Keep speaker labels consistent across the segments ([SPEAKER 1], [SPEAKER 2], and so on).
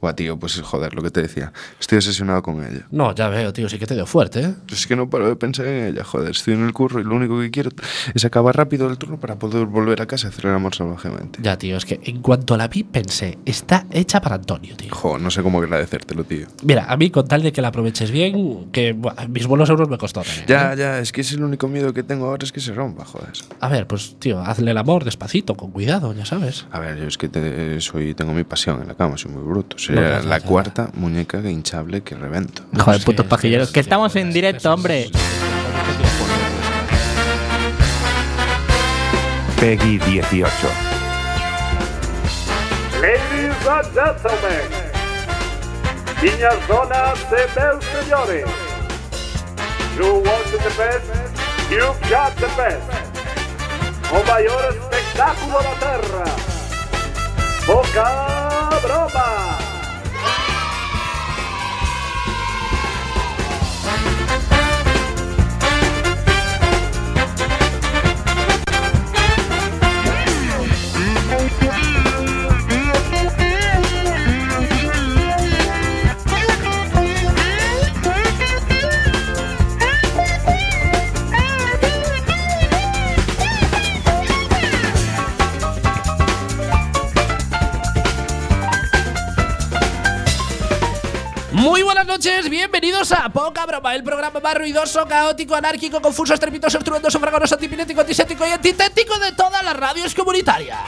[SPEAKER 1] Buah, tío, pues joder, lo que te decía. Estoy obsesionado con ella.
[SPEAKER 2] No, ya veo, tío, sí que te dio fuerte, ¿eh?
[SPEAKER 1] Es que no paro de pensar en ella, joder. Estoy en el curro y lo único que quiero es acabar rápido el turno para poder volver a casa y hacer el amor salvajemente.
[SPEAKER 2] Ya, tío, es que en cuanto la vi pensé, está hecha para Antonio, tío.
[SPEAKER 1] Jo, no sé cómo agradecértelo, tío.
[SPEAKER 2] Mira, a mí con tal de que la aproveches bien, que buah, mis bolos euros me costó también,
[SPEAKER 1] Ya,
[SPEAKER 2] ¿eh?
[SPEAKER 1] ya, es que es el único miedo que tengo ahora es que se rompa, joder.
[SPEAKER 2] A ver, pues, tío, hazle el amor despacito, con cuidado, ya sabes.
[SPEAKER 1] A ver, yo es que te- soy, tengo mi pasión en la cama, soy muy bruto.
[SPEAKER 2] No,
[SPEAKER 1] Sería
[SPEAKER 2] ya, ya,
[SPEAKER 1] la
[SPEAKER 2] ya.
[SPEAKER 1] cuarta muñeca hinchable que revento.
[SPEAKER 3] Joder,
[SPEAKER 2] Sí,
[SPEAKER 3] putos
[SPEAKER 2] sí,
[SPEAKER 3] pajilleros.
[SPEAKER 2] sí,
[SPEAKER 3] Que
[SPEAKER 2] sí,
[SPEAKER 3] estamos
[SPEAKER 2] joder,
[SPEAKER 3] en
[SPEAKER 2] sí, sí,
[SPEAKER 3] directo, hombre.
[SPEAKER 2] sí, sí.
[SPEAKER 4] Peggy 18.
[SPEAKER 5] Ladies and gentlemen, niñas, donas y bells señores, you want the best, you've got the best. O mayor espectáculo de la tierra, poca broma.
[SPEAKER 2] Muy buenas noches, bienvenidos a Poca Broma, el programa más ruidoso, caótico, anárquico, confuso, estrepitoso, estruendoso, fragoroso, antipinético, antisético y antitético de todas las radios comunitarias.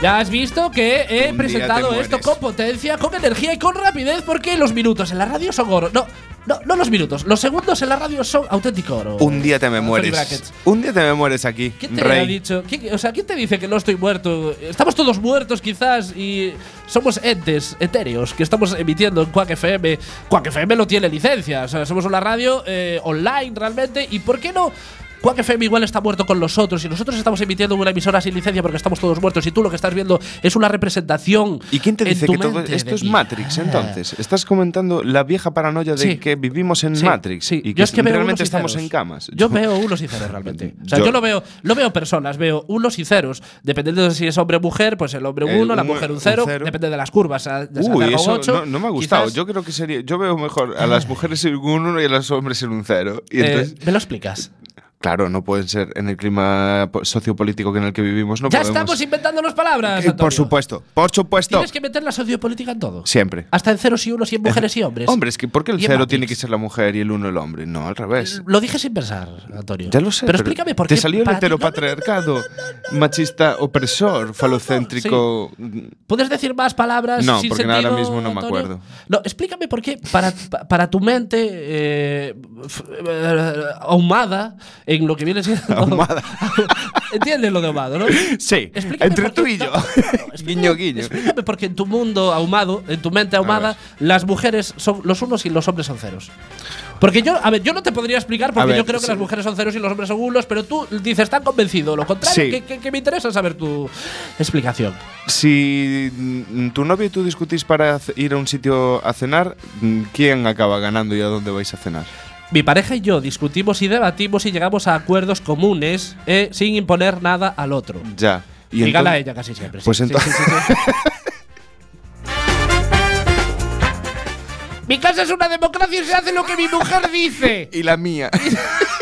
[SPEAKER 2] Ya has visto que he
[SPEAKER 1] Un día
[SPEAKER 2] presentado
[SPEAKER 1] te
[SPEAKER 2] esto
[SPEAKER 1] mueres.
[SPEAKER 2] con potencia, con energía y con rapidez porque los minutos en la radio son oro. No, no, no los minutos, los segundos en la radio son auténtico oro.
[SPEAKER 1] Un día te me
[SPEAKER 2] Anthony
[SPEAKER 1] mueres.
[SPEAKER 2] Brackett.
[SPEAKER 1] Un día te me mueres aquí,
[SPEAKER 2] ¿Quién te
[SPEAKER 1] rey.
[SPEAKER 2] ha dicho? ¿Quién- o sea, ¿quién te dice que no estoy muerto? Estamos todos muertos quizás y somos entes etéreos que estamos emitiendo en Quack FM. Quack FM no tiene licencia, o sea, somos una radio eh, online realmente y ¿por qué no? Quack FM igual está muerto con nosotros y nosotros estamos emitiendo en una emisora sin licencia porque estamos todos muertos y tú lo que estás viendo es una representación.
[SPEAKER 1] ¿Y quién te
[SPEAKER 2] en
[SPEAKER 1] dice
[SPEAKER 2] tu
[SPEAKER 1] que todo
[SPEAKER 2] mente
[SPEAKER 1] esto
[SPEAKER 2] de
[SPEAKER 1] es
[SPEAKER 2] mí?
[SPEAKER 1] Matrix
[SPEAKER 2] Ah.
[SPEAKER 1] entonces? Estás comentando la vieja paranoia de
[SPEAKER 2] Sí.
[SPEAKER 1] que vivimos en
[SPEAKER 2] Sí,
[SPEAKER 1] Matrix
[SPEAKER 2] sí.
[SPEAKER 1] y que,
[SPEAKER 2] Yo es que veo
[SPEAKER 1] realmente
[SPEAKER 2] unos y
[SPEAKER 1] estamos
[SPEAKER 2] ceros.
[SPEAKER 1] en camas.
[SPEAKER 2] Yo veo unos y ceros realmente. O sea,
[SPEAKER 1] Yo-
[SPEAKER 2] yo, no veo, no veo personas, veo unos y ceros. Dependiendo de si es hombre o mujer, pues el hombre
[SPEAKER 1] El
[SPEAKER 2] uno, la
[SPEAKER 1] uno-
[SPEAKER 2] mujer un
[SPEAKER 1] un
[SPEAKER 2] cero,
[SPEAKER 1] cero.
[SPEAKER 2] Depende de las curvas. o sea, ya sea
[SPEAKER 1] Uy,
[SPEAKER 2] largo
[SPEAKER 1] eso
[SPEAKER 2] ocho,
[SPEAKER 1] no, no me ha gustado.
[SPEAKER 2] quizás- Ah.
[SPEAKER 1] Yo creo que sería. Yo veo mejor a las mujeres en un uno y a los hombres en un cero. Y
[SPEAKER 2] Eh,
[SPEAKER 1] entonces,
[SPEAKER 2] ¿Me lo explicas?
[SPEAKER 1] claro, no pueden ser en el clima po- sociopolítico que en el que vivimos. No
[SPEAKER 2] ya
[SPEAKER 1] podemos-
[SPEAKER 2] estamos inventándonos palabras.
[SPEAKER 1] Eh,
[SPEAKER 2] Antonio.
[SPEAKER 1] Por supuesto, por supuesto.
[SPEAKER 2] Tienes que meter la sociopolítica en todo.
[SPEAKER 1] Siempre.
[SPEAKER 2] Hasta en ceros y unos y en mujeres y hombres.
[SPEAKER 1] Hombre, es que ¿por qué el
[SPEAKER 2] Y en
[SPEAKER 1] cero
[SPEAKER 2] Matrix.
[SPEAKER 1] tiene que ser la mujer y el uno el hombre? No, al revés.
[SPEAKER 2] Lo dije sin pensar, Antonio.
[SPEAKER 1] Ya lo sé.
[SPEAKER 2] Pero, explícame por qué.
[SPEAKER 1] Te salió el
[SPEAKER 2] para ti- no, no, no, no,
[SPEAKER 1] heteropatriarcado, machista, opresor, falocéntrico.
[SPEAKER 2] ¿Puedes decir más palabras?
[SPEAKER 1] No,
[SPEAKER 2] sin
[SPEAKER 1] porque ahora
[SPEAKER 2] sentido,
[SPEAKER 1] mismo no me
[SPEAKER 2] Antonio?
[SPEAKER 1] acuerdo.
[SPEAKER 2] No, explícame por qué para, pa- para tu mente eh, f- eh, ahumada en lo que viene siendo.
[SPEAKER 1] Ahumada.
[SPEAKER 2] Entiendes lo de ahumado, ¿no?
[SPEAKER 1] Sí,
[SPEAKER 2] Explícame
[SPEAKER 1] entre
[SPEAKER 2] por qué-
[SPEAKER 1] tú y yo.
[SPEAKER 2] no, no, no, explícame-
[SPEAKER 1] Guiño, guiño.
[SPEAKER 2] Explícame por qué en tu mundo ahumado, en tu mente ahumada, las mujeres son los unos y los hombres son ceros. Porque yo, a ver, yo no te podría explicar porque
[SPEAKER 1] A ver,
[SPEAKER 2] yo creo que
[SPEAKER 1] sí.
[SPEAKER 2] las mujeres son ceros y los hombres son unos, pero tú dices tan convencido, lo contrario,
[SPEAKER 1] Sí.
[SPEAKER 2] que- que- que me interesa saber tu explicación.
[SPEAKER 1] Si mm, tu novio y tú discutís para c- ir a un sitio a cenar, mm, ¿quién acaba ganando y a dónde vais a cenar?
[SPEAKER 2] Mi pareja y yo discutimos y debatimos y llegamos a acuerdos comunes eh, sin imponer nada al otro.
[SPEAKER 1] Ya.
[SPEAKER 2] Y, gana
[SPEAKER 1] Mm. entonces-
[SPEAKER 2] ella casi siempre. sí,
[SPEAKER 1] Pues
[SPEAKER 2] sí,
[SPEAKER 1] entonces.
[SPEAKER 2] sí, sí, sí. Mi casa es una democracia y se hace lo que mi mujer dice.
[SPEAKER 1] y la mía.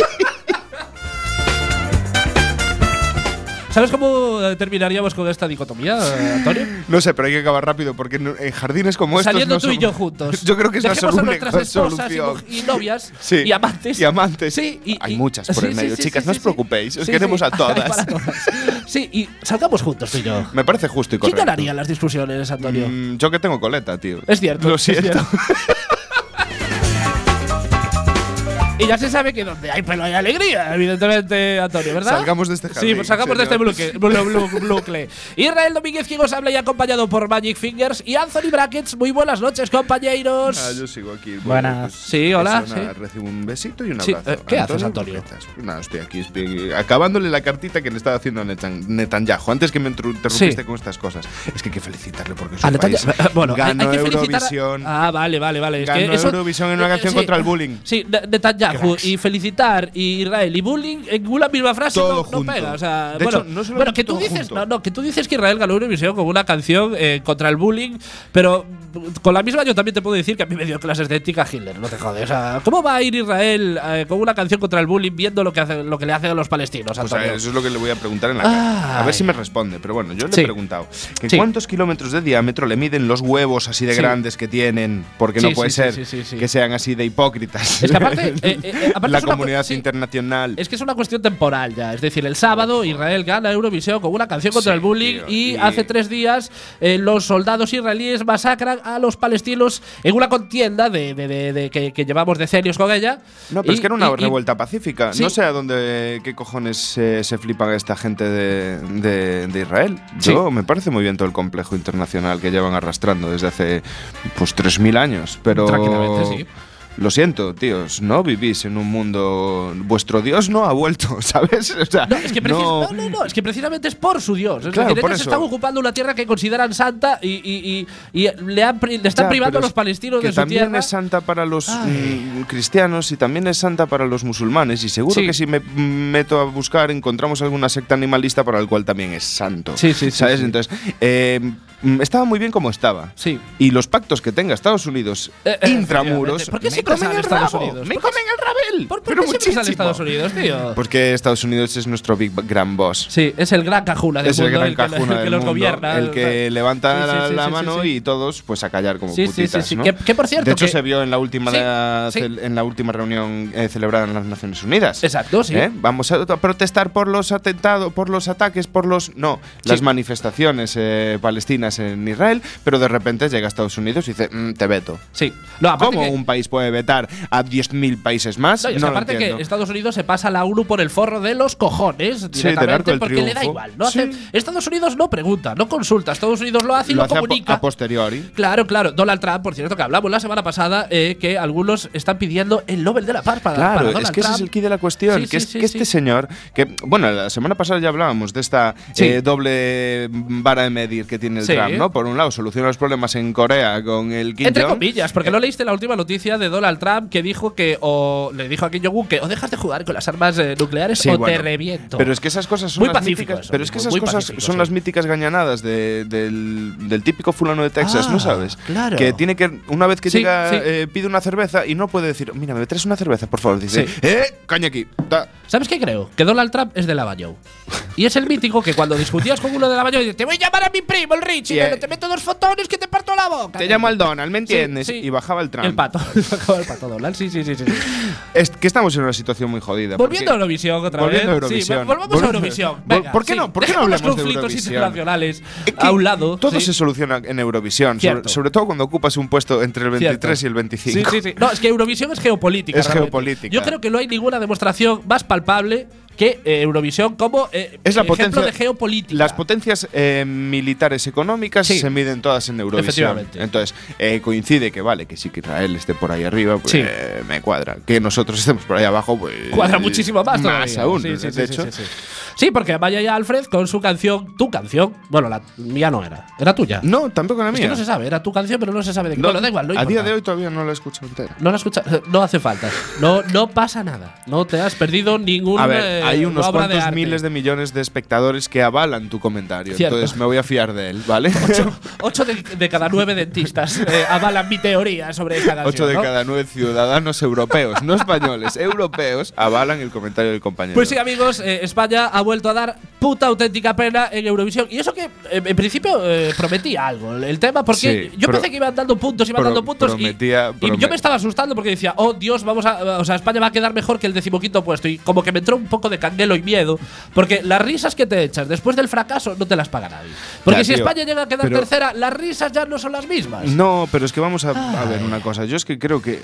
[SPEAKER 2] ¿Sabes cómo eh, terminaríamos con esta dicotomía, eh, Antonio?
[SPEAKER 1] No sé, pero hay que acabar rápido porque no- en jardines como Pues estos.
[SPEAKER 2] Saliendo
[SPEAKER 1] no
[SPEAKER 2] tú y
[SPEAKER 1] somos-
[SPEAKER 2] yo juntos.
[SPEAKER 1] Yo creo que es la
[SPEAKER 2] Dejemos a
[SPEAKER 1] única
[SPEAKER 2] nuestras esposas y,
[SPEAKER 1] solución.
[SPEAKER 2] muj- y novias
[SPEAKER 1] Sí.
[SPEAKER 2] y amantes.
[SPEAKER 1] Y amantes.
[SPEAKER 2] Sí, y-
[SPEAKER 1] Hay
[SPEAKER 2] y-
[SPEAKER 1] muchas por
[SPEAKER 2] sí,
[SPEAKER 1] el
[SPEAKER 2] sí,
[SPEAKER 1] medio,
[SPEAKER 2] sí,
[SPEAKER 1] chicas,
[SPEAKER 2] sí,
[SPEAKER 1] no os
[SPEAKER 2] sí.
[SPEAKER 1] preocupäis, os
[SPEAKER 2] Sí,
[SPEAKER 1] queremos
[SPEAKER 2] sí.
[SPEAKER 1] a todas.
[SPEAKER 2] Para todas. Sí, y salgamos juntos tú y yo.
[SPEAKER 1] Me parece justo y
[SPEAKER 2] ¿Quién
[SPEAKER 1] correcto.
[SPEAKER 2] ganaría las discusiones, Antonio?
[SPEAKER 1] Mm, yo que tengo coleta, tío.
[SPEAKER 2] Es cierto.
[SPEAKER 1] Lo
[SPEAKER 2] es
[SPEAKER 1] siento.
[SPEAKER 2] cierto. y ya se sabe que donde hay pelo hay alegría, evidentemente, Antonio, ¿verdad?
[SPEAKER 1] Salgamos de este
[SPEAKER 2] Sí,
[SPEAKER 1] jardín,
[SPEAKER 2] pues salgamos
[SPEAKER 1] señor.
[SPEAKER 2] de este bloque. blu- blu- bucle. Israel Domínguez, quien os habla y acompañado por Magic Fingers y Anthony Brackets. Muy buenas noches, compañeros.
[SPEAKER 1] Ah, yo sigo aquí.
[SPEAKER 3] Buenas.
[SPEAKER 1] pues,
[SPEAKER 2] Sí, hola,
[SPEAKER 1] eso, nada,
[SPEAKER 2] sí.
[SPEAKER 1] Recibo un besito y un
[SPEAKER 2] Sí,
[SPEAKER 1] abrazo.
[SPEAKER 2] eh, ¿qué haces, Antonio?
[SPEAKER 1] ¿qué estás? Nada, estoy aquí estoy acabándole la cartita que le estaba haciendo a Netan- Netanyahu. Antes que me intru- interrumpiste
[SPEAKER 2] Sí.
[SPEAKER 1] con estas cosas. Es que hay que felicitarle porque su
[SPEAKER 2] Ah, Natalia,
[SPEAKER 1] país
[SPEAKER 2] eh, bueno, hay-
[SPEAKER 1] ganó
[SPEAKER 2] hay que felicitar a-
[SPEAKER 1] Eurovisión.
[SPEAKER 2] Ah, vale, vale, vale. Es que
[SPEAKER 1] Ganó
[SPEAKER 2] eso-
[SPEAKER 1] Eurovisión en una
[SPEAKER 2] eh,
[SPEAKER 1] canción
[SPEAKER 2] sí.
[SPEAKER 1] contra el bullying.
[SPEAKER 2] Sí, Ne- Netanyahu Netanyahu y felicitar y Israel y bullying en una misma frase
[SPEAKER 1] Todo
[SPEAKER 2] no, no
[SPEAKER 1] junto.
[SPEAKER 2] pega. O sea,
[SPEAKER 1] De
[SPEAKER 2] bueno,
[SPEAKER 1] hecho, no solamente
[SPEAKER 2] bueno, que tú
[SPEAKER 1] todo
[SPEAKER 2] dices,
[SPEAKER 1] junto.
[SPEAKER 2] no, no, que tú dices que Israel ganó Eurovisión con una canción eh, contra el bullying, pero mm, con la misma yo también te puedo decir que a mí me dio clases de ética Hitler, no te jodes. O sea, ¿cómo va a ir Israel eh, con una canción contra el bullying viendo lo que hace, lo que le hacen a los palestinos?
[SPEAKER 1] Pues a
[SPEAKER 2] Antonio?
[SPEAKER 1] ver, eso es lo que le voy a preguntar en la cara. A
[SPEAKER 2] Ay.
[SPEAKER 1] ver si me responde, pero bueno, yo le
[SPEAKER 2] Sí.
[SPEAKER 1] he preguntado que
[SPEAKER 2] Sí.
[SPEAKER 1] cuántos kilómetros de diámetro le miden los huevos así de
[SPEAKER 2] Sí.
[SPEAKER 1] grandes que tienen, porque
[SPEAKER 2] Sí,
[SPEAKER 1] no puede
[SPEAKER 2] sí,
[SPEAKER 1] ser
[SPEAKER 2] sí, sí, sí, sí.
[SPEAKER 1] que sean así de hipócritas.
[SPEAKER 2] Es que aparte, eh, eh, aparte
[SPEAKER 1] la
[SPEAKER 2] es una cu-
[SPEAKER 1] comunidad
[SPEAKER 2] sí.
[SPEAKER 1] internacional.
[SPEAKER 2] Es que es una cuestión temporal ya. Es decir, el sábado Israel gana Eurovisión con una canción contra
[SPEAKER 1] Sí,
[SPEAKER 2] el bullying
[SPEAKER 1] tío,
[SPEAKER 2] y,
[SPEAKER 1] y-
[SPEAKER 2] hace tres días eh, los soldados israelíes masacran a los palestinos en una contienda de, de- de- de- que, que llevamos decenios con ella.
[SPEAKER 1] no, pero
[SPEAKER 2] Y-
[SPEAKER 1] es que era una
[SPEAKER 2] y- y-
[SPEAKER 1] revuelta pacífica.
[SPEAKER 2] Sí.
[SPEAKER 1] No sé a dónde, qué cojones eh, se flipan esta gente de, de- de Israel.
[SPEAKER 2] Sí.
[SPEAKER 1] Yo me parece muy bien todo el complejo internacional que llevan arrastrando desde hace pues 3.000 años, pero
[SPEAKER 2] Tranquilamente, sí.
[SPEAKER 1] Lo siento, tíos, no vivís en un mundo. Vuestro Dios no ha vuelto, ¿sabes? O sea,
[SPEAKER 2] No, es que, precis-
[SPEAKER 1] no-
[SPEAKER 2] no, no, no, es que precisamente es por su Dios. Es
[SPEAKER 1] Claro,
[SPEAKER 2] decir,
[SPEAKER 1] por
[SPEAKER 2] ellos
[SPEAKER 1] eso.
[SPEAKER 2] están ocupando una tierra que consideran santa y, y- y- y le, han pri- le están
[SPEAKER 1] Ya,
[SPEAKER 2] privando
[SPEAKER 1] pero
[SPEAKER 2] a los
[SPEAKER 1] es
[SPEAKER 2] palestinos
[SPEAKER 1] que
[SPEAKER 2] de su
[SPEAKER 1] también
[SPEAKER 2] tierra. Ah.
[SPEAKER 1] es santa para los
[SPEAKER 2] Ay.
[SPEAKER 1] mm, cristianos y también es santa para los musulmanes. Y seguro
[SPEAKER 2] Sí.
[SPEAKER 1] que si me mm, meto a buscar encontramos alguna secta animalista para el cual también es santo.
[SPEAKER 2] Sí, sí, sí,
[SPEAKER 1] ¿Sabes?
[SPEAKER 2] sí.
[SPEAKER 1] Entonces, eh, mm, estaba muy bien como estaba.
[SPEAKER 2] Sí.
[SPEAKER 1] Y los pactos que tenga Estados Unidos
[SPEAKER 2] Eh, eh,
[SPEAKER 1] intramuros
[SPEAKER 2] efectivamente. ¿Por qué
[SPEAKER 1] me
[SPEAKER 2] siempre
[SPEAKER 1] comen
[SPEAKER 2] sale
[SPEAKER 1] el
[SPEAKER 2] Estados
[SPEAKER 1] rabo,
[SPEAKER 2] Unidos?
[SPEAKER 1] me
[SPEAKER 2] ¿Por qué
[SPEAKER 1] comen el rabel,
[SPEAKER 2] ¿Por, por
[SPEAKER 1] pero
[SPEAKER 2] qué siempre sale
[SPEAKER 1] muchísimo. Pues
[SPEAKER 2] Estados Unidos, tío?
[SPEAKER 1] Porque Estados Unidos es nuestro big gran boss.
[SPEAKER 2] Sí, es el gran cajuna del
[SPEAKER 1] es
[SPEAKER 2] mundo,
[SPEAKER 1] el gran
[SPEAKER 2] que- el que,
[SPEAKER 1] cajuna del
[SPEAKER 2] los
[SPEAKER 1] mundo,
[SPEAKER 2] gobierna.
[SPEAKER 1] el que levanta
[SPEAKER 2] Sí, sí,
[SPEAKER 1] la,
[SPEAKER 2] sí,
[SPEAKER 1] la
[SPEAKER 2] sí, sí,
[SPEAKER 1] mano
[SPEAKER 2] sí.
[SPEAKER 1] y todos pues a callar como
[SPEAKER 2] Sí, sí, sí,
[SPEAKER 1] putitas,
[SPEAKER 2] sí.
[SPEAKER 1] ¿no?
[SPEAKER 2] Que- que, por cierto,
[SPEAKER 1] de hecho
[SPEAKER 2] que-
[SPEAKER 1] se vio en la última
[SPEAKER 2] Sí,
[SPEAKER 1] la-
[SPEAKER 2] sí.
[SPEAKER 1] cel- en la última reunión eh, celebrada en las Naciones Unidas.
[SPEAKER 2] Exacto, sí.
[SPEAKER 1] ¿Eh? Vamos a, a protestar por los atentados, por los ataques, por los no, las
[SPEAKER 2] Sí.
[SPEAKER 1] manifestaciones eh, palestinas en Israel, pero de repente llega a Estados Unidos y dice, "Mm, te veto.
[SPEAKER 2] Sí. No, aparte
[SPEAKER 1] ¿Cómo
[SPEAKER 2] que-
[SPEAKER 1] un país puede vetar a 10.000 países más?
[SPEAKER 2] no, y
[SPEAKER 1] No,
[SPEAKER 2] es que
[SPEAKER 1] lo
[SPEAKER 2] aparte que
[SPEAKER 1] entiendo.
[SPEAKER 2] Estados Unidos se pasa la ONU por el forro de los cojones directamente
[SPEAKER 1] del arco del
[SPEAKER 2] porque le da
[SPEAKER 1] triunfo.
[SPEAKER 2] igual. ¿no? Hace-
[SPEAKER 1] Sí.
[SPEAKER 2] Estados Unidos no pregunta, no consulta. Estados Unidos lo hace y
[SPEAKER 1] lo
[SPEAKER 2] lo,
[SPEAKER 1] hace a po-
[SPEAKER 2] comunica.
[SPEAKER 1] a posteriori.
[SPEAKER 2] Claro, claro. Donald Trump, por cierto, que hablamos la semana pasada, eh, que algunos están pidiendo el Nobel de la Paz para, para
[SPEAKER 1] Claro,
[SPEAKER 2] Donald
[SPEAKER 1] es que ese
[SPEAKER 2] Trump.
[SPEAKER 1] es el key de la cuestión,
[SPEAKER 2] Sí,
[SPEAKER 1] que,
[SPEAKER 2] sí,
[SPEAKER 1] es,
[SPEAKER 2] sí,
[SPEAKER 1] que
[SPEAKER 2] sí.
[SPEAKER 1] este señor, que bueno, la semana pasada ya hablábamos de esta
[SPEAKER 2] Sí.
[SPEAKER 1] eh, doble vara de medir que tiene el
[SPEAKER 2] Sí.
[SPEAKER 1] Trump, ¿no? Por un lado, soluciona los problemas en Corea con el Kim
[SPEAKER 2] Entre
[SPEAKER 1] Jong.
[SPEAKER 2] comillas,
[SPEAKER 1] Eh.
[SPEAKER 2] porque no leíste la última noticia de Donald Trump que dijo que o le dijo a Kim Jong-un que o dejas de jugar con las armas eh, nucleares
[SPEAKER 1] Sí,
[SPEAKER 2] o te
[SPEAKER 1] bueno,
[SPEAKER 2] reviento.
[SPEAKER 1] Pero es que esas cosas son
[SPEAKER 2] Muy
[SPEAKER 1] las
[SPEAKER 2] pacífico
[SPEAKER 1] míticas,
[SPEAKER 2] eso,
[SPEAKER 1] pero es que esas
[SPEAKER 2] muy
[SPEAKER 1] cosas
[SPEAKER 2] pacífico,
[SPEAKER 1] son
[SPEAKER 2] sí.
[SPEAKER 1] las míticas gañanadas de- del, del típico fulano de Texas,
[SPEAKER 2] Ah,
[SPEAKER 1] ¿no sabes?
[SPEAKER 2] claro.
[SPEAKER 1] Que tiene que una vez que
[SPEAKER 2] Sí,
[SPEAKER 1] llega
[SPEAKER 2] sí.
[SPEAKER 1] eh, pide una cerveza y no puede decir, "Mira, me traes una cerveza, por favor." Dice,
[SPEAKER 2] Sí.
[SPEAKER 1] "Eh, caña aquí." ta".
[SPEAKER 2] ¿Sabes qué creo? Que Donald Trump es de Lavaño. Y es el mítico que cuando discutías con uno de Lavaño dice, te voy a llamar a mi primo, el Richie,
[SPEAKER 1] Y, eh,
[SPEAKER 2] pero te meto dos fotones que te parto la boca.
[SPEAKER 1] Te llamo al Donald, ¿me entiendes?
[SPEAKER 2] Sí, sí.
[SPEAKER 1] Y bajaba el Trump.
[SPEAKER 2] El pato. Acaba el pato Donald. Sí, sí, sí, sí.
[SPEAKER 1] Es que estamos en una situación muy jodida.
[SPEAKER 2] Volviendo a
[SPEAKER 1] porque-
[SPEAKER 2] Eurovisión otra
[SPEAKER 1] volviendo a
[SPEAKER 2] vez. Sí,
[SPEAKER 1] Eurovisión.
[SPEAKER 2] volvamos a
[SPEAKER 1] Volviendo-
[SPEAKER 2] Eurovisión.
[SPEAKER 1] Vol-
[SPEAKER 2] Venga,
[SPEAKER 1] ¿por qué
[SPEAKER 2] sí.
[SPEAKER 1] no- por qué no
[SPEAKER 2] Dejemos
[SPEAKER 1] hablamos de
[SPEAKER 2] los conflictos
[SPEAKER 1] Eurovisión?
[SPEAKER 2] internacionales
[SPEAKER 1] Es que
[SPEAKER 2] a un lado?
[SPEAKER 1] Todo
[SPEAKER 2] sí.
[SPEAKER 1] se soluciona en Eurovisión,
[SPEAKER 2] Cierto.
[SPEAKER 1] sobre, sobre todo cuando ocupas un puesto entre el 23 y el 25.
[SPEAKER 2] Sí, sí, sí. No, es que Eurovisión es geopolítica.
[SPEAKER 1] Es
[SPEAKER 2] realmente.
[SPEAKER 1] geopolítica.
[SPEAKER 2] Yo creo que no hay ninguna demostración más palpable que eh, Eurovisión como eh,
[SPEAKER 1] Es la
[SPEAKER 2] ejemplo
[SPEAKER 1] potencia-
[SPEAKER 2] de geopolítica.
[SPEAKER 1] Las potencias eh, militares económicas
[SPEAKER 2] Sí.
[SPEAKER 1] se miden todas en Eurovisión.
[SPEAKER 2] Efectivamente.
[SPEAKER 1] Entonces, eh, coincide que vale, que sí que Israel esté por ahí arriba, pues
[SPEAKER 2] Sí.
[SPEAKER 1] eh, me cuadra. Que nosotros estemos por ahí abajo, pues.
[SPEAKER 2] Cuadra muchísimo más todavía.
[SPEAKER 1] Más aún.
[SPEAKER 2] Sí, sí,
[SPEAKER 1] de
[SPEAKER 2] sí,
[SPEAKER 1] hecho,
[SPEAKER 2] sí, sí, sí. Sí, porque Maya y Alfred con su canción, tu canción, bueno, la mía no era, era tuya.
[SPEAKER 1] No, tampoco la
[SPEAKER 2] es
[SPEAKER 1] mía.
[SPEAKER 2] que no se sabe, era tu canción, pero no se sabe de qué.
[SPEAKER 1] No,
[SPEAKER 2] bueno, da igual, no
[SPEAKER 1] a
[SPEAKER 2] importa.
[SPEAKER 1] día de hoy todavía no la he escuchado entera.
[SPEAKER 2] No la escuchas, no hace falta. No, no pasa nada. No te has perdido ninguna.
[SPEAKER 1] A ver, hay
[SPEAKER 2] eh,
[SPEAKER 1] unos
[SPEAKER 2] obra
[SPEAKER 1] cuantos
[SPEAKER 2] de arte.
[SPEAKER 1] miles de millones de espectadores que avalan tu comentario.
[SPEAKER 2] Cierto.
[SPEAKER 1] Entonces me voy a fiar de él, ¿vale?
[SPEAKER 2] Ocho, ocho de, de cada nueve dentistas eh, avalan mi teoría sobre esta canción.
[SPEAKER 1] Ocho de
[SPEAKER 2] ¿no?
[SPEAKER 1] cada nueve ciudadanos europeos, no españoles, europeos, avalan el comentario del compañero.
[SPEAKER 2] Pues sí, amigos, eh, España ha vuelto a dar puta auténtica pena en Eurovisión. Y eso que eh, en principio eh, prometía algo el- el tema,
[SPEAKER 1] Sí,
[SPEAKER 2] porque yo
[SPEAKER 1] pro-
[SPEAKER 2] pensé que iban dando puntos, iban
[SPEAKER 1] pro-
[SPEAKER 2] dando puntos. y-
[SPEAKER 1] prometía-
[SPEAKER 2] y, yo
[SPEAKER 1] promet-
[SPEAKER 2] me estaba asustando porque decía, oh Dios, vamos a. O sea, España va a quedar mejor que el decimoquinto puesto. Y como que me entró un poco de candelo y miedo, porque las risas que te echas después del fracaso no te las paga nadie. Porque
[SPEAKER 1] Ya,
[SPEAKER 2] si
[SPEAKER 1] tío,
[SPEAKER 2] España llega a quedar
[SPEAKER 1] pero-
[SPEAKER 2] tercera, las risas ya no son las mismas.
[SPEAKER 1] No, pero es que vamos a, a
[SPEAKER 2] Ay.
[SPEAKER 1] ver una cosa. Yo es que creo que.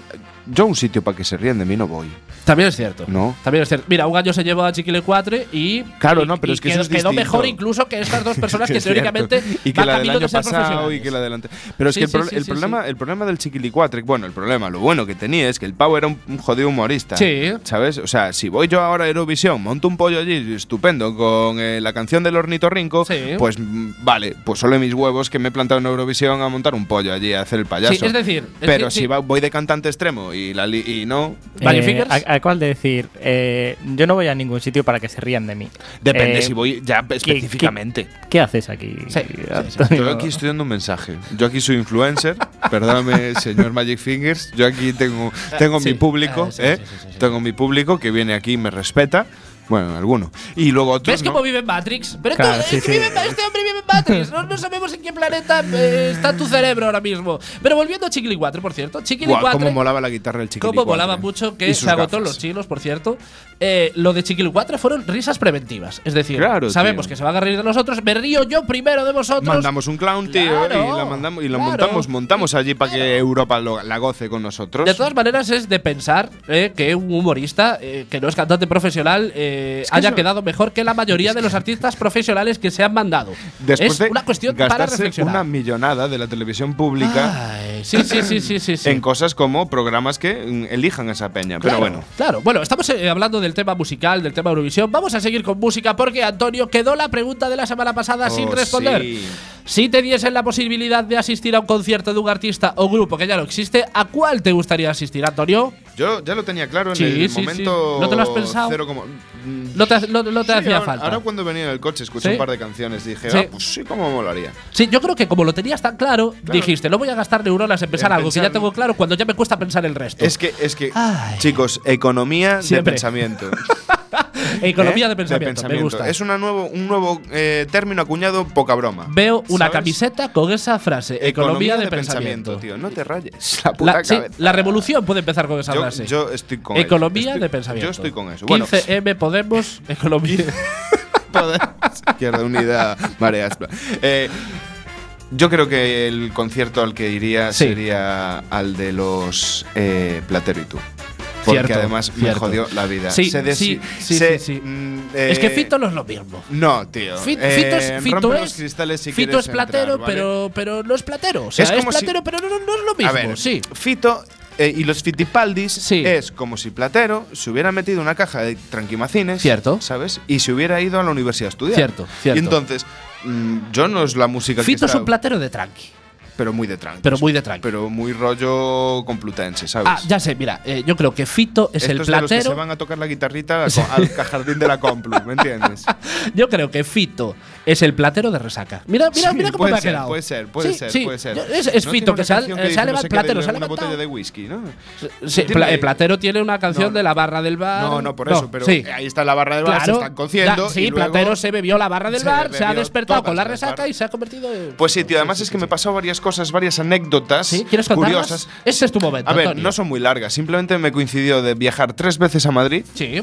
[SPEAKER 1] Yo a un sitio para que se rían de mí no voy.
[SPEAKER 2] También es cierto.
[SPEAKER 1] No.
[SPEAKER 2] También es cierto. Mira, un año se llevó a Chiquile 4 y.
[SPEAKER 1] Claro,
[SPEAKER 2] y-
[SPEAKER 1] no, pero
[SPEAKER 2] y
[SPEAKER 1] es que
[SPEAKER 2] quedó,
[SPEAKER 1] eso es
[SPEAKER 2] quedó
[SPEAKER 1] distinto.
[SPEAKER 2] mejor incluso que estas dos personas que
[SPEAKER 1] Es cierto.
[SPEAKER 2] teóricamente.
[SPEAKER 1] y que
[SPEAKER 2] van
[SPEAKER 1] la del
[SPEAKER 2] camino de
[SPEAKER 1] año
[SPEAKER 2] ser
[SPEAKER 1] pasado y
[SPEAKER 2] profesionales.
[SPEAKER 1] que la delante pero es
[SPEAKER 2] Sí,
[SPEAKER 1] que el,
[SPEAKER 2] sí,
[SPEAKER 1] proble-
[SPEAKER 2] sí,
[SPEAKER 1] el
[SPEAKER 2] sí,
[SPEAKER 1] problema el problema del chiquilicuatre bueno el problema lo bueno que tenía es que el Pau era un, un jodido humorista
[SPEAKER 2] Sí.
[SPEAKER 1] sabes o sea si voy yo ahora a Eurovisión monto un pollo allí estupendo con eh, la canción del ornitorrinco,
[SPEAKER 2] Sí.
[SPEAKER 1] pues mm, vale, pues solo mis huevos que me he plantado en Eurovisión a montar un pollo allí, a hacer el payaso.
[SPEAKER 2] Sí, es decir, es
[SPEAKER 1] pero
[SPEAKER 2] que-
[SPEAKER 1] si
[SPEAKER 2] sí.
[SPEAKER 1] va- voy de cantante extremo y, la li- y no,
[SPEAKER 2] Vale,
[SPEAKER 3] Eh,
[SPEAKER 2] fingers.
[SPEAKER 3] a- al cual de decir, eh, yo no voy a ningún sitio para que se rían de mí.
[SPEAKER 1] depende
[SPEAKER 3] Eh,
[SPEAKER 1] si voy ya
[SPEAKER 3] ¿qué-
[SPEAKER 1] específicamente.
[SPEAKER 3] ¿Qué, qué haces aquí?
[SPEAKER 2] Sí,
[SPEAKER 3] Antonio?
[SPEAKER 1] Yo aquí estoy dando un mensaje. Yo aquí soy influencer. Perdóname, señor Magic Fingers. Yo aquí tengo, tengo
[SPEAKER 2] sí.
[SPEAKER 1] mi público.
[SPEAKER 2] Ah, sí,
[SPEAKER 1] ¿eh?
[SPEAKER 2] sí, sí, sí, sí.
[SPEAKER 1] Tengo mi público que viene aquí y me respeta. Bueno, alguno. Y luego otros.
[SPEAKER 2] ¿Ves
[SPEAKER 1] no.
[SPEAKER 2] cómo vive en Matrix? Pero
[SPEAKER 3] Claro,
[SPEAKER 2] esto-
[SPEAKER 3] sí,
[SPEAKER 2] es que vive-
[SPEAKER 3] sí.
[SPEAKER 2] este hombre vive en Matrix. No, no sabemos en qué planeta eh, está tu cerebro ahora mismo. Pero volviendo a Chiquili 4, por cierto. Chiquili
[SPEAKER 1] Guau,
[SPEAKER 2] 4.
[SPEAKER 1] cómo molaba la guitarra del chiquilín.
[SPEAKER 2] Como volaba eh? mucho que se agotó los chinos, por cierto. Eh, lo de Chiquil 4 fueron risas preventivas. Es decir,
[SPEAKER 1] Claro,
[SPEAKER 2] sabemos
[SPEAKER 1] tío.
[SPEAKER 2] que se van a reír de nosotros, me río yo primero de vosotros.
[SPEAKER 1] Mandamos un clown, tío,
[SPEAKER 2] Claro,
[SPEAKER 1] y la mandamos y la
[SPEAKER 2] claro.
[SPEAKER 1] montamos, montamos allí para que Europa lo- la goce con nosotros.
[SPEAKER 2] de todas maneras, es de pensar eh, que un humorista eh, que no es cantante profesional eh,
[SPEAKER 1] Es que
[SPEAKER 2] haya
[SPEAKER 1] eso-
[SPEAKER 2] quedado mejor que la mayoría de los artistas profesionales que se han mandado.
[SPEAKER 1] Después
[SPEAKER 2] es
[SPEAKER 1] de
[SPEAKER 2] una cuestión para
[SPEAKER 1] gastarse
[SPEAKER 2] reflexionar.
[SPEAKER 1] una millonada de la televisión pública
[SPEAKER 2] Ay, sí, sí, sí, sí, sí. sí.
[SPEAKER 1] en cosas como programas que mm, elijan a esa peña.
[SPEAKER 2] Claro,
[SPEAKER 1] Pero bueno.
[SPEAKER 2] Claro, bueno, estamos eh, hablando del tema musical, del tema Eurovisión. Vamos a seguir con música porque, Antonio, quedó la pregunta de la semana pasada Ah, sin
[SPEAKER 1] Oh,
[SPEAKER 2] responder.
[SPEAKER 1] sí.
[SPEAKER 2] Si te diesen la posibilidad de asistir a un concierto de un artista o grupo que ya no existe, ¿a cuál te gustaría asistir, Antonio?
[SPEAKER 1] Yo ya lo tenía claro en
[SPEAKER 2] Sí,
[SPEAKER 1] el
[SPEAKER 2] sí, sí.
[SPEAKER 1] momento.
[SPEAKER 2] ¿No te lo has pensado?
[SPEAKER 1] cero como- Mm,
[SPEAKER 2] No te, ha- no- no te
[SPEAKER 1] sí,
[SPEAKER 2] hacía
[SPEAKER 1] ahora,
[SPEAKER 2] falta.
[SPEAKER 1] ahora cuando venía en el coche escuché
[SPEAKER 2] Sí.
[SPEAKER 1] un par de canciones dije,
[SPEAKER 2] Sí.
[SPEAKER 1] ah, pues sí, cómo molaría.
[SPEAKER 2] Sí, yo creo que como lo tenías tan claro, dijiste, no voy a gastar neuronas en pensar
[SPEAKER 1] En
[SPEAKER 2] algo que ya
[SPEAKER 1] pensar-
[SPEAKER 2] tengo claro cuando ya me cuesta pensar el resto.
[SPEAKER 1] Es que, es que,
[SPEAKER 2] Ay.
[SPEAKER 1] chicos, economía de
[SPEAKER 2] Siempre.
[SPEAKER 1] pensamiento.
[SPEAKER 2] Economía
[SPEAKER 1] ¿Eh?
[SPEAKER 2] de, pensamiento, me gusta.
[SPEAKER 1] Es una nuevo, un nuevo eh, término acuñado, poca broma.
[SPEAKER 2] Veo una
[SPEAKER 1] ¿Sabes?
[SPEAKER 2] camiseta con esa frase, economía, de, pensamiento.
[SPEAKER 1] tío. No te rayes. La puta
[SPEAKER 2] La, sí,
[SPEAKER 1] cabeza.
[SPEAKER 2] la revolución puede empezar con esa
[SPEAKER 1] Yo,
[SPEAKER 2] frase.
[SPEAKER 1] yo estoy con ello.
[SPEAKER 2] economía
[SPEAKER 1] Estoy-
[SPEAKER 2] de pensamiento.
[SPEAKER 1] Yo estoy con eso. Bueno,
[SPEAKER 2] 15M Podemos, economía.
[SPEAKER 1] Podemos. Izquierda Unida, Marea Aspla. Eh, yo creo que el concierto al que iría
[SPEAKER 2] Sí.
[SPEAKER 1] sería al de los eh, Platero y tú. Porque
[SPEAKER 2] Cierto,
[SPEAKER 1] además me
[SPEAKER 2] cierto.
[SPEAKER 1] jodió la vida.
[SPEAKER 2] Sí,
[SPEAKER 1] Se des-
[SPEAKER 2] sí, sí,
[SPEAKER 1] se-
[SPEAKER 2] sí, sí.
[SPEAKER 1] mm,
[SPEAKER 2] es que
[SPEAKER 1] eh,
[SPEAKER 2] Fito no es lo mismo.
[SPEAKER 1] No, tío.
[SPEAKER 2] Fit-
[SPEAKER 1] Eh,
[SPEAKER 2] Fito es, Fito
[SPEAKER 1] rompe
[SPEAKER 2] es-
[SPEAKER 1] los cristales si
[SPEAKER 2] Fito
[SPEAKER 1] quieres
[SPEAKER 2] es platero,
[SPEAKER 1] entrar, ¿vale?
[SPEAKER 2] pero, pero no es platero. O sea,
[SPEAKER 1] Es
[SPEAKER 2] es,
[SPEAKER 1] como si-
[SPEAKER 2] platero, pero no, no- no es lo mismo.
[SPEAKER 1] A ver,
[SPEAKER 2] sí.
[SPEAKER 1] Fito eh, y los Fitipaldis
[SPEAKER 2] Sí.
[SPEAKER 1] es como si Platero se hubiera metido una caja de tranquimacines,
[SPEAKER 2] Cierto.
[SPEAKER 1] ¿sabes? Y se hubiera ido a la universidad a estudiar.
[SPEAKER 2] Cierto, cierto.
[SPEAKER 1] Y entonces, mm, yo no es la música que
[SPEAKER 2] Fito es
[SPEAKER 1] está,
[SPEAKER 2] un platero de tranqui.
[SPEAKER 1] pero muy de tranqui.
[SPEAKER 2] Pero muy de tranqui.
[SPEAKER 1] Pero muy rollo complutense, ¿sabes?
[SPEAKER 2] Ah, ya sé, mira, eh, yo creo que Fito es
[SPEAKER 1] Estos
[SPEAKER 2] el
[SPEAKER 1] de los que se
[SPEAKER 2] platero.
[SPEAKER 1] van a tocar la guitarrita a co- al ca- jardín de la Complu, ¿me entiendes?
[SPEAKER 2] Yo creo que Fito es el platero de resaca. Mira, mira,
[SPEAKER 1] Sí,
[SPEAKER 2] mira cómo
[SPEAKER 1] puede
[SPEAKER 2] me ha
[SPEAKER 1] ser,
[SPEAKER 2] quedado.
[SPEAKER 1] Puede ser, puede
[SPEAKER 2] Sí,
[SPEAKER 1] ser,
[SPEAKER 2] sí.
[SPEAKER 1] puede ser.
[SPEAKER 2] Yo- Es, es
[SPEAKER 1] ¿No tiene
[SPEAKER 2] Fito
[SPEAKER 1] una
[SPEAKER 2] que se ha
[SPEAKER 1] canción que
[SPEAKER 2] se ha
[SPEAKER 1] dice no
[SPEAKER 2] levantado
[SPEAKER 1] sé
[SPEAKER 2] el
[SPEAKER 1] qué
[SPEAKER 2] platero,
[SPEAKER 1] de
[SPEAKER 2] se ha
[SPEAKER 1] una botella
[SPEAKER 2] levantado.
[SPEAKER 1] de whisky, ¿no?
[SPEAKER 2] Sí,
[SPEAKER 1] Tiene-
[SPEAKER 2] Pla- eh, Platero tiene una canción
[SPEAKER 1] No,
[SPEAKER 2] de la barra del bar.
[SPEAKER 1] No, no, por
[SPEAKER 2] No,
[SPEAKER 1] eso, pero
[SPEAKER 2] sí.
[SPEAKER 1] ahí está la barra de bar, se están cociendo.
[SPEAKER 2] Ya, sí, eh.
[SPEAKER 1] y luego-
[SPEAKER 2] Platero se bebió la barra del
[SPEAKER 1] se
[SPEAKER 2] bar, se ha
[SPEAKER 1] bebió
[SPEAKER 2] despertado
[SPEAKER 1] todas
[SPEAKER 2] con la
[SPEAKER 1] las
[SPEAKER 2] resaca
[SPEAKER 1] barras.
[SPEAKER 2] y se ha convertido en.
[SPEAKER 1] Pues sí, tío, además es que me pasó varias cosas, varias anécdotas
[SPEAKER 2] ¿Sí? ¿Quieres contarlas?
[SPEAKER 1] curiosas.
[SPEAKER 2] Ese es tu momento.
[SPEAKER 1] A ver,
[SPEAKER 2] Antonio.
[SPEAKER 1] no son muy largas, simplemente me coincidió de viajar tres veces a Madrid,
[SPEAKER 2] Sí,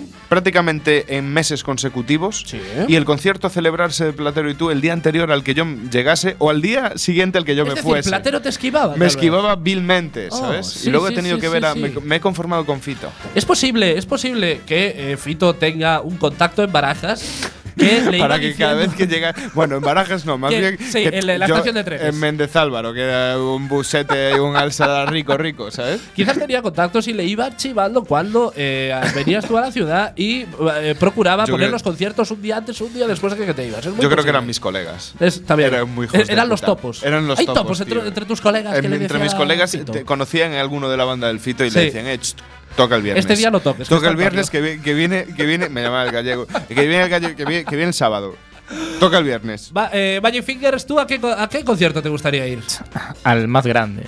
[SPEAKER 1] prácticamente en meses consecutivos,
[SPEAKER 2] Sí.
[SPEAKER 1] y el concierto a celebrarse de Platero y tú el día anterior al que yo llegase o al día siguiente al que yo
[SPEAKER 2] es
[SPEAKER 1] me
[SPEAKER 2] decir,
[SPEAKER 1] fuese.
[SPEAKER 2] Platero te esquivaba.
[SPEAKER 1] me
[SPEAKER 2] tal vez.
[SPEAKER 1] esquivaba vilmente,
[SPEAKER 2] Oh,
[SPEAKER 1] ¿sabes?
[SPEAKER 2] sí,
[SPEAKER 1] y luego he
[SPEAKER 2] sí,
[SPEAKER 1] tenido
[SPEAKER 2] sí,
[SPEAKER 1] que ver
[SPEAKER 2] sí,
[SPEAKER 1] a.
[SPEAKER 2] sí.
[SPEAKER 1] Me, me he conformado con Fito.
[SPEAKER 2] Es posible, es posible que eh, Fito tenga un contacto en barajas que le iba
[SPEAKER 1] Para que cada vez
[SPEAKER 2] diciendo-
[SPEAKER 1] que llega. Bueno, en Barajas no, más
[SPEAKER 2] Que-
[SPEAKER 1] bien.
[SPEAKER 2] sí,
[SPEAKER 1] que
[SPEAKER 2] en la- la
[SPEAKER 1] yo-
[SPEAKER 2] estación de trenes.
[SPEAKER 1] En Méndez Álvaro, que era un busete y un alza rico, rico, ¿sabes?
[SPEAKER 2] Quizás tenía contactos y le iba chivando cuando eh, venías tú a la ciudad y eh, procuraba
[SPEAKER 1] Yo
[SPEAKER 2] poner
[SPEAKER 1] creo-
[SPEAKER 2] los conciertos un día antes, un día después de que te ibas. Es muy
[SPEAKER 1] Yo creo que
[SPEAKER 2] posible.
[SPEAKER 1] eran mis colegas.
[SPEAKER 2] Es- está bien.
[SPEAKER 1] Eran muy
[SPEAKER 2] Eh,
[SPEAKER 1] hijos de
[SPEAKER 2] Eran los
[SPEAKER 1] puta.
[SPEAKER 2] topos.
[SPEAKER 1] Eran los
[SPEAKER 2] Hay
[SPEAKER 1] topos,
[SPEAKER 2] topos entre,
[SPEAKER 1] tío.
[SPEAKER 2] entre tus colegas. que
[SPEAKER 1] En-
[SPEAKER 2] le
[SPEAKER 1] entre
[SPEAKER 2] decía
[SPEAKER 1] mis colegas eh,
[SPEAKER 2] Fito.
[SPEAKER 1] te- conocían a alguno de la banda del Fito y
[SPEAKER 2] Sí.
[SPEAKER 1] le decían, eh, ch, toca el viernes.
[SPEAKER 2] Este día no toques, que
[SPEAKER 1] Toca
[SPEAKER 2] está
[SPEAKER 1] el viernes que, vi- que viene, que viene, me llamaba el gallego, que viene el gallego, que viene, que viene el sábado. Toca el viernes.
[SPEAKER 2] Va- eh, Magic Fingers, ¿tú a qué, co- a qué concierto te gustaría ir?
[SPEAKER 3] Al más grande.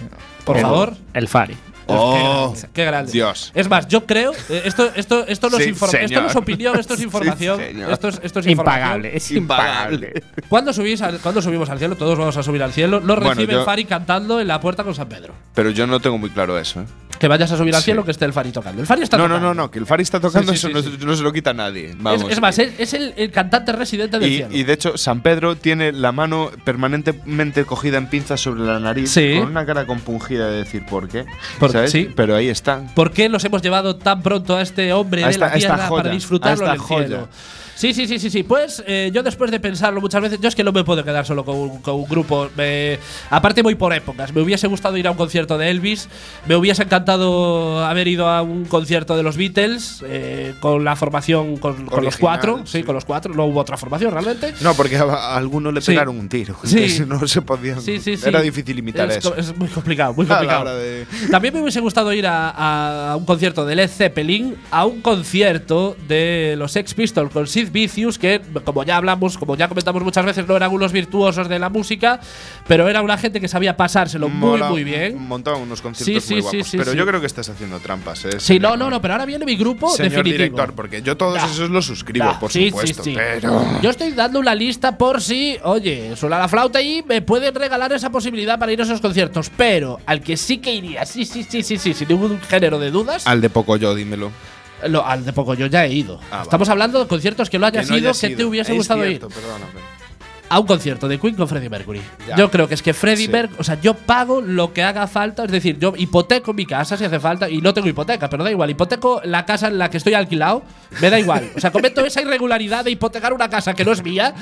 [SPEAKER 2] Por
[SPEAKER 3] El-
[SPEAKER 2] favor.
[SPEAKER 3] El Fari.
[SPEAKER 1] Oh,
[SPEAKER 2] Qué grande.
[SPEAKER 1] Dios.
[SPEAKER 2] Es más, yo creo. eh, Esto, esto, esto, no, es
[SPEAKER 1] Sí,
[SPEAKER 2] informa- esto
[SPEAKER 1] señor.
[SPEAKER 2] no es opinión, esto es
[SPEAKER 1] Sí,
[SPEAKER 2] información.
[SPEAKER 1] señor.
[SPEAKER 2] esto, es, esto es información.
[SPEAKER 3] Impagable, es
[SPEAKER 1] Impagable.
[SPEAKER 3] impagable.
[SPEAKER 2] ¿Cuándo, subís al- cuándo subimos al cielo? Todos vamos a subir al cielo. Nos
[SPEAKER 1] Bueno,
[SPEAKER 2] recibe el
[SPEAKER 1] yo-
[SPEAKER 2] Fari cantando en la puerta con San Pedro.
[SPEAKER 1] Pero yo no tengo muy claro eso. ¿eh?
[SPEAKER 2] Que vayas a subir al
[SPEAKER 1] Sí.
[SPEAKER 2] cielo, que esté el Fari tocando. El Fari está
[SPEAKER 1] No, no,
[SPEAKER 2] tocando.
[SPEAKER 1] no, no, que el Fari está tocando,
[SPEAKER 2] Sí, sí,
[SPEAKER 1] eso
[SPEAKER 2] sí,
[SPEAKER 1] no, no se lo quita nadie. Vamos.
[SPEAKER 2] Es, es más, es, es el, el cantante residente del
[SPEAKER 1] Y,
[SPEAKER 2] cielo.
[SPEAKER 1] y de hecho, San Pedro tiene la mano permanentemente cogida en pinzas sobre la nariz,
[SPEAKER 2] Sí.
[SPEAKER 1] con una cara compungida de decir por qué.
[SPEAKER 2] Por-
[SPEAKER 1] ¿sabes?
[SPEAKER 2] sí.
[SPEAKER 1] Pero ahí están.
[SPEAKER 2] ¿Por qué nos hemos llevado tan pronto a este hombre
[SPEAKER 1] A
[SPEAKER 2] de
[SPEAKER 1] esta-
[SPEAKER 2] la
[SPEAKER 1] a esta
[SPEAKER 2] tierra
[SPEAKER 1] joya,
[SPEAKER 2] para disfrutarlo
[SPEAKER 1] a esta
[SPEAKER 2] en el
[SPEAKER 1] joya.
[SPEAKER 2] cielo? Sí, sí, sí, sí, sí. Pues eh, yo después de pensarlo muchas veces, yo es que no me puedo quedar solo con un, con un grupo. Me- aparte voy por épocas. Me hubiese gustado ir a un concierto de Elvis. Me hubiese encantado haber ido a un concierto de los Beatles eh, con la formación, con, con los
[SPEAKER 1] Original,
[SPEAKER 2] cuatro. Sí,
[SPEAKER 1] sí.
[SPEAKER 2] con los cuatro. No hubo otra formación realmente.
[SPEAKER 1] No, porque a, a alguno le
[SPEAKER 2] Sí.
[SPEAKER 1] pegaron un tiro.
[SPEAKER 2] Sí.
[SPEAKER 1] Entonces no se podían.
[SPEAKER 2] Sí, sí, sí.
[SPEAKER 1] Era difícil imitar
[SPEAKER 2] es,
[SPEAKER 1] eso.
[SPEAKER 2] co- Es muy complicado, muy
[SPEAKER 1] A la
[SPEAKER 2] complicado.
[SPEAKER 1] hora de-
[SPEAKER 2] También me hubiese gustado ir a, a un concierto de Led Zeppelin, a un concierto de los Sex Pistols con Sid Vicious, que como ya hablamos, como ya comentamos muchas veces, no eran unos virtuosos de la música, pero era una gente que sabía pasárselo
[SPEAKER 1] Mola
[SPEAKER 2] muy, muy
[SPEAKER 1] Un
[SPEAKER 2] bien.
[SPEAKER 1] montón, unos
[SPEAKER 2] Sí,
[SPEAKER 1] conciertos
[SPEAKER 2] sí,
[SPEAKER 1] muy
[SPEAKER 2] sí,
[SPEAKER 1] guapos.
[SPEAKER 2] sí,
[SPEAKER 1] pero
[SPEAKER 2] sí.
[SPEAKER 1] yo creo que estás haciendo trampas, ¿eh?
[SPEAKER 2] Sí,
[SPEAKER 1] señor.
[SPEAKER 2] no, no, no, pero ahora viene mi grupo
[SPEAKER 1] Señor
[SPEAKER 2] definitivo.
[SPEAKER 1] director, porque yo todos
[SPEAKER 2] Ya.
[SPEAKER 1] esos los suscribo,
[SPEAKER 2] Ya,
[SPEAKER 1] por
[SPEAKER 2] sí,
[SPEAKER 1] supuesto.
[SPEAKER 2] sí, sí.
[SPEAKER 1] Pero.
[SPEAKER 2] Yo estoy dando una lista por si, oye, suena la flauta y me pueden regalar esa posibilidad para ir a esos conciertos. Pero al que sí que iría, sí, sí, sí, sí, sí, sin ningún género de dudas,
[SPEAKER 1] Al de poco yo, dímelo.
[SPEAKER 2] Lo- al de poco yo ya he ido.
[SPEAKER 1] Ah,
[SPEAKER 2] Estamos hablando de conciertos que lo hayas
[SPEAKER 1] no
[SPEAKER 2] ido,
[SPEAKER 1] haya
[SPEAKER 2] que
[SPEAKER 1] sido.
[SPEAKER 2] te hubiese
[SPEAKER 1] Es
[SPEAKER 2] gustado
[SPEAKER 1] cierto,
[SPEAKER 2] ir.
[SPEAKER 1] perdóname.
[SPEAKER 2] A un concierto de Queen con Freddie Mercury.
[SPEAKER 1] Ya.
[SPEAKER 2] Yo creo que es que Freddie
[SPEAKER 1] Sí.
[SPEAKER 2] Mercury. O sea, yo pago lo que haga falta. Es decir, yo hipoteco mi casa si hace falta. Y no tengo hipoteca, pero da igual. Hipoteco la casa en la que estoy alquilado. Me da igual. O sea, cometo esa irregularidad de hipotecar una casa que no es mía.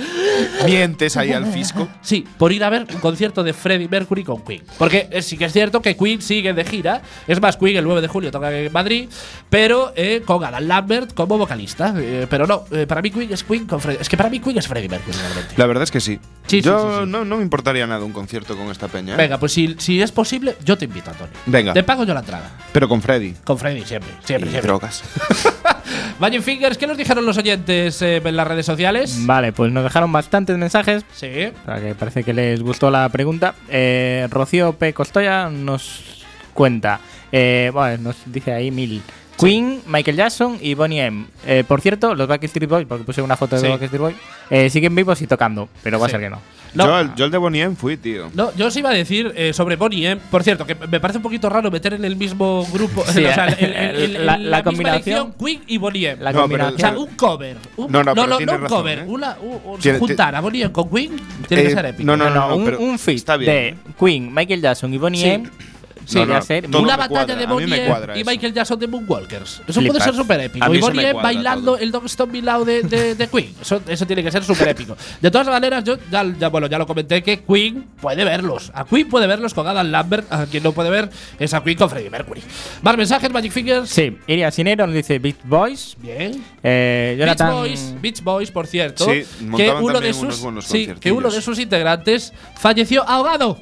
[SPEAKER 1] Mientes ahí al fisco.
[SPEAKER 2] Sí, por ir a ver un concierto de Freddie Mercury con Queen. Porque eh, sí que es cierto que Queen sigue de gira. Es más, Queen el 9 de julio toca en Madrid, pero eh, con Alan Lambert como vocalista. Eh, pero no, eh, para mí Queen es Queen con Freddie. Es que para mí Queen es Freddie Mercury realmente.
[SPEAKER 1] La verdad es que sí.
[SPEAKER 2] Sí, sí,
[SPEAKER 1] yo
[SPEAKER 2] sí, sí.
[SPEAKER 1] No, no me importaría nada un concierto con esta peña. ¿eh?
[SPEAKER 2] Venga, pues si, si es posible, yo te invito, Antonio.
[SPEAKER 1] Venga.
[SPEAKER 2] Te pago yo la entrada.
[SPEAKER 1] Pero con Freddy.
[SPEAKER 2] Con Freddie, siempre, siempre,
[SPEAKER 1] Y
[SPEAKER 2] siempre.
[SPEAKER 1] drogas.
[SPEAKER 2] Magic Fingers, ¿qué nos dijeron los oyentes eh, en las redes sociales?
[SPEAKER 3] Vale, pues nos dejaron bastantes mensajes.
[SPEAKER 2] sí.
[SPEAKER 3] O sea, que parece que les gustó la pregunta. Eh, Rocío P. Costoya nos cuenta. eh, bueno, nos dice ahí mil. Queen, Michael Jackson y Bonnie M. Eh, por cierto, los Backstreet Boys, porque puse una foto de
[SPEAKER 2] Sí.
[SPEAKER 3] los Backstreet Boys, eh, siguen vivos y tocando, pero va
[SPEAKER 2] Sí.
[SPEAKER 3] a ser que no.
[SPEAKER 2] No.
[SPEAKER 1] Yo, al- yo el de Bonnie M fui, tío.
[SPEAKER 2] No, yo os iba a decir eh, sobre Bonnie, M. por cierto, que me parece un poquito raro meter en el mismo grupo,
[SPEAKER 3] Sí,
[SPEAKER 2] o sea,
[SPEAKER 1] eh,
[SPEAKER 2] el- el- el- el-
[SPEAKER 3] la- la
[SPEAKER 2] misma
[SPEAKER 3] combinación.
[SPEAKER 2] elección, Queen y Bonnie M.
[SPEAKER 3] La
[SPEAKER 1] No, pero-
[SPEAKER 2] o sea,
[SPEAKER 3] combinación.
[SPEAKER 2] un cover. un-
[SPEAKER 1] No, no, pero
[SPEAKER 2] no,
[SPEAKER 1] tienes
[SPEAKER 2] un
[SPEAKER 1] razón,
[SPEAKER 2] cover.
[SPEAKER 1] ¿eh?
[SPEAKER 2] una- u- u-
[SPEAKER 1] Tiene-
[SPEAKER 2] juntar a Bonnie M con Queen tiene que
[SPEAKER 1] Eh,
[SPEAKER 2] ser épico.
[SPEAKER 1] no, no,
[SPEAKER 3] No, no, un,
[SPEAKER 1] pero
[SPEAKER 3] un feat
[SPEAKER 1] está bien,
[SPEAKER 3] de
[SPEAKER 1] ¿eh?
[SPEAKER 3] Queen, Michael Jackson y Bonnie
[SPEAKER 2] Sí.
[SPEAKER 3] M. Sería
[SPEAKER 1] no,
[SPEAKER 3] ser
[SPEAKER 1] todo
[SPEAKER 2] una
[SPEAKER 1] me
[SPEAKER 2] batalla
[SPEAKER 1] cuadra,
[SPEAKER 2] de
[SPEAKER 1] a mí me
[SPEAKER 2] Bonnie M
[SPEAKER 1] cuadra
[SPEAKER 2] y
[SPEAKER 1] eso.
[SPEAKER 2] Michael Jackson de Moonwalkers. Eso puede
[SPEAKER 1] Flipas.
[SPEAKER 2] ser súper
[SPEAKER 1] A
[SPEAKER 2] épico.
[SPEAKER 1] mí
[SPEAKER 2] Y
[SPEAKER 1] eso me
[SPEAKER 2] Bonnie M
[SPEAKER 1] cuadra
[SPEAKER 2] bailando
[SPEAKER 1] todo.
[SPEAKER 2] el Dogstone Milao de, de, de Queen. Eso, eso tiene que ser súper épico. De todas maneras, yo ya, ya, bueno, ya lo comenté que Queen puede verlos. A Queen puede verlos con Adam Lambert. A quien no puede ver es a Queen con Freddie Mercury. Más mensajes, Magic Fingers.
[SPEAKER 3] Sí, Iria Sinero nos dice Beat Boys.
[SPEAKER 2] Bien.
[SPEAKER 3] Eh,
[SPEAKER 2] Beach
[SPEAKER 3] Jonathan.
[SPEAKER 2] Boys, Beach Boys, por cierto,
[SPEAKER 1] Sí,
[SPEAKER 2] que
[SPEAKER 1] montaban
[SPEAKER 2] uno de
[SPEAKER 1] también
[SPEAKER 2] sus
[SPEAKER 1] unos buenos
[SPEAKER 2] sí, que uno de
[SPEAKER 1] conciertillos.
[SPEAKER 2] sus integrantes falleció ahogado.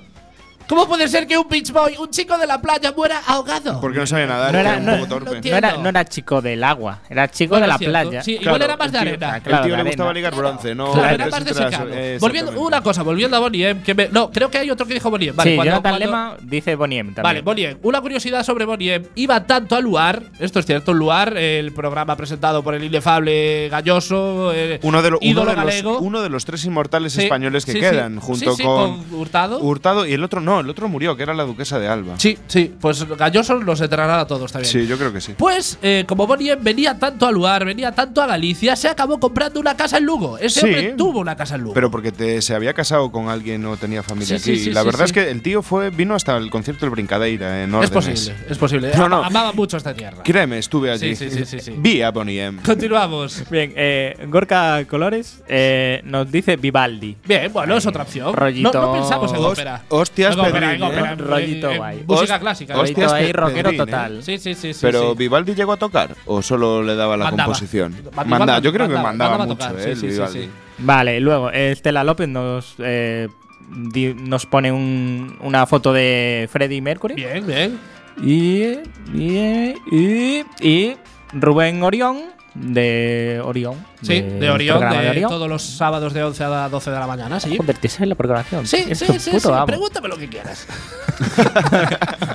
[SPEAKER 2] ¿Cómo puede ser que un Beach Boy, un chico de la playa, muera ahogado?
[SPEAKER 1] Porque no sabía nadar,
[SPEAKER 3] No
[SPEAKER 1] era,
[SPEAKER 3] era-
[SPEAKER 1] un
[SPEAKER 3] no
[SPEAKER 1] poco
[SPEAKER 3] era-
[SPEAKER 1] torpe.
[SPEAKER 2] no
[SPEAKER 3] No era,
[SPEAKER 2] Entiendo.
[SPEAKER 3] no era chico del agua, era chico
[SPEAKER 2] Bueno,
[SPEAKER 3] de la
[SPEAKER 2] es cierto.
[SPEAKER 3] playa.
[SPEAKER 2] Sí, igual
[SPEAKER 1] Claro,
[SPEAKER 2] era más de
[SPEAKER 1] el tío-
[SPEAKER 2] arena.
[SPEAKER 1] el tío
[SPEAKER 3] de
[SPEAKER 1] le
[SPEAKER 3] arena.
[SPEAKER 1] gustaba ligar bronce, no.
[SPEAKER 2] Claro,
[SPEAKER 1] Gente
[SPEAKER 2] era más de ese
[SPEAKER 1] trans-
[SPEAKER 2] calo.
[SPEAKER 1] eh,
[SPEAKER 2] Volviendo, una cosa, volviendo a Bonnie M, que me- no, creo que hay otro que dijo Bonnie M. Vale,
[SPEAKER 3] sí,
[SPEAKER 2] cuando-
[SPEAKER 3] Jonathan
[SPEAKER 2] cuando-
[SPEAKER 3] Lema dice Bonnie M
[SPEAKER 2] Vale,
[SPEAKER 3] también.
[SPEAKER 2] Bonnie M. Una curiosidad sobre Bonnie M. Iba tanto a Luar, esto es cierto, Luar, el programa presentado por el inefable Galloso, eh,
[SPEAKER 1] Uno de, lo- uno
[SPEAKER 2] ídolo
[SPEAKER 1] de los,
[SPEAKER 2] galego.
[SPEAKER 1] uno de los tres inmortales
[SPEAKER 2] Sí,
[SPEAKER 1] españoles que
[SPEAKER 2] sí, sí.
[SPEAKER 1] quedan,
[SPEAKER 2] Sí,
[SPEAKER 1] junto
[SPEAKER 2] sí,
[SPEAKER 1] con,
[SPEAKER 2] Hurtado.
[SPEAKER 1] Hurtado y el otro no, el otro murió, que era la duquesa de Alba.
[SPEAKER 2] Sí, sí, pues Galloso los enterrará a todos también.
[SPEAKER 1] Sí, yo creo que sí.
[SPEAKER 2] Pues, eh, como Bonnie M venía tanto a Luar, venía tanto a Galicia, se acabó comprando una casa en Lugo. Ese
[SPEAKER 1] Sí.
[SPEAKER 2] hombre tuvo una casa en Lugo.
[SPEAKER 1] Pero porque te- se había casado con alguien o tenía familia
[SPEAKER 2] Sí, sí,
[SPEAKER 1] aquí.
[SPEAKER 2] sí,
[SPEAKER 1] la
[SPEAKER 2] sí,
[SPEAKER 1] verdad
[SPEAKER 2] sí.
[SPEAKER 1] es que el tío fue vino hasta el concierto del Brincadeira en
[SPEAKER 2] es
[SPEAKER 1] órdenes.
[SPEAKER 2] posible, es posible.
[SPEAKER 1] No, no.
[SPEAKER 2] Amaba mucho esta tierra.
[SPEAKER 1] Créeme, estuve allí.
[SPEAKER 2] Sí, sí, sí, sí, sí.
[SPEAKER 1] Vi a Bonnie M.
[SPEAKER 2] Continuamos.
[SPEAKER 3] Bien, eh, Gorka Colores eh, nos dice Vivaldi.
[SPEAKER 2] Bien, bueno, es otra opción.
[SPEAKER 3] Rollito.
[SPEAKER 2] No, no pensamos en
[SPEAKER 3] Host-
[SPEAKER 2] ópera.
[SPEAKER 1] hostias,
[SPEAKER 2] en ópera, en
[SPEAKER 1] Pedrini,
[SPEAKER 2] ópera,
[SPEAKER 1] ¿eh?
[SPEAKER 2] en-
[SPEAKER 3] Rollito
[SPEAKER 2] en
[SPEAKER 3] guay.
[SPEAKER 2] Música
[SPEAKER 1] Host-
[SPEAKER 2] clásica.
[SPEAKER 1] host-
[SPEAKER 3] Hostias
[SPEAKER 1] Hostias,
[SPEAKER 3] ahí,
[SPEAKER 1] Pe-
[SPEAKER 3] rockero
[SPEAKER 1] Pedrín, ¿eh?
[SPEAKER 3] total.
[SPEAKER 2] Sí, sí, sí. sí,
[SPEAKER 1] Pero
[SPEAKER 2] sí.
[SPEAKER 1] Vivaldi llegó a tocar o solo le daba la
[SPEAKER 2] Mandaba.
[SPEAKER 1] composición.
[SPEAKER 2] Mandaba,
[SPEAKER 1] Mandaba. Yo creo
[SPEAKER 2] mandaba,
[SPEAKER 1] que mandaba,
[SPEAKER 2] mandaba a
[SPEAKER 1] mucho,
[SPEAKER 2] tocar,
[SPEAKER 1] eh,
[SPEAKER 2] sí, sí, sí,
[SPEAKER 1] Vivaldi.
[SPEAKER 2] sí.
[SPEAKER 3] Vale, luego eh, Estela López nos, eh, di- nos pone un- una foto de Freddie Mercury.
[SPEAKER 2] Bien, bien.
[SPEAKER 3] Y, y, y, y Rubén Orión de Orión.
[SPEAKER 2] Sí,
[SPEAKER 3] del
[SPEAKER 2] de Orión,
[SPEAKER 3] programa
[SPEAKER 2] de todos los sábados de 11 a 12 de la mañana, sí.
[SPEAKER 3] Joder, te sabes la programación.
[SPEAKER 2] Sí,
[SPEAKER 3] Eres
[SPEAKER 2] sí,
[SPEAKER 3] un
[SPEAKER 2] sí,
[SPEAKER 3] puto
[SPEAKER 2] sí.
[SPEAKER 3] amo.
[SPEAKER 2] Pregúntame lo que quieras.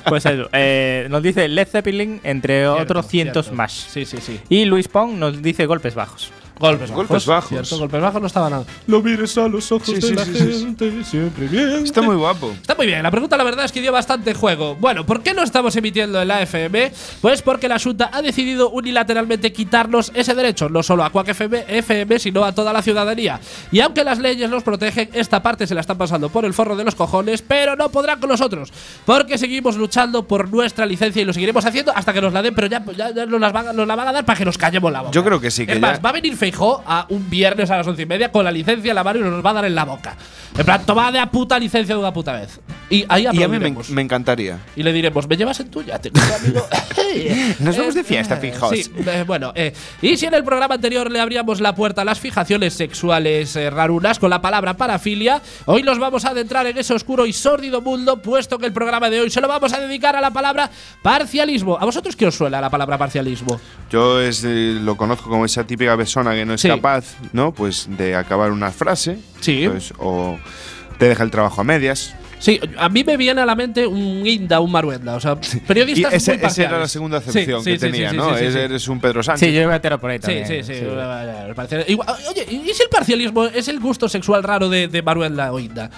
[SPEAKER 3] Pues eso, eh, nos dice Led Zeppelin, entre otros
[SPEAKER 2] Cierto,
[SPEAKER 3] cientos
[SPEAKER 2] cierto.
[SPEAKER 3] más.
[SPEAKER 2] Sí, sí, sí.
[SPEAKER 3] Y Luis Pong nos dice golpes bajos.
[SPEAKER 2] Golpes bajos.
[SPEAKER 1] Golpes bajos.
[SPEAKER 2] Cierto, golpes bajos no estaba nada. Lo mires a los ojos
[SPEAKER 1] Sí, sí, sí, sí, sí.
[SPEAKER 2] siempre bien.
[SPEAKER 1] Está muy guapo.
[SPEAKER 2] Está muy bien, la pregunta la verdad es que dio bastante juego. Bueno, ¿por qué no estamos emitiendo en la FM? Pues porque la Junta ha decidido unilateralmente quitarnos ese derecho, no solo a Quack FM, FM, sino a toda la ciudadanía. Y aunque las leyes nos protegen, esta parte se la están pasando por el forro de los cojones, pero no podrán con nosotros, porque seguimos luchando por nuestra licencia y lo pues seguiremos haciendo hasta que nos la den, pero ya, ya- ya nos, las van, a- nos la van a dar para que nos callemos la boca.
[SPEAKER 1] Yo creo que sí, que
[SPEAKER 2] es más,
[SPEAKER 1] ya-
[SPEAKER 2] va a venir Feijó a un viernes a las once y media con la licencia en la mano y nos va a dar en la boca. En plan, tomad de a puta licencia de una puta vez. Y ahí
[SPEAKER 1] Y a mí me,
[SPEAKER 2] aplaudiremos.
[SPEAKER 1] me encantaría.
[SPEAKER 2] Y le diremos, me llevas en tuya, tengo un amigo.
[SPEAKER 1] Nos vamos
[SPEAKER 2] Eh,
[SPEAKER 1] de fiesta,
[SPEAKER 2] eh,
[SPEAKER 1] fijos.
[SPEAKER 2] Sí, eh, bueno. eh, y si en el programa anterior le abríamos la puerta a las fijaciones sexuales eh, rarunas con la palabra parafilia, hoy nos vamos a adentrar en ese oscuro y sórdido mundo, puesto que el programa de hoy se lo vamos a dedicar a la palabra parcialismo. ¿A vosotros qué os suena la palabra parcialismo?
[SPEAKER 1] Yo es, eh, lo conozco como esa típica persona que no es
[SPEAKER 2] Sí.
[SPEAKER 1] capaz, ¿no? Pues de acabar una frase.
[SPEAKER 2] Sí.
[SPEAKER 1] Pues, o te deja el trabajo a medias.
[SPEAKER 2] Sí, a mí me viene a la mente un guinda, un maruenda. O sea,
[SPEAKER 1] Y
[SPEAKER 2] periodistas
[SPEAKER 1] ese- esa
[SPEAKER 2] muy
[SPEAKER 1] era la
[SPEAKER 2] parciales.
[SPEAKER 1] segunda
[SPEAKER 2] Sí,
[SPEAKER 1] acepción
[SPEAKER 2] sí,
[SPEAKER 1] que
[SPEAKER 2] sí,
[SPEAKER 1] tenía,
[SPEAKER 2] sí,
[SPEAKER 1] ¿no?
[SPEAKER 2] sí, sí,
[SPEAKER 1] Es-
[SPEAKER 2] sí.
[SPEAKER 1] Eres un Pedro Sánchez.
[SPEAKER 3] Sí, yo iba a tirar por ahí
[SPEAKER 2] Sí,
[SPEAKER 3] también.
[SPEAKER 2] sí, sí. el parcial- igual- oye, ¿y si el parcialismo es el gusto sexual raro de, de Maruenda Oinda?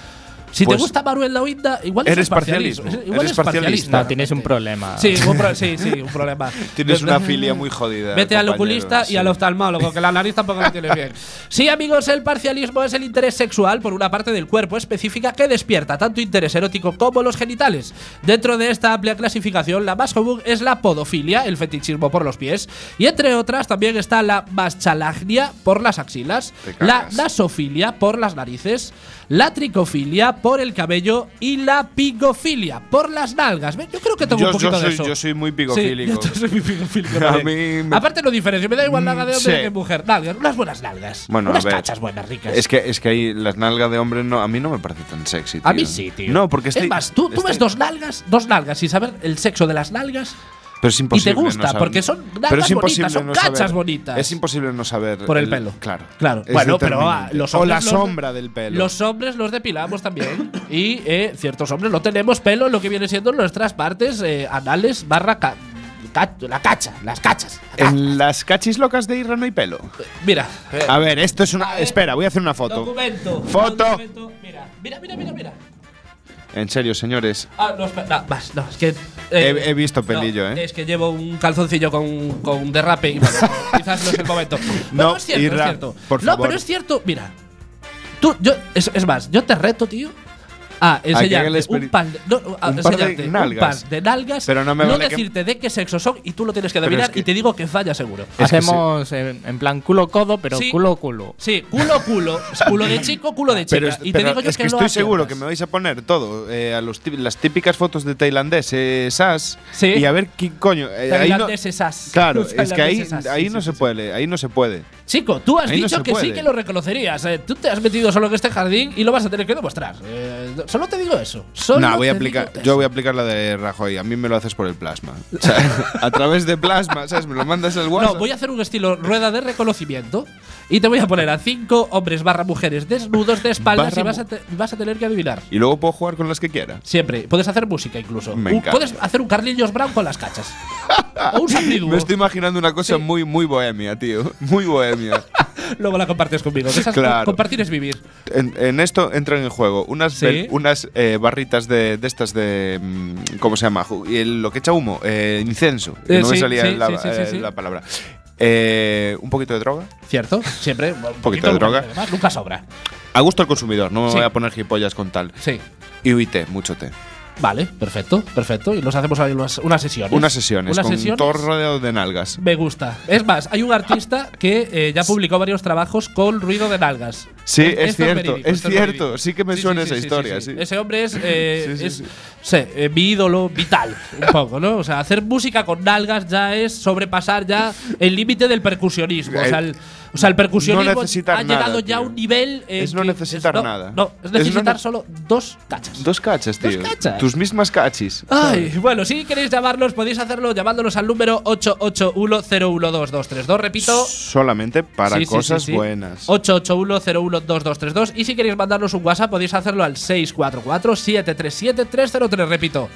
[SPEAKER 2] Si
[SPEAKER 1] Pues
[SPEAKER 2] te gusta Maruenda Oinda, igual
[SPEAKER 1] eres
[SPEAKER 2] es parcialismo.
[SPEAKER 1] parcialismo.
[SPEAKER 2] Igual
[SPEAKER 1] Eres
[SPEAKER 2] es parcialista.
[SPEAKER 1] parcialista.
[SPEAKER 3] No, tienes un problema.
[SPEAKER 2] Sí, un pro- sí, sí, un problema.
[SPEAKER 1] Tienes
[SPEAKER 2] Ve-
[SPEAKER 1] una
[SPEAKER 2] ve-
[SPEAKER 1] filia muy jodida.
[SPEAKER 2] Vete al
[SPEAKER 1] compañero,
[SPEAKER 2] oculista y
[SPEAKER 1] sí.
[SPEAKER 2] al oftalmólogo, que la nariz tampoco la tiene bien. Sí, amigos, el parcialismo es el interés sexual por una parte del cuerpo específica que despierta tanto interés erótico como los genitales. Dentro de esta amplia clasificación, la más común es la podofilia, el fetichismo por los pies, y entre otras también está la maschalagnia por las axilas,
[SPEAKER 1] Te
[SPEAKER 2] la
[SPEAKER 1] cagas.
[SPEAKER 2] nasofilia por las narices, la tricofilia por el cabello y la picofilia por las nalgas. Ven, Yo creo que tengo
[SPEAKER 1] Yo,
[SPEAKER 2] un poquito
[SPEAKER 1] yo
[SPEAKER 2] de
[SPEAKER 1] soy,
[SPEAKER 2] eso.
[SPEAKER 1] yo soy muy
[SPEAKER 2] Sí, yo
[SPEAKER 1] picofílico.
[SPEAKER 2] soy muy picofílico
[SPEAKER 1] A
[SPEAKER 2] también.
[SPEAKER 1] mí me-
[SPEAKER 2] Aparte lo diferencio, me da igual nalga de hombre
[SPEAKER 1] sí.
[SPEAKER 2] que mujer. Nalgas, unas buenas nalgas.
[SPEAKER 1] Bueno, a
[SPEAKER 2] unas
[SPEAKER 1] ver.
[SPEAKER 2] cachas buenas, ricas.
[SPEAKER 1] Es que, es que ahí las nalgas de hombre no, a mí no me parece tan sexy.
[SPEAKER 2] a
[SPEAKER 1] tío.
[SPEAKER 2] mí sí, tío.
[SPEAKER 1] No, porque estoy-
[SPEAKER 2] Es más, tú, tú
[SPEAKER 1] estoy-
[SPEAKER 2] ves dos nalgas, dos nalgas sin saber el sexo de las nalgas
[SPEAKER 1] Pero es imposible. no
[SPEAKER 2] gusta,
[SPEAKER 1] saber-
[SPEAKER 2] porque son nalgas
[SPEAKER 1] pero es imposible
[SPEAKER 2] bonitas, son
[SPEAKER 1] no
[SPEAKER 2] cachas
[SPEAKER 1] saber-
[SPEAKER 2] bonitas.
[SPEAKER 1] Es imposible no saber.
[SPEAKER 2] por el, pelo.
[SPEAKER 1] Claro.
[SPEAKER 2] Claro.
[SPEAKER 1] Es
[SPEAKER 2] bueno, pero ah,
[SPEAKER 1] determinante.
[SPEAKER 2] los
[SPEAKER 1] O
[SPEAKER 2] hombres.
[SPEAKER 1] la
[SPEAKER 2] los-
[SPEAKER 1] sombra del pelo.
[SPEAKER 2] Los hombres los depilamos también. y eh, ciertos hombres no tenemos pelo en lo que viene siendo nuestras partes eh, anales barra. ca- ca- la cacha, las cachas. la cacha.
[SPEAKER 1] en las cachis locas de Irra no hay pelo.
[SPEAKER 2] Mira. eh,
[SPEAKER 1] A ver, esto es una.
[SPEAKER 2] ver.
[SPEAKER 1] Espera, voy a hacer una foto.
[SPEAKER 2] Documento.
[SPEAKER 1] Foto.
[SPEAKER 2] Documento. Mira, mira, mira, mira. mira.
[SPEAKER 1] En serio, señores.
[SPEAKER 2] Ah, no, espera, no, vas, no, es que. eh,
[SPEAKER 1] He- he visto
[SPEAKER 2] no,
[SPEAKER 1] pelillo, ¿eh?
[SPEAKER 2] Es que llevo un calzoncillo con, con un derrape y bueno, quizás no es el momento.
[SPEAKER 1] No,
[SPEAKER 2] Pero es cierto,
[SPEAKER 1] Irra,
[SPEAKER 2] es cierto.
[SPEAKER 1] por
[SPEAKER 2] no,
[SPEAKER 1] favor.
[SPEAKER 2] pero es cierto, mira. Tú, yo, es, es más, yo te reto, tío. A
[SPEAKER 1] haga el
[SPEAKER 2] enseñarte
[SPEAKER 1] experi-
[SPEAKER 2] un par de, no, a
[SPEAKER 1] un par de
[SPEAKER 2] enseñarte un
[SPEAKER 1] nalgas.
[SPEAKER 2] par de nalgas,
[SPEAKER 1] Pero no me vale que-
[SPEAKER 2] decirte de qué sexo son y tú lo tienes que
[SPEAKER 1] Pero es
[SPEAKER 2] adivinar
[SPEAKER 1] que-
[SPEAKER 2] y te digo que falla seguro.
[SPEAKER 1] Es que
[SPEAKER 3] Hacemos eh, en plan culo-codo, pero
[SPEAKER 2] Sí.
[SPEAKER 3] culo-culo.
[SPEAKER 2] Sí, culo, culo. culo de chico, culo de chica.
[SPEAKER 1] Pero, es-
[SPEAKER 2] y te
[SPEAKER 1] pero
[SPEAKER 2] digo yo
[SPEAKER 1] es que,
[SPEAKER 2] no
[SPEAKER 1] estoy seguro
[SPEAKER 2] aciertas.
[SPEAKER 1] que me vais a poner todo. eh, a los tí- las típicas fotos de tailandés, eh, esas.
[SPEAKER 2] Sí.
[SPEAKER 1] Y a ver qué coño. eh, ahí no-
[SPEAKER 2] Tailandés esas.
[SPEAKER 1] Claro,
[SPEAKER 2] Los
[SPEAKER 1] es que ahí,
[SPEAKER 2] tailandeses as,
[SPEAKER 1] ahí
[SPEAKER 2] sí,
[SPEAKER 1] no
[SPEAKER 2] sí,
[SPEAKER 1] se
[SPEAKER 2] sí, sí.
[SPEAKER 1] puede, ahí no se puede.
[SPEAKER 2] Chico, tú has
[SPEAKER 1] Ahí no
[SPEAKER 2] dicho
[SPEAKER 1] se
[SPEAKER 2] que sí
[SPEAKER 1] puede.
[SPEAKER 2] que lo reconocerías. eh, Tú te has metido solo en este jardín y lo vas a tener que demostrar. Eh, no- solo te digo eso. Solo
[SPEAKER 1] no, voy a
[SPEAKER 2] te digo
[SPEAKER 1] aplicar,
[SPEAKER 2] eso.
[SPEAKER 1] yo voy a aplicar la de Rajoy, a mí me lo haces por el plasma. O sea, a través de plasma, ¿sabes? Me lo mandas al WhatsApp.
[SPEAKER 2] No, voy a hacer un estilo rueda de reconocimiento y te voy a poner a cinco hombres barra mujeres desnudos de espaldas
[SPEAKER 1] Barra
[SPEAKER 2] y vas
[SPEAKER 1] mu-
[SPEAKER 2] a, te- vas a tener que adivinar.
[SPEAKER 1] Y luego puedo jugar con las que quiera.
[SPEAKER 2] Siempre. Puedes hacer música incluso.
[SPEAKER 1] Me
[SPEAKER 2] Un-
[SPEAKER 1] encanta.
[SPEAKER 2] puedes hacer un Carlillos Brown con las cachas. o un Sandy
[SPEAKER 1] Me estoy imaginando una cosa muy, muy bohemia, tío. Muy bohemia.
[SPEAKER 2] Luego la compartes conmigo. que esas-
[SPEAKER 1] Claro.
[SPEAKER 2] Compartir es vivir.
[SPEAKER 1] en, en esto entran en juego unas,
[SPEAKER 2] Sí.
[SPEAKER 1] bel- unas eh, barritas de, de estas de. mm, ¿Cómo se llama? Ju- y el- lo que echa humo, eh, incenso. que
[SPEAKER 2] Eh,
[SPEAKER 1] no me
[SPEAKER 2] sí,
[SPEAKER 1] salía
[SPEAKER 2] sí,
[SPEAKER 1] la,
[SPEAKER 2] sí, sí, sí,
[SPEAKER 1] eh,
[SPEAKER 2] sí.
[SPEAKER 1] la palabra. Eh, un poquito de droga.
[SPEAKER 2] ¿Cierto? Siempre. Un poquito,
[SPEAKER 1] poquito de droga.
[SPEAKER 2] además, nunca sobra.
[SPEAKER 1] A gusto al consumidor, no me
[SPEAKER 2] Sí.
[SPEAKER 1] voy a poner gilipollas con tal.
[SPEAKER 2] Sí.
[SPEAKER 1] Y UIT, mucho té.
[SPEAKER 2] Vale, perfecto, perfecto. Y nos hacemos ahí unas, unas sesiones.
[SPEAKER 1] Unas sesiones,
[SPEAKER 2] Unas
[SPEAKER 1] con
[SPEAKER 2] sesiones.
[SPEAKER 1] todo rodeado de nalgas.
[SPEAKER 2] Me gusta. Es más, hay un artista que eh, ya publicado varios trabajos con ruido de nalgas.
[SPEAKER 1] Sí,
[SPEAKER 2] E-
[SPEAKER 1] es
[SPEAKER 2] esto
[SPEAKER 1] cierto,
[SPEAKER 2] verídico,
[SPEAKER 1] es
[SPEAKER 2] esto
[SPEAKER 1] cierto.
[SPEAKER 2] verídico.
[SPEAKER 1] Sí que me suena esa historia, sí.
[SPEAKER 2] Ese hombre es, eh,
[SPEAKER 1] Sí, sí,
[SPEAKER 2] es,
[SPEAKER 1] sí.
[SPEAKER 2] sé, eh, mi ídolo vital, un poco, ¿no? O sea, hacer música con nalgas ya es sobrepasar ya el límite del percusionismo. O sea, el, o sea, el percusionismo
[SPEAKER 1] necesitar
[SPEAKER 2] ha llegado
[SPEAKER 1] nada,
[SPEAKER 2] ya a
[SPEAKER 1] tío.
[SPEAKER 2] un nivel. eh,
[SPEAKER 1] Es no
[SPEAKER 2] que
[SPEAKER 1] necesitar
[SPEAKER 2] no-
[SPEAKER 1] nada.
[SPEAKER 2] No, es
[SPEAKER 1] Es no
[SPEAKER 2] necesitar
[SPEAKER 1] ne-
[SPEAKER 2] solo dos cachas.
[SPEAKER 1] Dos cachas,
[SPEAKER 2] Dos
[SPEAKER 1] tío.
[SPEAKER 2] cachas.
[SPEAKER 1] Tus mismas cachis.
[SPEAKER 2] Ay, bueno, si queréis llamarlos, podéis hacerlo llamándolos al número 881012232. Repito.
[SPEAKER 1] Solamente para
[SPEAKER 2] sí, sí,
[SPEAKER 1] cosas
[SPEAKER 2] sí, sí.
[SPEAKER 1] buenas.
[SPEAKER 2] 881012232. Y si queréis mandarnos un WhatsApp, podéis hacerlo al 644-737-303. Repito.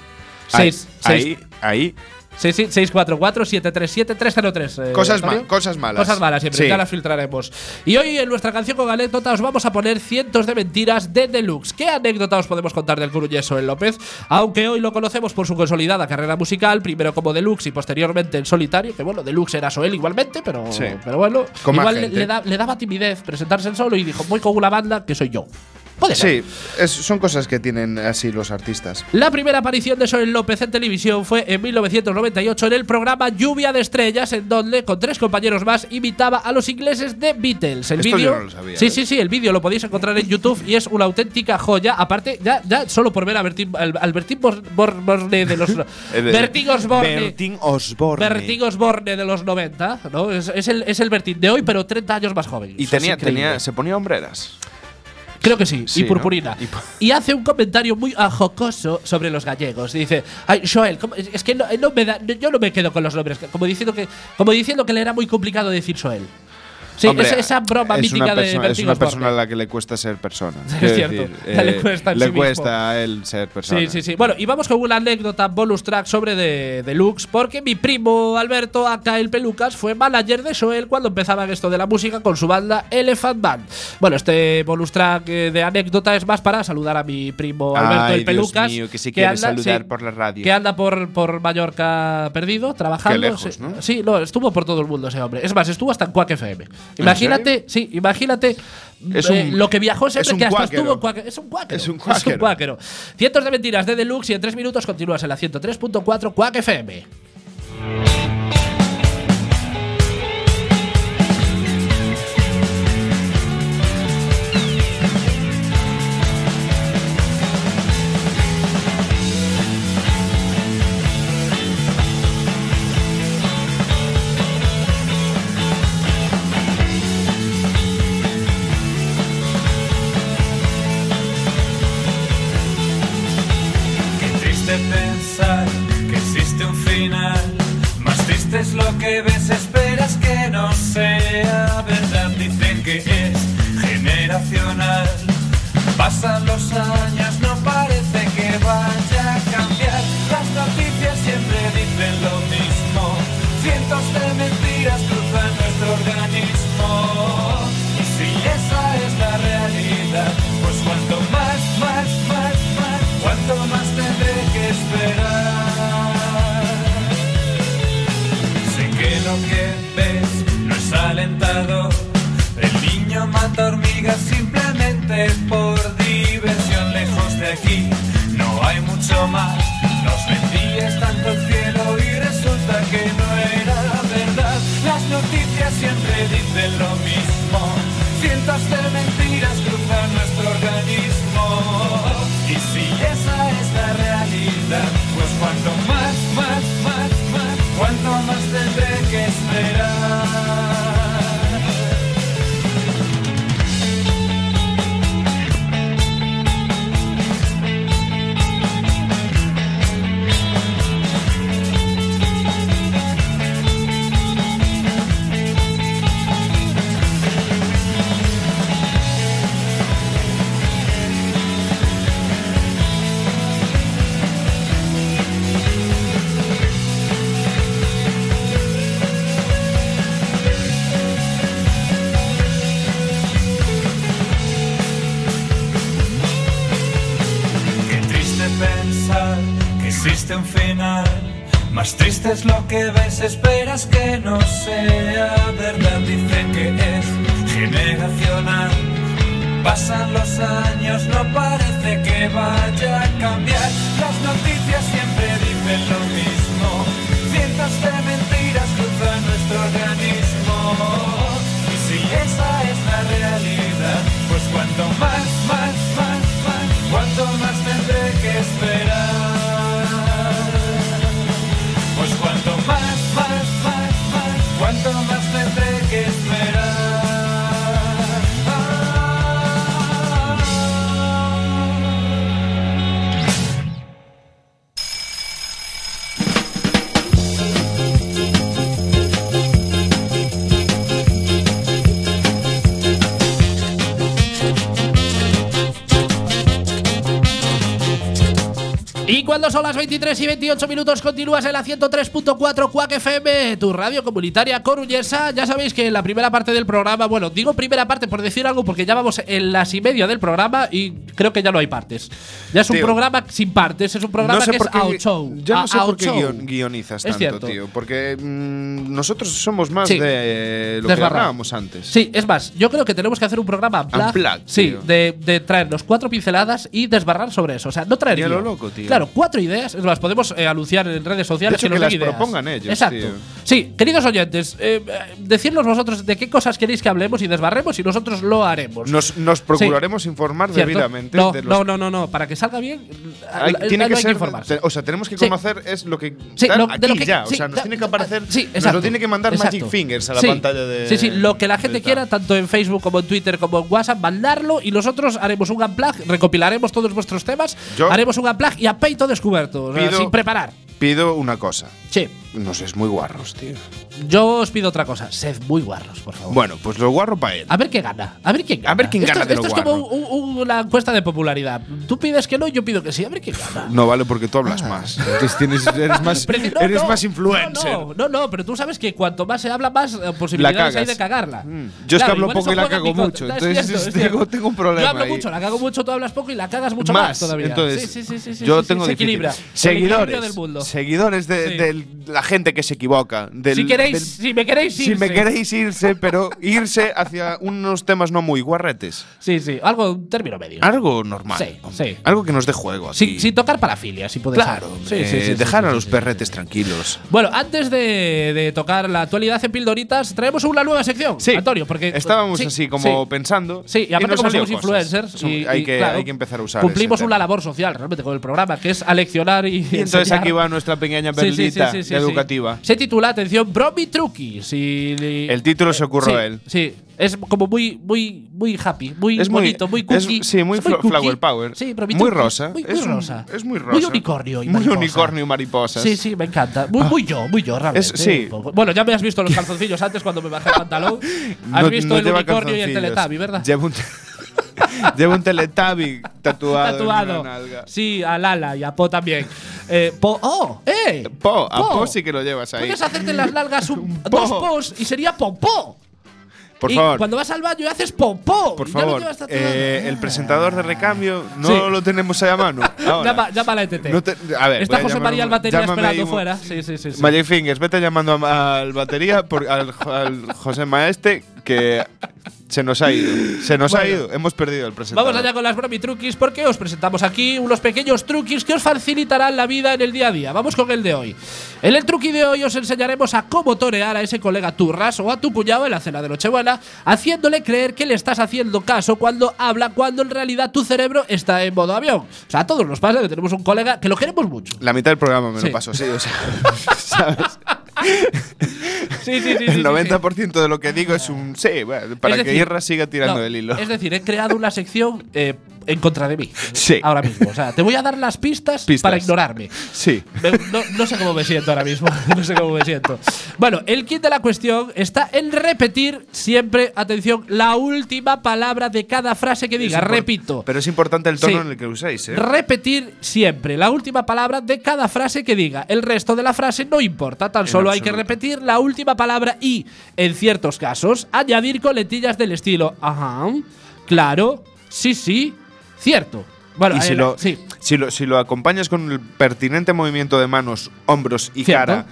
[SPEAKER 1] Ahí,
[SPEAKER 2] 6,
[SPEAKER 1] ahí, ahí.
[SPEAKER 2] 644-737-303. eh,
[SPEAKER 1] Cosas,
[SPEAKER 2] Antonio.
[SPEAKER 1] mal- cosas malas.
[SPEAKER 2] Cosas malas siempre,
[SPEAKER 1] Sí.
[SPEAKER 2] ya las filtraremos. Y hoy en nuestra canción con anécdota os vamos a poner cientos de mentiras de Deluxe. ¿Qué anécdota os podemos contar del coruñés en López? Aunque hoy lo conocemos por su consolidada carrera musical, primero como Deluxe y posteriormente en solitario, que bueno, Deluxe era Soel igualmente, pero,
[SPEAKER 1] Sí.
[SPEAKER 2] pero bueno,
[SPEAKER 1] Con más
[SPEAKER 2] igual le,
[SPEAKER 1] gente.
[SPEAKER 2] le da- le daba timidez presentarse en solo y dijo, voy con una banda que soy yo. Puede
[SPEAKER 1] Sí,
[SPEAKER 2] ser.
[SPEAKER 1] es- son cosas que tienen así los artistas.
[SPEAKER 2] La primera aparición de Soren López en televisión fue en 1998 en el programa Lluvia de Estrellas, en donde con tres compañeros más imitaba a los ingleses de Beatles. El
[SPEAKER 1] Esto
[SPEAKER 2] vídeo,
[SPEAKER 1] yo no lo sabía,
[SPEAKER 2] sí,
[SPEAKER 1] ¿eh?
[SPEAKER 2] sí, sí, el vídeo lo podéis encontrar en YouTube y es una auténtica joya. Aparte, ya, ya solo por ver a Bertín, al, al Bertín Bor- Bor- Borne de los Bertín Osborne.
[SPEAKER 1] Bertín Osborne.
[SPEAKER 2] Bertín Osborne de los 90, ¿no? Es, es el, es el Bertín de hoy, pero 30 años más joven.
[SPEAKER 1] Y
[SPEAKER 2] Eso es
[SPEAKER 1] tenía,
[SPEAKER 2] increíble.
[SPEAKER 1] tenía, se ponía hombreras.
[SPEAKER 2] Creo que sí,
[SPEAKER 1] Sí,
[SPEAKER 2] y
[SPEAKER 1] ¿no?
[SPEAKER 2] purpurina.
[SPEAKER 1] Y pu-
[SPEAKER 2] Y, hace un comentario muy ajocoso sobre los gallegos. Y dice, ay, Joel, ¿cómo- es que no, eh, no me da- yo no me quedo con los nombres. Como diciendo que, como diciendo que le era muy complicado decir Joel. Sí,
[SPEAKER 1] Hombre,
[SPEAKER 2] es esa broma
[SPEAKER 1] es
[SPEAKER 2] mítica
[SPEAKER 1] una
[SPEAKER 2] de
[SPEAKER 1] persona, Es
[SPEAKER 2] Bertín
[SPEAKER 1] una
[SPEAKER 2] Osborne.
[SPEAKER 1] persona a la que le cuesta ser persona.
[SPEAKER 2] Es
[SPEAKER 1] Quiero eh,
[SPEAKER 2] cierto, ya le cuesta en
[SPEAKER 1] le
[SPEAKER 2] sí mismo.
[SPEAKER 1] cuesta a él ser persona.
[SPEAKER 2] Sí, sí, sí. Bueno, y vamos con una anécdota bonus track sobre de, Deluxe, porque mi primo Alberto, acá el Pelucas, fue manager de Joel cuando empezaban esto de la música con su banda Elephant Band. Bueno, este bonus track eh, de anécdota es más para saludar a mi primo Alberto
[SPEAKER 1] Ay,
[SPEAKER 2] el
[SPEAKER 1] Dios
[SPEAKER 2] Pelucas.
[SPEAKER 1] mío, que se quiere saludar por la radio.
[SPEAKER 2] Que anda por, por Mallorca perdido, trabajando.
[SPEAKER 1] Qué lejos,
[SPEAKER 2] sí,
[SPEAKER 1] ¿no?
[SPEAKER 2] sí, no, estuvo por todo el mundo ese hombre. Es más, estuvo hasta en Quack FM. Imagínate, sí, imagínate
[SPEAKER 1] Es
[SPEAKER 2] eh,
[SPEAKER 1] un-
[SPEAKER 2] lo que viajó
[SPEAKER 1] es
[SPEAKER 2] siempre
[SPEAKER 1] un
[SPEAKER 2] que hasta
[SPEAKER 1] cuáquero.
[SPEAKER 2] estuvo en Quack es un cuáquero.
[SPEAKER 1] Es un cuáquero.
[SPEAKER 2] cuáquero. Cientos de mentiras de Deluxe y en tres minutos continúas en la 103.4 Quack FM.
[SPEAKER 4] Qué triste pensar que existe un final. Más triste es lo que ves, esperas que no sea verdad. Dicen que es generacional. Pasan los años, no parece que vaya a cambiar. Las noticias siempre dicen lo mismo. Cientos de mentiras cruzan nuestro organismo. Y si esa es la realidad, pues cuanto más, más, más, más, cuanto más tendré que esperar. Sé que lo que ves no es alentado. El niño mata hormigas simplemente por diversión. Lejos de aquí no hay mucho más. Nos mentías tanto el cielo y resulta que no era verdad. Las noticias siempre dicen lo mismo. Cientos de mentiras cruzan nuestro organismo. Y si esa es la realidad, pues cuanto más, más, más, más, cuanto más tendré que esperar. Qué triste pensar que existe un final. Más triste es lo que ves, esperas que no sea verdad. Dicen que es generacional. Pasan los años, no parece que vaya a cambiar. Las noticias siempre dicen lo mismo. Cientos de mentiras cruzan nuestro organismo. Y si esa es la realidad, pues cuanto más, más, más, más, cuanto más tendré que esperar. Pues cuanto más, más, más, más, cuanto más tendré que esperar.
[SPEAKER 2] Y cuando son las 23 y 28 minutos, continúas en la 103.4 Quack FM, tu radio comunitaria coruñesa. Ya sabéis que en la primera parte del programa, bueno, digo primera parte por decir algo porque ya vamos en las y media del programa y creo que ya no hay partes. Ya es un
[SPEAKER 1] Tío.
[SPEAKER 2] programa sin partes, es un programa
[SPEAKER 1] no sé
[SPEAKER 2] que
[SPEAKER 1] por
[SPEAKER 2] es
[SPEAKER 1] qué,
[SPEAKER 2] out show.
[SPEAKER 1] Yo no
[SPEAKER 2] a-
[SPEAKER 1] sé por
[SPEAKER 2] out
[SPEAKER 1] qué
[SPEAKER 2] show.
[SPEAKER 1] guion- guionizas
[SPEAKER 2] Es
[SPEAKER 1] tanto,
[SPEAKER 2] cierto.
[SPEAKER 1] tío. Porque mm, nosotros somos más
[SPEAKER 2] Sí.
[SPEAKER 1] de lo que
[SPEAKER 2] Desbarrado.
[SPEAKER 1] hablábamos antes.
[SPEAKER 2] Sí, es más, yo creo que tenemos que hacer un programa unplugged,
[SPEAKER 1] Unplugged,
[SPEAKER 2] sí,
[SPEAKER 1] tío.
[SPEAKER 2] de, de traernos cuatro pinceladas y desbarrar sobre eso. O sea, no traer.
[SPEAKER 1] Y a lo
[SPEAKER 2] guión.
[SPEAKER 1] loco, tío.
[SPEAKER 2] Claro, cuatro ideas. Es más, podemos eh, anunciar en redes sociales
[SPEAKER 1] De hecho,
[SPEAKER 2] que, nos
[SPEAKER 1] que
[SPEAKER 2] den
[SPEAKER 1] las
[SPEAKER 2] ideas.
[SPEAKER 1] propongan ellos,
[SPEAKER 2] Exacto.
[SPEAKER 1] tío.
[SPEAKER 2] Sí, queridos oyentes, eh, eh, decidnos vosotros de qué cosas queréis que hablemos y desbarremos y nosotros lo haremos.
[SPEAKER 1] Pues Nos, nos procuraremos informar
[SPEAKER 2] ¿Cierto?
[SPEAKER 1] debidamente
[SPEAKER 2] No,
[SPEAKER 1] de los
[SPEAKER 2] no, no, no, no. Para que salga bien,
[SPEAKER 1] Hay-
[SPEAKER 2] eh,
[SPEAKER 1] tiene
[SPEAKER 2] no
[SPEAKER 1] que
[SPEAKER 2] hay
[SPEAKER 1] ser,
[SPEAKER 2] informarse.
[SPEAKER 1] te- o sea, tenemos que
[SPEAKER 2] Sí.
[SPEAKER 1] conocer es lo que
[SPEAKER 2] Sí,
[SPEAKER 1] tal,
[SPEAKER 2] lo- de
[SPEAKER 1] aquí
[SPEAKER 2] lo que-
[SPEAKER 1] ya,
[SPEAKER 2] sí,
[SPEAKER 1] o sea, nos
[SPEAKER 2] da-
[SPEAKER 1] tiene que aparecer,
[SPEAKER 2] sí,
[SPEAKER 1] nos
[SPEAKER 2] exacto,
[SPEAKER 1] lo tiene que mandar
[SPEAKER 2] exacto.
[SPEAKER 1] Magic Fingers a la
[SPEAKER 2] Sí,
[SPEAKER 1] pantalla de
[SPEAKER 2] Sí, sí, lo que la
[SPEAKER 1] de
[SPEAKER 2] gente
[SPEAKER 1] tal.
[SPEAKER 2] quiera, tanto en Facebook como en Twitter como en WhatsApp, mandarlo y nosotros haremos un unplug, recopilaremos todos vuestros temas,
[SPEAKER 1] Yo-
[SPEAKER 2] haremos un unplug y a peito descubierto, o sea,
[SPEAKER 1] Pido-
[SPEAKER 2] sin preparar.
[SPEAKER 1] Pido una cosa,
[SPEAKER 2] Sí,
[SPEAKER 1] no sé, es muy guarros, tío.
[SPEAKER 2] yo os pido otra cosa, sed muy guarros, por favor.
[SPEAKER 1] Bueno, pues lo guarro para él.
[SPEAKER 2] A ver qué gana, a ver quién gana.
[SPEAKER 1] A ver quién
[SPEAKER 2] esto
[SPEAKER 1] gana de lo
[SPEAKER 2] esto es como
[SPEAKER 1] guarro.
[SPEAKER 2] un- un- una encuesta de popularidad. Tú pides que no, yo pido que sí, a ver quién gana.
[SPEAKER 1] No vale porque tú
[SPEAKER 2] Ah.
[SPEAKER 1] hablas más. Entonces tienes, eres más,
[SPEAKER 2] Pero- no,
[SPEAKER 1] eres
[SPEAKER 2] no,
[SPEAKER 1] más influencer.
[SPEAKER 2] No, no, no, no, pero tú sabes que cuanto más se habla, más eh, posibilidades hay
[SPEAKER 1] cagas.
[SPEAKER 2] de cagarla.
[SPEAKER 1] Mm. Yo es que hablo
[SPEAKER 2] igual
[SPEAKER 1] poco
[SPEAKER 2] eso
[SPEAKER 1] y la
[SPEAKER 2] juega
[SPEAKER 1] cago
[SPEAKER 2] picota.
[SPEAKER 1] mucho,
[SPEAKER 2] Es
[SPEAKER 1] entonces
[SPEAKER 2] cierto, es
[SPEAKER 1] tengo-
[SPEAKER 2] cierto.
[SPEAKER 1] tengo un problema
[SPEAKER 2] Yo hablo
[SPEAKER 1] ahí.
[SPEAKER 2] mucho, la cago mucho, tú hablas poco y la cagas mucho más,
[SPEAKER 1] Más,
[SPEAKER 2] todavía.
[SPEAKER 1] entonces,
[SPEAKER 2] sí, sí, sí, sí, sí,
[SPEAKER 1] yo
[SPEAKER 2] sí,
[SPEAKER 1] tengo
[SPEAKER 2] se
[SPEAKER 1] difícil.
[SPEAKER 2] equilibra. El equilibrio
[SPEAKER 1] Seguidores,
[SPEAKER 2] del mundo.
[SPEAKER 1] seguidores de,
[SPEAKER 2] Sí.
[SPEAKER 1] del- la gente que se equivoca. del-
[SPEAKER 2] si queréis,
[SPEAKER 1] del-
[SPEAKER 2] si me queréis
[SPEAKER 1] si me
[SPEAKER 2] irse.
[SPEAKER 1] queréis irse, pero irse hacia unos temas no muy guarretes.
[SPEAKER 2] Sí, sí, algo un término medio.
[SPEAKER 1] Algo normal.
[SPEAKER 2] Sí,
[SPEAKER 1] hombre.
[SPEAKER 2] sí.
[SPEAKER 1] Algo que nos dé juego. Aquí.
[SPEAKER 2] Sin, sin tocar parafilia, si puede
[SPEAKER 1] Claro,
[SPEAKER 2] ser.
[SPEAKER 1] hombre, dejar a los perretes tranquilos.
[SPEAKER 2] Bueno, antes de, de tocar la actualidad en pildoritas, traemos una nueva sección, Antonio, porque
[SPEAKER 1] estábamos
[SPEAKER 2] sí,
[SPEAKER 1] así como
[SPEAKER 2] sí.
[SPEAKER 1] pensando.
[SPEAKER 2] Sí, y aparte
[SPEAKER 1] nos
[SPEAKER 2] como
[SPEAKER 1] salió
[SPEAKER 2] somos
[SPEAKER 1] cosas.
[SPEAKER 2] influencers
[SPEAKER 1] Som-
[SPEAKER 2] y,
[SPEAKER 1] hay,
[SPEAKER 2] y,
[SPEAKER 1] que,
[SPEAKER 2] claro,
[SPEAKER 1] hay que empezar a usar.
[SPEAKER 2] Cumplimos
[SPEAKER 1] ese
[SPEAKER 2] una
[SPEAKER 1] tema.
[SPEAKER 2] labor social realmente con el programa, que es aleccionar y.
[SPEAKER 1] Y entonces
[SPEAKER 2] enseñar.
[SPEAKER 1] aquí va nuestra pequeña
[SPEAKER 2] Sí, sí, sí,
[SPEAKER 1] perlita
[SPEAKER 2] sí, sí, sí.
[SPEAKER 1] educativa.
[SPEAKER 2] Se titula, atención, Bromi Truqui. Si
[SPEAKER 1] El título se ocurrió
[SPEAKER 2] sí,
[SPEAKER 1] a él.
[SPEAKER 2] Sí, es como muy, muy, muy happy, muy
[SPEAKER 1] Es muy-
[SPEAKER 2] bonito, muy,
[SPEAKER 1] es-
[SPEAKER 2] cookie.
[SPEAKER 1] sí, muy flo-
[SPEAKER 2] cookie.
[SPEAKER 1] flower power.
[SPEAKER 2] Sí, Bromi
[SPEAKER 1] Muy
[SPEAKER 2] Truqui.
[SPEAKER 1] rosa.
[SPEAKER 2] Muy, muy
[SPEAKER 1] Es un-
[SPEAKER 2] rosa.
[SPEAKER 1] es muy
[SPEAKER 2] Muy
[SPEAKER 1] rosa.
[SPEAKER 2] unicornio. Y
[SPEAKER 1] Muy
[SPEAKER 2] mariposa.
[SPEAKER 1] unicornio y mariposas.
[SPEAKER 2] Sí, sí, me encanta. Muy, muy yo, muy yo, realmente.
[SPEAKER 1] Es- sí.
[SPEAKER 2] un poco. Bueno, ya me has visto los calzoncillos antes cuando me bajé el pantalón. Has
[SPEAKER 1] No-
[SPEAKER 2] visto
[SPEAKER 1] no
[SPEAKER 2] el
[SPEAKER 1] lleva
[SPEAKER 2] unicornio y el
[SPEAKER 1] calzoncillos.
[SPEAKER 2] teletubby, ¿verdad?
[SPEAKER 1] Lleva un, lleva un teletubby tatuado. en una
[SPEAKER 2] tatuado.
[SPEAKER 1] nalga.
[SPEAKER 2] Sí, a Lala y a Po también. Eh, po, ¡Oh! ¡Eh!
[SPEAKER 1] Po, a Po sí que lo llevas ahí.
[SPEAKER 2] Puedes hacerte en las nalgas un-
[SPEAKER 1] Po.
[SPEAKER 2] dos pos y sería popó.
[SPEAKER 1] Por
[SPEAKER 2] y
[SPEAKER 1] favor.
[SPEAKER 2] cuando vas al baño haces popó.
[SPEAKER 1] Por
[SPEAKER 2] y ya lo
[SPEAKER 1] favor,
[SPEAKER 2] llevas tatuado.
[SPEAKER 1] eh, el presentador de recambio no
[SPEAKER 2] Sí.
[SPEAKER 1] lo tenemos ahí a mano. Ahora.
[SPEAKER 2] Llama, llama a la ETT.
[SPEAKER 1] No te- a ver,
[SPEAKER 2] Está
[SPEAKER 1] voy a
[SPEAKER 2] José
[SPEAKER 1] llamar
[SPEAKER 2] María
[SPEAKER 1] un-
[SPEAKER 2] el batería
[SPEAKER 1] llámame
[SPEAKER 2] esperando
[SPEAKER 1] ahí un-
[SPEAKER 2] fuera. Sí, sí, sí. sí.
[SPEAKER 1] Magic Fingers, vete llamando a- al batería, por, al, jo- al José Maeste, que se nos ha ido. Se nos ha
[SPEAKER 2] Bueno.
[SPEAKER 1] ido, hemos perdido el presentador.
[SPEAKER 2] Vamos allá con las bromitruquis porque os presentamos aquí unos pequeños truquis que os facilitarán la vida en el día a día. Vamos con el de hoy. En el truqui de hoy os enseñaremos a cómo torear a ese colega turras o a tu cuñado en la cena de Nochebuena, haciéndole creer que le estás haciendo caso cuando habla, cuando en realidad tu cerebro está en modo avión. O sea, a todos nos pasa que tenemos un colega que lo queremos mucho.
[SPEAKER 1] La mitad del programa me
[SPEAKER 2] Sí.
[SPEAKER 1] lo paso así, o sea, ¿sabes?
[SPEAKER 2] Sí, sí, sí.
[SPEAKER 1] El 90% de lo que digo es un sí, bueno, para
[SPEAKER 2] Es
[SPEAKER 1] que
[SPEAKER 2] decir,
[SPEAKER 1] Irra siga tirando
[SPEAKER 2] no,
[SPEAKER 1] del hilo.
[SPEAKER 2] Es decir, he creado una sección eh, en contra de mí.
[SPEAKER 1] Sí.
[SPEAKER 2] Ahora mismo. O sea, te voy a dar las pistas,
[SPEAKER 1] Pistas.
[SPEAKER 2] para ignorarme.
[SPEAKER 1] Sí.
[SPEAKER 2] Me- no, no sé cómo me siento ahora mismo. No sé cómo me siento. Bueno, el kit de la cuestión está en repetir siempre, atención, la última palabra de cada frase que diga.
[SPEAKER 1] Es impor-
[SPEAKER 2] Repito.
[SPEAKER 1] Pero es importante el tono
[SPEAKER 2] Sí.
[SPEAKER 1] en el que usáis, ¿eh?
[SPEAKER 2] Repetir siempre la última palabra de cada frase que diga. El resto de la frase no importa, tan
[SPEAKER 1] En
[SPEAKER 2] solo hay que
[SPEAKER 1] absoluto.
[SPEAKER 2] repetir la última palabra y, en ciertos casos, añadir coletillas del estilo ajá, claro, sí, sí, cierto. Bueno,
[SPEAKER 1] Y
[SPEAKER 2] eh,
[SPEAKER 1] si lo,
[SPEAKER 2] sí.
[SPEAKER 1] si, lo, si lo acompañas con el pertinente movimiento de manos, hombros y
[SPEAKER 2] Cierto.
[SPEAKER 1] cara,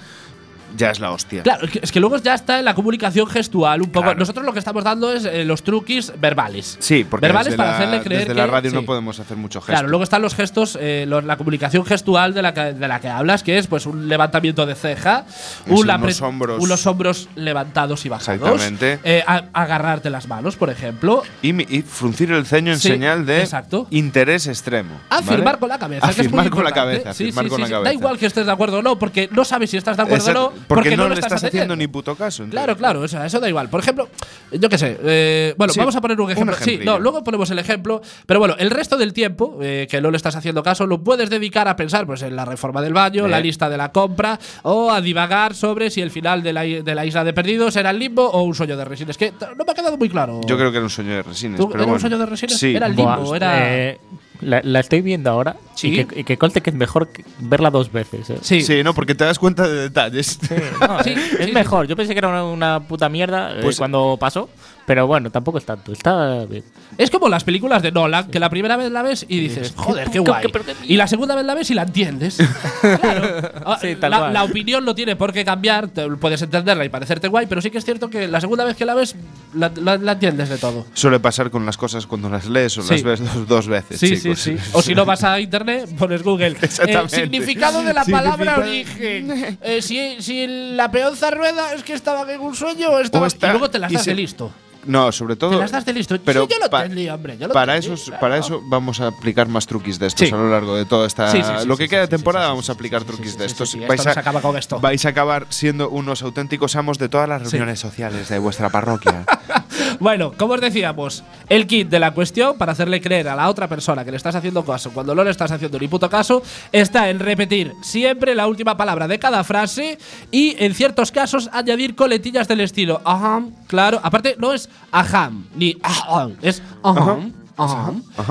[SPEAKER 1] ya es la hostia.
[SPEAKER 2] Claro, es que- es que luego ya está en la comunicación gestual un poco.
[SPEAKER 1] Claro.
[SPEAKER 2] Nosotros lo que estamos dando es eh, los truquis verbales.
[SPEAKER 1] Sí, porque
[SPEAKER 2] verbales
[SPEAKER 1] desde
[SPEAKER 2] para
[SPEAKER 1] la,
[SPEAKER 2] hacerle creer
[SPEAKER 1] desde la
[SPEAKER 2] que-
[SPEAKER 1] radio
[SPEAKER 2] sí.
[SPEAKER 1] no podemos hacer mucho gesto.
[SPEAKER 2] Claro, luego están los gestos, eh, lo- la comunicación gestual de la, que, de la que hablas, que es pues un levantamiento de ceja,
[SPEAKER 1] unos
[SPEAKER 2] un apre-
[SPEAKER 1] hombros.
[SPEAKER 2] unos hombros levantados y bajados,
[SPEAKER 1] Exactamente.
[SPEAKER 2] eh, a- agarrarte las manos, por ejemplo,
[SPEAKER 1] y, mi- y fruncir el ceño en
[SPEAKER 2] Sí,
[SPEAKER 1] señal de
[SPEAKER 2] exacto.
[SPEAKER 1] interés extremo. ¿vale?
[SPEAKER 2] afirmar con la cabeza, que es muy
[SPEAKER 1] Afirmar con la
[SPEAKER 2] importante.
[SPEAKER 1] cabeza.
[SPEAKER 2] Sí,
[SPEAKER 1] afirmar
[SPEAKER 2] sí,
[SPEAKER 1] con
[SPEAKER 2] sí,
[SPEAKER 1] la
[SPEAKER 2] sí.
[SPEAKER 1] cabeza.
[SPEAKER 2] Da igual que estés de acuerdo o no, porque no sabes si estás de acuerdo
[SPEAKER 1] Exacto,
[SPEAKER 2] o no,
[SPEAKER 1] porque, no,
[SPEAKER 2] lo
[SPEAKER 1] le estás haciendo ni puto caso. entonces.
[SPEAKER 2] Claro, claro, o sea, eso da igual. Por ejemplo, yo qué sé. eh, bueno,
[SPEAKER 1] Sí,
[SPEAKER 2] vamos a poner un
[SPEAKER 1] un
[SPEAKER 2] ejemplo. sí,
[SPEAKER 1] ejemplillo.
[SPEAKER 2] no, luego ponemos el ejemplo. Pero bueno, el resto del tiempo eh, que no le estás haciendo caso lo puedes dedicar a pensar pues, en la reforma del baño,
[SPEAKER 1] Eh.
[SPEAKER 2] la lista de la compra o a divagar sobre si el final de la, i- de la isla de perdidos era el limbo o un sueño de resines. Que t- no me ha quedado muy claro.
[SPEAKER 1] Yo creo que era un sueño de resines.
[SPEAKER 2] ¿Tú-
[SPEAKER 1] pero
[SPEAKER 2] era un
[SPEAKER 1] bueno.
[SPEAKER 2] sueño de resines?
[SPEAKER 1] Sí.
[SPEAKER 2] Era el
[SPEAKER 3] Buah,
[SPEAKER 2] limbo, era-
[SPEAKER 3] eh, la, la estoy viendo ahora
[SPEAKER 2] Sí.
[SPEAKER 3] y, que, y que conste que es mejor que- verla dos veces. eh.
[SPEAKER 2] Sí.
[SPEAKER 1] Sí, no, porque te das cuenta de detalles.
[SPEAKER 3] No,
[SPEAKER 2] Sí,
[SPEAKER 3] es
[SPEAKER 2] sí, sí.
[SPEAKER 3] es mejor. Yo pensé que era una, una puta mierda eh,
[SPEAKER 1] Pues-
[SPEAKER 3] cuando pasó, Pero bueno, tampoco es tanto. Está bien.
[SPEAKER 2] Es como las películas de Nolan, que la primera vez la ves y dices, joder, qué guay. Y la segunda vez la ves y la entiendes. Claro. Ah,
[SPEAKER 3] Sí, tal
[SPEAKER 2] la,
[SPEAKER 3] cual.
[SPEAKER 2] la opinión no tiene por qué cambiar, te- puedes entenderla y parecerte guay, pero sí que es cierto que la segunda vez que la ves, la, la- la entiendes de todo.
[SPEAKER 1] Suele pasar con las cosas cuando las lees o
[SPEAKER 2] Sí.
[SPEAKER 1] las ves dos, dos veces,
[SPEAKER 2] Sí,
[SPEAKER 1] chicos.
[SPEAKER 2] sí, sí. O si no vas a internet, pones Google. El
[SPEAKER 1] Exactamente.
[SPEAKER 2] significado de la palabra
[SPEAKER 1] Significado-
[SPEAKER 2] origen. Eh, si, si la peonza rueda es que estaba en un sueño o estaba.
[SPEAKER 1] O está-
[SPEAKER 2] y luego te las
[SPEAKER 1] y
[SPEAKER 2] das
[SPEAKER 1] se-
[SPEAKER 2] de listo.
[SPEAKER 1] No, sobre todo.
[SPEAKER 2] Te las das de listo.
[SPEAKER 1] Pero
[SPEAKER 2] Sí, yo lo
[SPEAKER 1] pa-
[SPEAKER 2] entendí, hombre. yo lo
[SPEAKER 1] Para,
[SPEAKER 2] entendí,
[SPEAKER 1] esos-
[SPEAKER 2] claro.
[SPEAKER 1] para eso vamos a aplicar más truquis de estos
[SPEAKER 2] Sí.
[SPEAKER 1] a lo largo de toda esta.
[SPEAKER 2] Sí, sí, sí,
[SPEAKER 1] lo
[SPEAKER 2] sí,
[SPEAKER 1] que
[SPEAKER 2] sí,
[SPEAKER 1] queda de
[SPEAKER 2] sí,
[SPEAKER 1] temporada
[SPEAKER 2] sí, sí,
[SPEAKER 1] vamos a
[SPEAKER 2] sí,
[SPEAKER 1] aplicar
[SPEAKER 2] sí,
[SPEAKER 1] truquis
[SPEAKER 2] sí,
[SPEAKER 1] de
[SPEAKER 2] sí,
[SPEAKER 1] estos.
[SPEAKER 2] sí,
[SPEAKER 1] vais,
[SPEAKER 2] esto no
[SPEAKER 1] a,
[SPEAKER 2] se acaba con esto.
[SPEAKER 1] vais a acabar siendo unos auténticos amos de todas las reuniones sociales de vuestra parroquia.
[SPEAKER 2] Bueno, como os decíamos, el kit de la cuestión para hacerle creer a la otra persona que le estás haciendo caso cuando no le estás haciendo ni puto caso está en repetir siempre la última palabra de cada frase y en ciertos casos añadir coletillas del estilo ajá, claro. Aparte, no es ajá ni ajá, es ajá. ajá.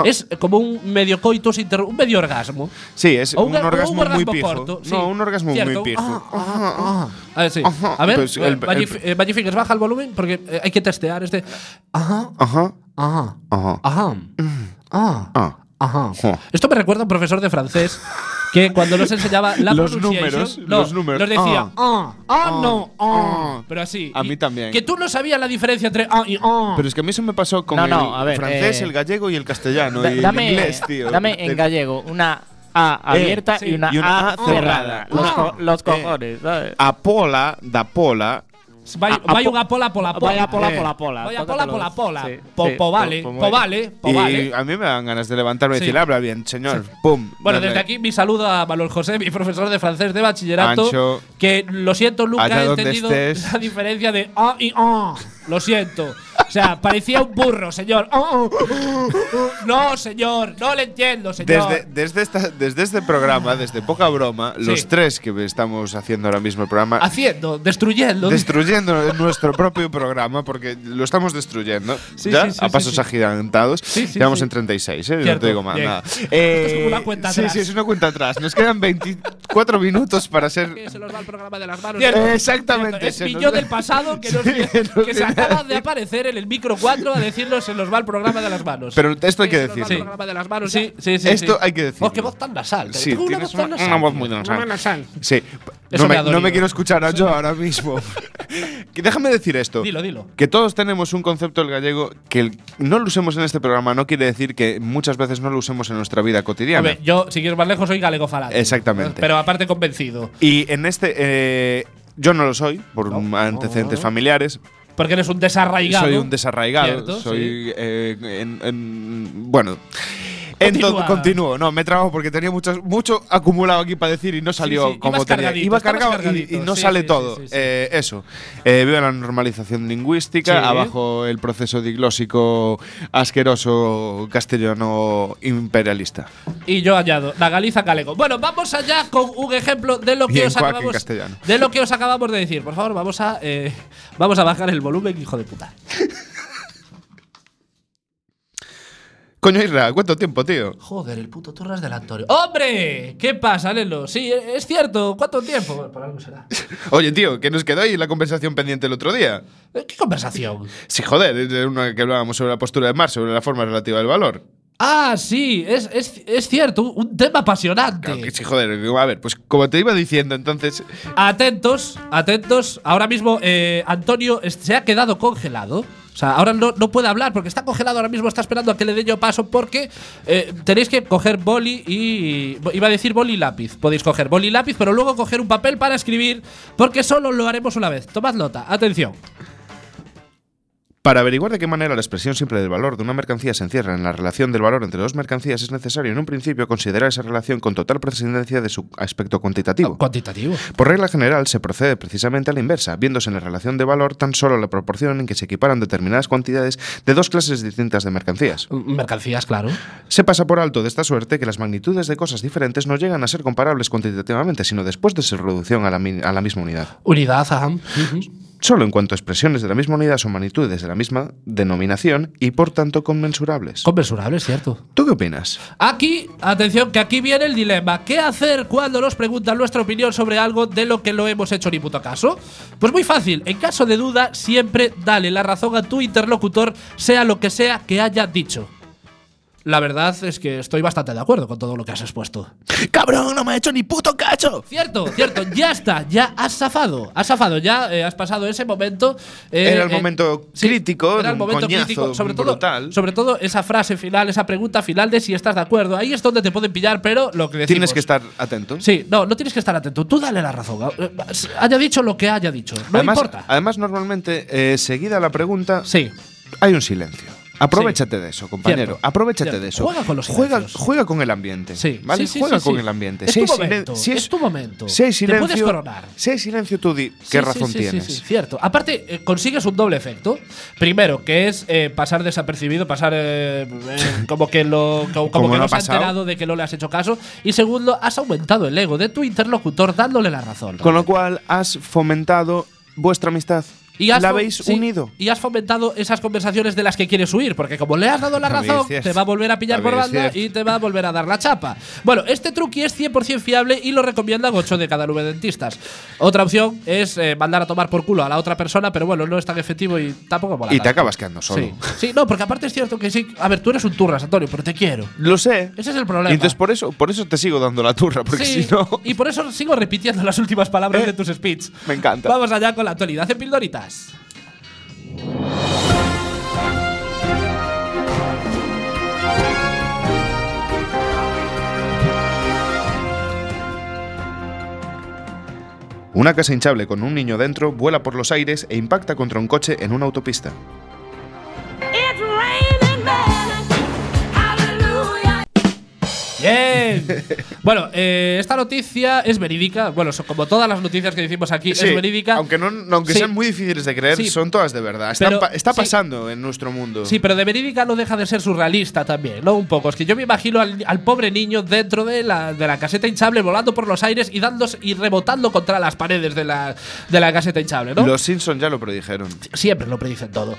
[SPEAKER 2] Es como un medio coitus, inter- un medio orgasmo.
[SPEAKER 1] Sí, es
[SPEAKER 2] O
[SPEAKER 1] un, orgasmo muy pijo.
[SPEAKER 2] corto, sí.
[SPEAKER 1] No, un orgasmo
[SPEAKER 2] Cierto,
[SPEAKER 1] muy pijo.
[SPEAKER 2] ah, ah, ah. A ver, sí. A ver,
[SPEAKER 1] Pues el-
[SPEAKER 2] eh, Magif- eh, Magifingers, baja el volumen porque eh, hay que testear este. Ajá,
[SPEAKER 1] Ajá,
[SPEAKER 2] ajá,
[SPEAKER 1] ajá,
[SPEAKER 2] ajá, ah,
[SPEAKER 1] ah.
[SPEAKER 2] ajá.
[SPEAKER 1] Jo.
[SPEAKER 2] Esto me recuerda a un profesor de francés que cuando nos enseñaba la
[SPEAKER 1] Los
[SPEAKER 2] pronunciation,
[SPEAKER 1] números,
[SPEAKER 2] no,
[SPEAKER 1] los números.
[SPEAKER 2] nos decía
[SPEAKER 1] Ah.
[SPEAKER 2] ah, ah, no, ah,
[SPEAKER 1] ah.
[SPEAKER 2] pero así.
[SPEAKER 1] A
[SPEAKER 2] Y
[SPEAKER 1] mí también.
[SPEAKER 2] Que tú no sabías la diferencia entre ah y ah.
[SPEAKER 1] Pero es que a mí eso me pasó con
[SPEAKER 3] No, no,
[SPEAKER 1] el
[SPEAKER 3] a ver,
[SPEAKER 1] francés,
[SPEAKER 3] eh,
[SPEAKER 1] el gallego y el castellano.
[SPEAKER 3] Da-
[SPEAKER 1] y el
[SPEAKER 3] dame,
[SPEAKER 1] inglés, tío.
[SPEAKER 3] dame en
[SPEAKER 1] Del-
[SPEAKER 3] gallego una A abierta
[SPEAKER 2] Eh, sí,
[SPEAKER 3] y, una
[SPEAKER 1] y una
[SPEAKER 3] A
[SPEAKER 1] A
[SPEAKER 3] cerrada.
[SPEAKER 1] cerrada.
[SPEAKER 3] Los,
[SPEAKER 1] Ah.
[SPEAKER 3] co- los
[SPEAKER 1] Eh.
[SPEAKER 3] cojones, ¿sabes?
[SPEAKER 1] A pola, da pola.
[SPEAKER 2] Vai,
[SPEAKER 3] a- a
[SPEAKER 2] vai
[SPEAKER 3] po-
[SPEAKER 2] unha pola pola pola.
[SPEAKER 3] Vaya pola,
[SPEAKER 1] Eh.
[SPEAKER 3] pola, pola.
[SPEAKER 2] Vai a pola
[SPEAKER 3] Tócatelos.
[SPEAKER 2] pola pola.
[SPEAKER 3] Sí,
[SPEAKER 2] Po,
[SPEAKER 3] sí.
[SPEAKER 2] po vale,
[SPEAKER 3] Po- po-
[SPEAKER 2] po vale, po Oh, vale.
[SPEAKER 1] Y a mí me dan ganas de levantarme y
[SPEAKER 2] Sí.
[SPEAKER 1] decir, habla bien, señor. Pum.
[SPEAKER 2] Bueno,
[SPEAKER 1] Dale.
[SPEAKER 2] desde aquí mi saludo a Manuel José, mi profesor de francés de bachillerato,
[SPEAKER 1] Ancho.
[SPEAKER 2] que lo siento, nunca
[SPEAKER 1] Allá
[SPEAKER 2] he
[SPEAKER 1] donde
[SPEAKER 2] entendido
[SPEAKER 1] estés.
[SPEAKER 2] la diferencia de ah y ah. Lo siento. O sea, parecía un burro, señor. Ah, ah, ah, ah. No, señor, no le entiendo, señor.
[SPEAKER 1] Desde, desde, esta- desde este programa, desde poca broma, los tres que estamos haciendo ahora mismo el programa,
[SPEAKER 2] Haciendo, destruyendo.
[SPEAKER 1] destruyendo nuestro propio programa, porque lo estamos destruyendo
[SPEAKER 2] Sí,
[SPEAKER 1] ya
[SPEAKER 2] sí, sí,
[SPEAKER 1] a
[SPEAKER 2] sí,
[SPEAKER 1] pasos
[SPEAKER 2] sí.
[SPEAKER 1] agigantados.
[SPEAKER 2] Sí, sí,
[SPEAKER 1] Llevamos
[SPEAKER 2] sí.
[SPEAKER 1] en 36, ¿eh? no
[SPEAKER 2] Cierto,
[SPEAKER 1] te digo más
[SPEAKER 2] bien.
[SPEAKER 1] nada. Eh,
[SPEAKER 2] es como una cuenta
[SPEAKER 1] sí,
[SPEAKER 2] atrás.
[SPEAKER 1] sí, es una cuenta atrás. Nos quedan 24 minutos para ser.
[SPEAKER 2] que se nos va el programa de las manos.
[SPEAKER 1] Cierto.
[SPEAKER 2] Cierto,
[SPEAKER 1] Exactamente,
[SPEAKER 2] cierto. Es
[SPEAKER 1] se
[SPEAKER 2] mi
[SPEAKER 1] nos
[SPEAKER 2] yo
[SPEAKER 1] va.
[SPEAKER 2] del pasado que, nos-
[SPEAKER 1] Sí,
[SPEAKER 2] que se
[SPEAKER 1] nos-
[SPEAKER 2] acaba de aparecer en el micro 4 a decirnos se nos va el programa de las manos.
[SPEAKER 1] Pero esto hay que
[SPEAKER 2] Se nos va el
[SPEAKER 1] decirlo.
[SPEAKER 2] programa de las manos. Sí, sí, sí.
[SPEAKER 1] Esto
[SPEAKER 2] sí.
[SPEAKER 1] hay que decirlo.
[SPEAKER 2] Oh, qué voz tan nasal.
[SPEAKER 1] Sí,
[SPEAKER 2] Tengo una
[SPEAKER 1] tienes
[SPEAKER 2] voz tan
[SPEAKER 1] una-
[SPEAKER 2] nasal.
[SPEAKER 1] una voz muy
[SPEAKER 2] tío.
[SPEAKER 1] nasal.
[SPEAKER 2] Una nasal.
[SPEAKER 1] Sí,
[SPEAKER 2] Eso
[SPEAKER 1] no
[SPEAKER 2] me
[SPEAKER 1] me,
[SPEAKER 2] ha
[SPEAKER 1] no
[SPEAKER 2] dolido.
[SPEAKER 1] me quiero escuchar a yo ahora mismo. Que Déjame decir esto.
[SPEAKER 2] Dilo, dilo.
[SPEAKER 1] Que todos tenemos un concepto del gallego que el- no lo usemos en este programa no quiere decir que muchas veces no lo usemos en nuestra vida cotidiana.
[SPEAKER 2] Hombre, yo, si quieres más lejos, soy galego falante.
[SPEAKER 1] Exactamente.
[SPEAKER 2] Pero aparte convencido.
[SPEAKER 1] Y en este. eh, yo no lo soy, por
[SPEAKER 2] No, no,
[SPEAKER 1] antecedentes
[SPEAKER 2] no.
[SPEAKER 1] familiares.
[SPEAKER 2] Porque eres un desarraigado.
[SPEAKER 1] Soy un desarraigado.
[SPEAKER 2] Cierto,
[SPEAKER 1] soy.
[SPEAKER 2] sí.
[SPEAKER 1] eh, en- en- bueno. Entonces,
[SPEAKER 2] Continúa.
[SPEAKER 1] continúo. No, me trago porque tenía mucho, mucho acumulado aquí para decir y no salió
[SPEAKER 2] sí, ibas
[SPEAKER 1] como tenía.
[SPEAKER 2] cargadito,
[SPEAKER 1] Iba
[SPEAKER 2] estabas
[SPEAKER 1] cargado y- y,
[SPEAKER 2] cargadito.
[SPEAKER 1] no
[SPEAKER 2] Sí,
[SPEAKER 1] sale
[SPEAKER 2] sí,
[SPEAKER 1] todo.
[SPEAKER 2] sí, sí, sí.
[SPEAKER 1] Eh, eso. Eh, viva la normalización lingüística.
[SPEAKER 2] Sí.
[SPEAKER 1] Abajo el proceso diglósico asqueroso castellano imperialista.
[SPEAKER 2] Y yo añado, la Galiza galego. Bueno, vamos allá con un ejemplo de lo
[SPEAKER 1] Y
[SPEAKER 2] que
[SPEAKER 1] en
[SPEAKER 2] os
[SPEAKER 1] cuac, en
[SPEAKER 2] acabamos
[SPEAKER 1] castellano.
[SPEAKER 2] de lo que os acabamos de decir. Por favor, vamos a eh, vamos a bajar el volumen, hijo de puta.
[SPEAKER 1] Coño, Isra, ¿cuánto tiempo, tío?
[SPEAKER 2] Joder, el puto Torres del Antonio. ¡Hombre! ¿Qué pasa, Lelo? Sí, e- es cierto. ¿Cuánto tiempo? Bueno, Por algo será.
[SPEAKER 1] Oye, tío, que nos quedó ahí la conversación pendiente el otro día.
[SPEAKER 2] Eh, ¿Qué conversación?
[SPEAKER 1] Sí, joder, era una que hablábamos sobre la postura de Marx, sobre la forma relativa del valor.
[SPEAKER 2] Ah, sí, es, es, es cierto. Un tema apasionante.
[SPEAKER 1] Claro que sí, joder, digo, a ver, pues como te iba diciendo, entonces.
[SPEAKER 2] Atentos, atentos. Ahora mismo eh, Antonio es- se ha quedado congelado. O sea, ahora no, no puede hablar porque está congelado. Ahora mismo está esperando a que le dé yo paso porque eh, tenéis que coger boli y. Iba a decir boli y lápiz. Podéis coger boli y lápiz, pero luego coger un papel para escribir porque solo lo haremos una vez. Tomad nota, atención.
[SPEAKER 1] Para averiguar de qué manera la expresión simple del valor de una mercancía se encierra en la relación del valor entre dos mercancías, es necesario, en un principio, considerar esa relación con total trascendencia de su aspecto
[SPEAKER 2] Ah,
[SPEAKER 1] cuantitativo.
[SPEAKER 2] Cuantitativo.
[SPEAKER 1] Por regla general, se procede precisamente a la inversa, viéndose en la relación de valor tan solo la proporción en que se equiparan determinadas cuantidades de dos clases distintas de mercancías.
[SPEAKER 2] Mercancías, claro.
[SPEAKER 1] Se pasa por alto de esta suerte que las magnitudes de cosas diferentes no llegan a ser comparables cuantitativamente, sino después de su reducción a la, mi- a la misma unidad.
[SPEAKER 2] Unidad, ajá.
[SPEAKER 1] solo en cuanto a expresiones de la misma unidad son magnitudes de la misma denominación y por tanto conmensurables.
[SPEAKER 2] Conmensurable, es cierto.
[SPEAKER 1] ¿Tú qué opinas?
[SPEAKER 2] Aquí, atención, que aquí viene el dilema. ¿Qué hacer cuando nos preguntan nuestra opinión sobre algo de lo que no hemos hecho ni puto caso? Pues muy fácil. En caso de duda, siempre dale la razón a tu interlocutor, sea lo que sea que haya dicho. La verdad es que estoy bastante de acuerdo con todo lo que has expuesto.
[SPEAKER 1] ¡Cabrón, no me ha hecho ni puto cacho!
[SPEAKER 2] Cierto, cierto, ya está, ya has zafado, has zafado, ya eh, has pasado ese momento. eh,
[SPEAKER 1] Era el
[SPEAKER 2] eh,
[SPEAKER 1] momento crítico, de
[SPEAKER 2] era el
[SPEAKER 1] un
[SPEAKER 2] momento
[SPEAKER 1] coñazo
[SPEAKER 2] crítico, sobre todo,
[SPEAKER 1] brutal.
[SPEAKER 2] sobre todo esa frase final, esa pregunta final de si estás de acuerdo. Ahí es donde te pueden pillar, pero lo que decimos.
[SPEAKER 1] Tienes que estar atento.
[SPEAKER 2] Sí, no, no tienes que estar atento. Tú dale la razón. eh, Haya dicho lo que haya dicho. No
[SPEAKER 1] además,
[SPEAKER 2] importa.
[SPEAKER 1] además, normalmente, eh, seguida la pregunta,
[SPEAKER 2] Sí.
[SPEAKER 1] hay un silencio. Aprovechate de eso, compañero.
[SPEAKER 2] Cierto.
[SPEAKER 1] Aprovechate
[SPEAKER 2] Cierto.
[SPEAKER 1] de eso.
[SPEAKER 2] Juega con los
[SPEAKER 1] juega,
[SPEAKER 2] silencios.
[SPEAKER 1] juega con el ambiente.
[SPEAKER 2] Sí,
[SPEAKER 1] ¿vale?
[SPEAKER 2] sí, sí,
[SPEAKER 1] juega
[SPEAKER 2] sí,
[SPEAKER 1] con
[SPEAKER 2] sí.
[SPEAKER 1] el ambiente.
[SPEAKER 2] Es
[SPEAKER 1] si
[SPEAKER 2] tu
[SPEAKER 1] hay silen-
[SPEAKER 2] momento,
[SPEAKER 1] si
[SPEAKER 2] es tu momento.
[SPEAKER 1] Si hay
[SPEAKER 2] Te puedes
[SPEAKER 1] silencio,
[SPEAKER 2] coronar.
[SPEAKER 1] Si hay silencio, tú di qué
[SPEAKER 2] Sí, sí,
[SPEAKER 1] razón
[SPEAKER 2] sí, sí,
[SPEAKER 1] tienes.
[SPEAKER 2] Sí, cierto. Aparte, eh, consigues un doble efecto. Primero, que es eh, pasar desapercibido, pasar eh, eh, como que lo como, como
[SPEAKER 1] Como no
[SPEAKER 2] que no
[SPEAKER 1] ha
[SPEAKER 2] se ha
[SPEAKER 1] pasado.
[SPEAKER 2] enterado de que no le has hecho caso. Y segundo, has aumentado el ego de tu interlocutor dándole la razón.
[SPEAKER 1] Con lo cual, has fomentado vuestra amistad.
[SPEAKER 2] Y has
[SPEAKER 1] la
[SPEAKER 2] fo-
[SPEAKER 1] habéis
[SPEAKER 2] sí,
[SPEAKER 1] unido.
[SPEAKER 2] Y has fomentado esas conversaciones de las que quieres huir, porque como le has dado la
[SPEAKER 1] También
[SPEAKER 2] razón,
[SPEAKER 1] es cierto.
[SPEAKER 2] te va a volver a pillar por
[SPEAKER 1] También es
[SPEAKER 2] banda
[SPEAKER 1] cierto.
[SPEAKER 2] y te va a volver a dar la chapa. Bueno, este truqui es 100% fiable y lo recomiendan 8 de cada 9 dentistas. Otra opción es eh, mandar a tomar por culo a la otra persona, pero bueno, no es tan efectivo y tampoco
[SPEAKER 1] Y
[SPEAKER 2] mola.
[SPEAKER 1] te
[SPEAKER 2] tanto.
[SPEAKER 1] acabas quedando solo.
[SPEAKER 2] Sí. sí, no, porque aparte es cierto que sí. A ver, tú eres un turras, Antonio, pero te quiero.
[SPEAKER 1] Lo sé.
[SPEAKER 2] Ese es el problema.
[SPEAKER 1] Y entonces por eso, por eso te sigo dando la turra, porque
[SPEAKER 2] Sí,
[SPEAKER 1] si no.
[SPEAKER 2] Y por eso sigo repitiendo las últimas palabras de tus speech.
[SPEAKER 1] me encanta.
[SPEAKER 2] Vamos allá con la actualidad en pildoritas.
[SPEAKER 1] Una casa hinchable con un niño dentro vuela por los aires e impacta contra un coche en una autopista.
[SPEAKER 6] It's raining men. Hallelujah.
[SPEAKER 2] Bien. bueno, eh, esta noticia es verídica. Bueno, so- como todas las noticias que decimos aquí,
[SPEAKER 1] Sí,
[SPEAKER 2] es verídica.
[SPEAKER 1] Aunque, no, aunque
[SPEAKER 2] Sí.
[SPEAKER 1] sean muy difíciles de creer,
[SPEAKER 2] Sí.
[SPEAKER 1] son todas de verdad. Están
[SPEAKER 2] Pero-
[SPEAKER 1] pa- está
[SPEAKER 2] sí.
[SPEAKER 1] pasando en nuestro mundo.
[SPEAKER 2] Sí, pero de verídica no deja de ser surrealista también, ¿no? Un poco. Es que yo me imagino al, al pobre niño dentro de la, de la caseta hinchable volando por los aires y dándose y rebotando contra las paredes de la, de la caseta hinchable, ¿no?
[SPEAKER 1] Los Simpsons ya lo predijeron.
[SPEAKER 2] Siempre lo predicen todo.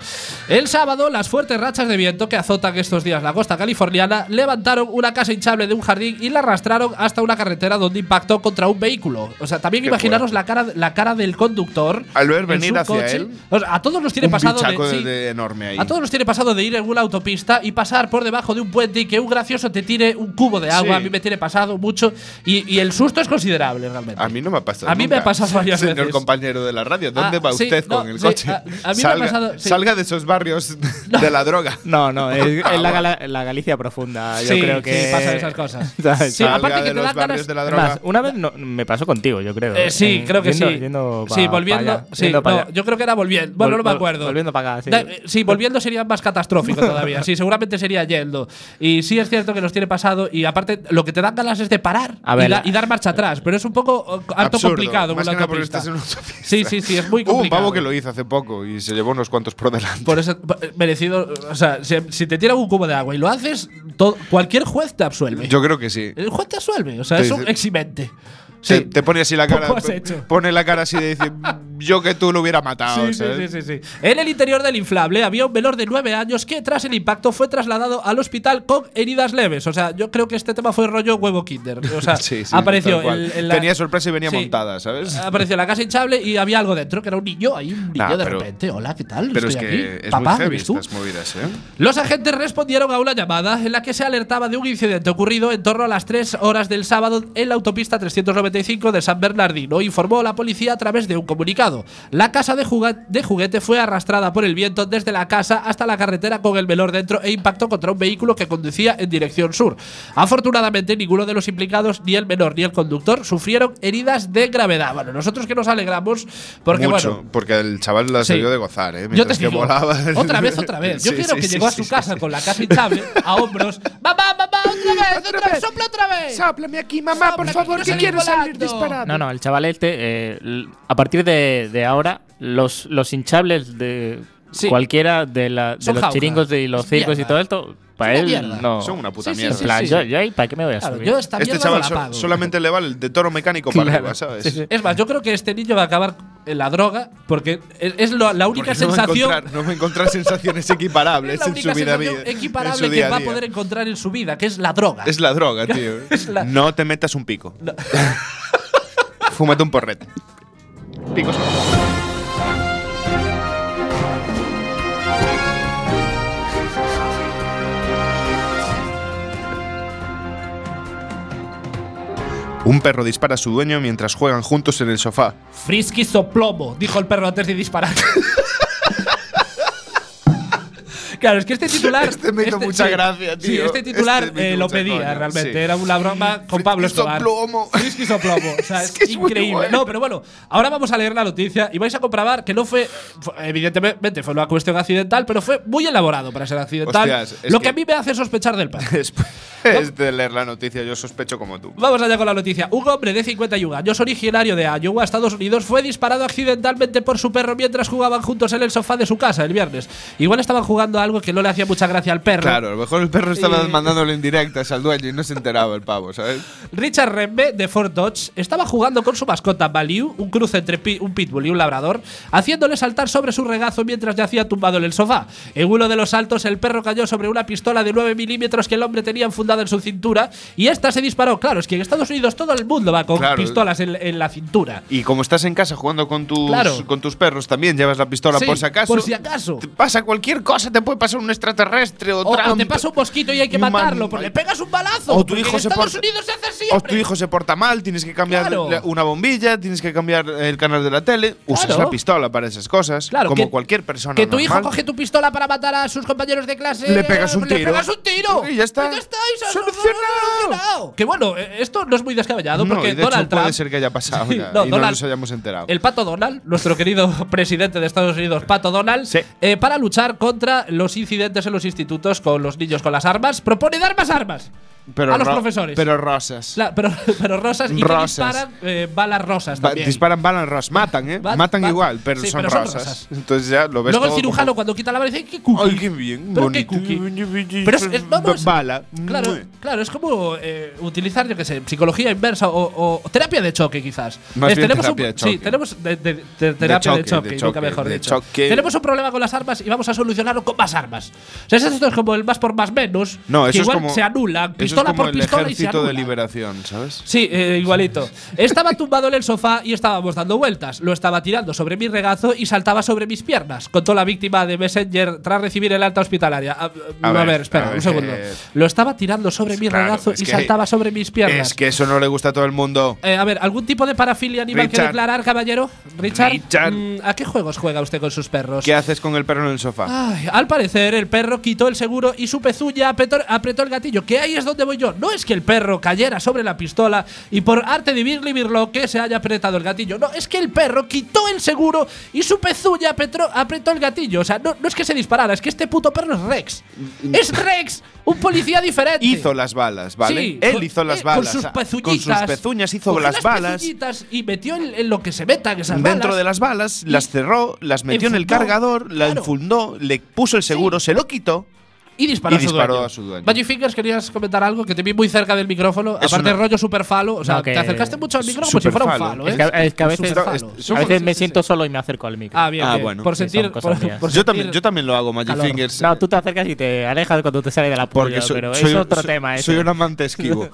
[SPEAKER 2] El sábado, las fuertes rachas de viento que azotan estos días la costa californiana levantaron una casa hinchable de un jardín y la arrastraron hasta una carretera donde impactó contra un vehículo. O sea, también
[SPEAKER 1] Qué
[SPEAKER 2] imaginaros
[SPEAKER 1] fuerte.
[SPEAKER 2] la cara, la cara del conductor.
[SPEAKER 1] Al ver
[SPEAKER 2] en
[SPEAKER 1] venir
[SPEAKER 2] su
[SPEAKER 1] hacia
[SPEAKER 2] coche.
[SPEAKER 1] él,
[SPEAKER 2] O sea, a todos nos tiene
[SPEAKER 1] un
[SPEAKER 2] pasado de,
[SPEAKER 1] bichaco de,
[SPEAKER 2] sí.
[SPEAKER 1] de enorme ahí.
[SPEAKER 2] A todos nos tiene pasado de ir en una autopista y pasar por debajo de un puente y que un gracioso te tire un cubo de agua.
[SPEAKER 1] Sí.
[SPEAKER 2] A mí me tiene pasado mucho y, y el susto es considerable realmente.
[SPEAKER 1] A mí no me ha pasado.
[SPEAKER 2] A mí me
[SPEAKER 1] nunca.
[SPEAKER 2] ha pasado varias
[SPEAKER 1] Señor
[SPEAKER 2] veces.
[SPEAKER 1] compañero de la radio, ¿dónde
[SPEAKER 2] Ah,
[SPEAKER 1] va
[SPEAKER 2] sí,
[SPEAKER 1] usted
[SPEAKER 2] no,
[SPEAKER 1] con el
[SPEAKER 2] sí,
[SPEAKER 1] coche?
[SPEAKER 2] a- a mí me ha
[SPEAKER 1] salga,
[SPEAKER 2] pasado- sí.
[SPEAKER 1] salga de esos barrios de la droga.
[SPEAKER 3] No, no, es, es la, Gala- la Galicia profunda. Yo
[SPEAKER 2] Sí,
[SPEAKER 3] creo que.
[SPEAKER 2] sí, pasan esas cosas.
[SPEAKER 3] ¿Sabes?
[SPEAKER 2] Sí,
[SPEAKER 1] salga
[SPEAKER 2] aparte que
[SPEAKER 1] de
[SPEAKER 2] te
[SPEAKER 1] los
[SPEAKER 2] dan ganas-
[SPEAKER 1] barrios de la
[SPEAKER 3] Es
[SPEAKER 1] droga.
[SPEAKER 3] más, una vez no- me pasó contigo, yo creo.
[SPEAKER 2] Eh, sí,
[SPEAKER 3] Eh,
[SPEAKER 2] creo que
[SPEAKER 3] yendo-
[SPEAKER 2] sí.
[SPEAKER 3] yendo pa-
[SPEAKER 2] sí,
[SPEAKER 3] pa
[SPEAKER 2] volviendo.
[SPEAKER 3] allá,
[SPEAKER 2] Sí,
[SPEAKER 3] yendo pa
[SPEAKER 2] no,
[SPEAKER 3] allá.
[SPEAKER 2] yo creo que era volviendo. Bueno,
[SPEAKER 3] Vol-
[SPEAKER 2] no me
[SPEAKER 3] vol-
[SPEAKER 2] acuerdo.
[SPEAKER 3] volviendo pa acá, sí.
[SPEAKER 2] Da- eh, sí, volviendo sería más catastrófico todavía. Sí, seguramente sería yendo. Y sí es cierto que nos tiene pasado. Y aparte, lo que te dan ganas es de parar
[SPEAKER 3] A
[SPEAKER 2] y
[SPEAKER 3] ver,
[SPEAKER 2] da-
[SPEAKER 3] la-
[SPEAKER 2] y, dar marcha atrás. Pero es un poco eh, harto
[SPEAKER 1] Absurdo,
[SPEAKER 2] complicado
[SPEAKER 1] más
[SPEAKER 2] con la
[SPEAKER 1] que nada porque
[SPEAKER 2] autopista.
[SPEAKER 1] estás en una autopista.
[SPEAKER 2] Sí, sí, sí, es muy
[SPEAKER 1] Hubo un
[SPEAKER 2] complicado.
[SPEAKER 1] pavo que lo hizo hace poco y se llevó unos cuantos por delante.
[SPEAKER 2] Por eso, eh, merecido. O sea, si, si te tiran un cubo de agua y lo haces, to- cualquier juez te absuelve.
[SPEAKER 1] Yo creo que sí.
[SPEAKER 2] El juez te absuelve. O sea,
[SPEAKER 1] Te
[SPEAKER 2] es un
[SPEAKER 1] dice-
[SPEAKER 2] eximente.
[SPEAKER 1] Te,
[SPEAKER 2] Sí.
[SPEAKER 1] te pone así la cara.
[SPEAKER 2] Poco has hecho.
[SPEAKER 1] Pone la cara así de decir, "Mm, yo que tú lo hubiera matado.
[SPEAKER 2] Sí, sí,
[SPEAKER 1] ¿sabes?
[SPEAKER 2] sí, sí, sí. En el interior del inflable había un menor de 9 años que tras el impacto fue trasladado al hospital con heridas leves. O sea, yo creo que este tema fue rollo huevo kinder. O sea,
[SPEAKER 1] Sí, sí,
[SPEAKER 2] apareció
[SPEAKER 1] tal cual.
[SPEAKER 2] el- el- la-
[SPEAKER 1] Tenía sorpresa y venía
[SPEAKER 2] Sí. Ah,
[SPEAKER 1] montada, ¿sabes?
[SPEAKER 2] Apareció la casa hinchable y había algo dentro, que era un niño, ahí un niño
[SPEAKER 1] Nah,
[SPEAKER 2] de
[SPEAKER 1] pero-
[SPEAKER 2] repente. Hola, ¿qué tal?
[SPEAKER 1] Pero es
[SPEAKER 2] Estoy
[SPEAKER 1] que
[SPEAKER 2] aquí.
[SPEAKER 1] es
[SPEAKER 2] Papá,
[SPEAKER 1] muy heavy
[SPEAKER 2] ¿eres tú?
[SPEAKER 1] estas movidas, ¿eh?
[SPEAKER 2] Los agentes respondieron a una llamada en la que se alertaba de un incidente ocurrido en torno a las 3 horas del sábado en la autopista 395 de San Bernardino, informó la policía a través de un comunicado. La casa de, juga- de juguete fue arrastrada por el viento desde la casa hasta la carretera con el menor dentro e impactó contra un vehículo que conducía en dirección sur. Afortunadamente, ninguno de los implicados, ni el menor ni el conductor, sufrieron heridas de gravedad. Bueno, nosotros que nos alegramos porque,
[SPEAKER 1] Mucho,
[SPEAKER 2] bueno,
[SPEAKER 1] porque el chaval la
[SPEAKER 2] Sí.
[SPEAKER 1] debió de gozar, ¿eh?
[SPEAKER 2] yo te
[SPEAKER 1] Mientras que
[SPEAKER 2] digo,
[SPEAKER 1] volaba.
[SPEAKER 2] otra vez, otra vez. Yo
[SPEAKER 1] Sí,
[SPEAKER 2] quiero
[SPEAKER 1] sí,
[SPEAKER 2] que
[SPEAKER 1] sí,
[SPEAKER 2] llegó a
[SPEAKER 1] sí,
[SPEAKER 2] su
[SPEAKER 1] sí,
[SPEAKER 2] casa
[SPEAKER 1] sí.
[SPEAKER 2] con la casa hinchable a hombros. ¡Mamá, mamá, otra vez, otra, vez, sopla otra vez!
[SPEAKER 1] Sáplame aquí, mamá,
[SPEAKER 2] por favor, que quiero salir disparado.
[SPEAKER 3] No, no, el chaval este, eh, l- a partir de, de ahora, los, los hinchables de
[SPEAKER 2] Sí.
[SPEAKER 3] cualquiera de, la, de
[SPEAKER 2] Son
[SPEAKER 3] los
[SPEAKER 2] jauja.
[SPEAKER 3] chiringos y los
[SPEAKER 2] Es
[SPEAKER 3] circos y
[SPEAKER 2] mierda.
[SPEAKER 3] todo esto, para
[SPEAKER 2] una
[SPEAKER 3] él
[SPEAKER 2] mierda.
[SPEAKER 3] no.
[SPEAKER 1] Son una puta
[SPEAKER 2] Sí, sí,
[SPEAKER 1] mierda.
[SPEAKER 3] En plan,
[SPEAKER 2] sí,
[SPEAKER 3] yo,
[SPEAKER 2] sí.
[SPEAKER 3] yo ahí, ¿para qué me voy a
[SPEAKER 2] Claro,
[SPEAKER 3] subir?
[SPEAKER 2] yo esta
[SPEAKER 1] Este
[SPEAKER 2] mierda no
[SPEAKER 1] chaval
[SPEAKER 2] la
[SPEAKER 1] so-
[SPEAKER 2] pago.
[SPEAKER 1] solamente le vale el de toro mecánico para
[SPEAKER 3] Claro,
[SPEAKER 1] arriba, ¿sabes?
[SPEAKER 3] sí, sí.
[SPEAKER 2] Es más, yo creo que este niño va a acabar en la droga porque es, es lo- la única
[SPEAKER 1] Porque no va a
[SPEAKER 2] sensación.
[SPEAKER 1] encontrar- No va a encontrar sensaciones equiparables
[SPEAKER 2] es la
[SPEAKER 1] en
[SPEAKER 2] única
[SPEAKER 1] su vida.
[SPEAKER 2] sensación
[SPEAKER 1] vida- en
[SPEAKER 2] equiparable
[SPEAKER 1] su día
[SPEAKER 2] que va a
[SPEAKER 1] día.
[SPEAKER 2] poder encontrar en su vida, que es la droga.
[SPEAKER 1] Es la droga, tío.
[SPEAKER 2] Es la-
[SPEAKER 1] No te metas un pico.
[SPEAKER 2] No.
[SPEAKER 1] Fúmate un porrete. Picos. Un perro dispara a su dueño mientras juegan juntos en el sofá.
[SPEAKER 2] Frisky soplomo, dijo el perro antes de disparar. Claro, es que este titular.
[SPEAKER 1] Este me hizo mucha gracia,
[SPEAKER 2] Sí,
[SPEAKER 1] tío.
[SPEAKER 2] este titular
[SPEAKER 1] Este me hizo
[SPEAKER 2] eh, lo
[SPEAKER 1] mucha
[SPEAKER 2] pedía
[SPEAKER 1] coña,
[SPEAKER 2] realmente.
[SPEAKER 1] sí.
[SPEAKER 2] Era una broma con Pablo Escobar.
[SPEAKER 1] soplomo.
[SPEAKER 2] Frisky soplomo. O sea, es,
[SPEAKER 1] Es que es muy
[SPEAKER 2] increíble.
[SPEAKER 1] bueno.
[SPEAKER 2] No, pero bueno, ahora vamos a leer la noticia y vais a comprobar que no fue. fue- Evidentemente fue una cuestión accidental, pero fue muy elaborado para ser accidental.
[SPEAKER 1] Hostias, es
[SPEAKER 2] lo que,
[SPEAKER 1] que-
[SPEAKER 2] a mí me hace sospechar del padre.
[SPEAKER 1] Después de leer la noticia, yo sospecho como tú.
[SPEAKER 2] Vamos allá con la noticia. Un hombre de 51 años, originario de Iowa, Estados Unidos, fue disparado accidentalmente por su perro mientras jugaban juntos en el sofá de su casa el viernes. Igual estaban jugando a algo que no le hacía mucha gracia al perro.
[SPEAKER 1] Claro, a lo mejor el perro estaba
[SPEAKER 2] Y-
[SPEAKER 1] mandándole indirectas al dueño y no se enteraba el pavo, ¿sabes?
[SPEAKER 2] Richard Rembe, de Fort Dodge, estaba jugando con su mascota Baloo, un cruce entre pi- un pitbull y un labrador, haciéndole saltar sobre su regazo mientras yacía tumbado en el sofá. En uno de los saltos, el perro cayó sobre una pistola de 9 milímetros que el hombre tenía enfundada en su cintura y esta se disparó. Claro, es que en Estados Unidos todo el mundo va con
[SPEAKER 1] Claro.
[SPEAKER 2] pistolas en- en la cintura.
[SPEAKER 1] Y como estás en casa jugando con tus,
[SPEAKER 2] Claro.
[SPEAKER 1] con tus perros, también llevas la pistola
[SPEAKER 2] Sí,
[SPEAKER 1] por si acaso.
[SPEAKER 2] por si acaso.
[SPEAKER 1] Te pasa cualquier cosa, te puede pasar un extraterrestre o,
[SPEAKER 2] O, o
[SPEAKER 1] Trump.
[SPEAKER 2] te pasa un mosquito y hay que
[SPEAKER 1] Human-
[SPEAKER 2] matarlo, porque le pegas un balazo.
[SPEAKER 1] O tu
[SPEAKER 2] porque
[SPEAKER 1] hijo
[SPEAKER 2] en
[SPEAKER 1] se
[SPEAKER 2] Estados
[SPEAKER 1] porta-
[SPEAKER 2] Unidos se hace siempre.
[SPEAKER 1] O tu hijo se porta mal, tienes que cambiar
[SPEAKER 2] Claro.
[SPEAKER 1] la- una bombilla, tienes que cambiar el canal de la tele. Usas
[SPEAKER 2] Claro.
[SPEAKER 1] la pistola para esas cosas,
[SPEAKER 2] Claro,
[SPEAKER 1] como
[SPEAKER 2] que-
[SPEAKER 1] cualquier persona
[SPEAKER 2] que tu hijo
[SPEAKER 1] normal.
[SPEAKER 2] coge tu pistola para matar a sus compañeros de clase.
[SPEAKER 1] Le pegas un
[SPEAKER 2] Le
[SPEAKER 1] tiro.
[SPEAKER 2] pegas un tiro.
[SPEAKER 1] Y ya está.
[SPEAKER 2] Y ya está. y se ha
[SPEAKER 1] Solucionado.
[SPEAKER 2] solucionado. Que bueno, eh, esto no es muy descabellado
[SPEAKER 1] No,
[SPEAKER 2] porque
[SPEAKER 1] y de
[SPEAKER 2] Donald
[SPEAKER 1] hecho,
[SPEAKER 2] Trump.
[SPEAKER 1] puede ser que haya pasado
[SPEAKER 2] Sí,
[SPEAKER 1] ya,
[SPEAKER 2] no,
[SPEAKER 1] y no
[SPEAKER 2] Donald-
[SPEAKER 1] nos hayamos enterado.
[SPEAKER 2] El pato Donald, nuestro querido presidente de Estados Unidos, pato Donald,
[SPEAKER 1] Sí.
[SPEAKER 2] eh, para luchar contra los incidentes en los institutos con los niños con las armas, propone dar más armas a los
[SPEAKER 1] ro-
[SPEAKER 2] profesores.
[SPEAKER 1] Pero rosas.
[SPEAKER 2] Cla- pero, pero rosas y te
[SPEAKER 1] Rosas.
[SPEAKER 2] disparan eh, balas rosas
[SPEAKER 1] Ba-
[SPEAKER 2] también.
[SPEAKER 1] disparan balas rosas, matan, ¿eh?
[SPEAKER 2] Ba-
[SPEAKER 1] matan
[SPEAKER 2] ba-
[SPEAKER 1] igual, pero,
[SPEAKER 2] sí,
[SPEAKER 1] son,
[SPEAKER 2] pero son
[SPEAKER 1] rosas.
[SPEAKER 2] rosas.
[SPEAKER 1] Entonces ya lo ves
[SPEAKER 2] Luego el
[SPEAKER 1] todo
[SPEAKER 2] cirujano
[SPEAKER 1] como-
[SPEAKER 2] cuando quita la bala dice, ¿qué cookie?
[SPEAKER 1] Ay, qué bien,
[SPEAKER 2] ¿Pero qué
[SPEAKER 1] bonito.
[SPEAKER 2] cookie? Pero es, es- no, no, es-
[SPEAKER 1] bala.
[SPEAKER 2] Claro,
[SPEAKER 1] Mue.
[SPEAKER 2] claro, es como eh, utilizar, yo qué sé, psicología inversa o, o- o terapia de choque, quizás.
[SPEAKER 1] Más bien
[SPEAKER 2] tenemos
[SPEAKER 1] terapia
[SPEAKER 2] un-
[SPEAKER 1] de choque.
[SPEAKER 2] Sí, tenemos de- de- de- terapia de
[SPEAKER 1] choque,
[SPEAKER 2] choque,
[SPEAKER 1] de
[SPEAKER 2] nunca
[SPEAKER 1] choque,
[SPEAKER 2] mejor
[SPEAKER 1] de
[SPEAKER 2] dicho.
[SPEAKER 1] choque.
[SPEAKER 2] Tenemos un problema con las armas y vamos a solucionarlo con más armas. O sea, esto es como el más por más menos,
[SPEAKER 1] No, eso
[SPEAKER 2] que
[SPEAKER 1] es
[SPEAKER 2] igual
[SPEAKER 1] como-
[SPEAKER 2] se anula,
[SPEAKER 1] eso es
[SPEAKER 2] pistola
[SPEAKER 1] como
[SPEAKER 2] por pistola
[SPEAKER 1] el
[SPEAKER 2] y se
[SPEAKER 1] ejército de
[SPEAKER 2] anula.
[SPEAKER 1] liberación, ¿sabes?
[SPEAKER 2] Sí, eh, igualito. Estaba tumbado en el sofá y estábamos dando vueltas. Lo estaba tirando sobre mi regazo y saltaba sobre mis piernas, contó la víctima de Messenger tras recibir el alta hospitalaria. A, a ver,
[SPEAKER 1] ver,
[SPEAKER 2] espera,
[SPEAKER 1] a ver,
[SPEAKER 2] un segundo.
[SPEAKER 1] que-
[SPEAKER 2] Lo estaba tirando sobre mi
[SPEAKER 1] Claro,
[SPEAKER 2] regazo
[SPEAKER 1] es
[SPEAKER 2] y
[SPEAKER 1] que-
[SPEAKER 2] saltaba sobre mis piernas.
[SPEAKER 1] Es que eso no le gusta a todo el mundo.
[SPEAKER 2] Eh, a ver, ¿algún tipo de parafilia animal que
[SPEAKER 1] Richard.
[SPEAKER 2] declarar, caballero? Richard.
[SPEAKER 1] Richard.
[SPEAKER 2] mm, ¿A qué juegos juega usted con sus perros?
[SPEAKER 1] ¿Qué haces con el perro en el sofá?
[SPEAKER 2] Ay, al parecer, el perro quitó el seguro y su pezuña apretó, apretó el gatillo. Que ahí es donde voy yo. No es que el perro cayera sobre la pistola y por arte de Birli Birlo que se haya apretado el gatillo. No, es que el perro quitó el seguro y su pezuña apretó, apretó el gatillo. O sea, no, no es que se disparara, es que este puto perro es Rex. ¡Es Rex! Un policía diferente.
[SPEAKER 1] Mm, Hizo las balas, ¿vale?
[SPEAKER 2] Sí,
[SPEAKER 1] Él
[SPEAKER 2] con-
[SPEAKER 1] hizo
[SPEAKER 2] eh,
[SPEAKER 1] las balas.
[SPEAKER 2] Con sus
[SPEAKER 1] ah,
[SPEAKER 2] pezuñitas.
[SPEAKER 1] Con sus pezuñas hizo
[SPEAKER 2] Cogió
[SPEAKER 1] las balas.
[SPEAKER 2] pezuñitas y metió en, en lo que se metan esas balas.
[SPEAKER 1] Dentro de las balas, las cerró, las metió en el
[SPEAKER 2] Enfundó,
[SPEAKER 1] cargador, la
[SPEAKER 2] claro.
[SPEAKER 1] enfundó, le puso el seguro, se lo quitó.
[SPEAKER 2] Y disparó,
[SPEAKER 1] Y disparó
[SPEAKER 2] a, su
[SPEAKER 1] a su dueño.
[SPEAKER 2] Magic Fingers, querías comentar algo que te vi muy cerca del micrófono.
[SPEAKER 1] Es
[SPEAKER 2] Aparte,
[SPEAKER 1] una-
[SPEAKER 2] rollo super falo. O sea,
[SPEAKER 3] No, que-
[SPEAKER 2] te acercaste mucho al micrófono como si
[SPEAKER 1] Superfalo.
[SPEAKER 2] fuera un falo, ¿eh?
[SPEAKER 3] Es que- es que a veces-
[SPEAKER 2] Superfalo.
[SPEAKER 1] es-
[SPEAKER 3] A
[SPEAKER 1] somos-
[SPEAKER 3] veces
[SPEAKER 1] sí,
[SPEAKER 3] me
[SPEAKER 1] sí,
[SPEAKER 3] siento solo y me acerco al micro.
[SPEAKER 2] Ah, bien,
[SPEAKER 1] Ah,
[SPEAKER 2] bien.
[SPEAKER 1] bueno.
[SPEAKER 2] Por
[SPEAKER 3] Sí, son
[SPEAKER 2] sentir.
[SPEAKER 3] cosas
[SPEAKER 2] por-
[SPEAKER 3] mías.
[SPEAKER 2] por
[SPEAKER 1] Yo
[SPEAKER 2] sentir-
[SPEAKER 1] también, yo también lo hago, Magic
[SPEAKER 2] calor.
[SPEAKER 1] Fingers.
[SPEAKER 3] No, tú te acercas y te alejas cuando te sale de la
[SPEAKER 1] porque
[SPEAKER 3] puerta,
[SPEAKER 1] so-
[SPEAKER 3] pero
[SPEAKER 1] soy,
[SPEAKER 3] es otro
[SPEAKER 1] so-
[SPEAKER 3] tema. ese.
[SPEAKER 1] soy un amante esquivo.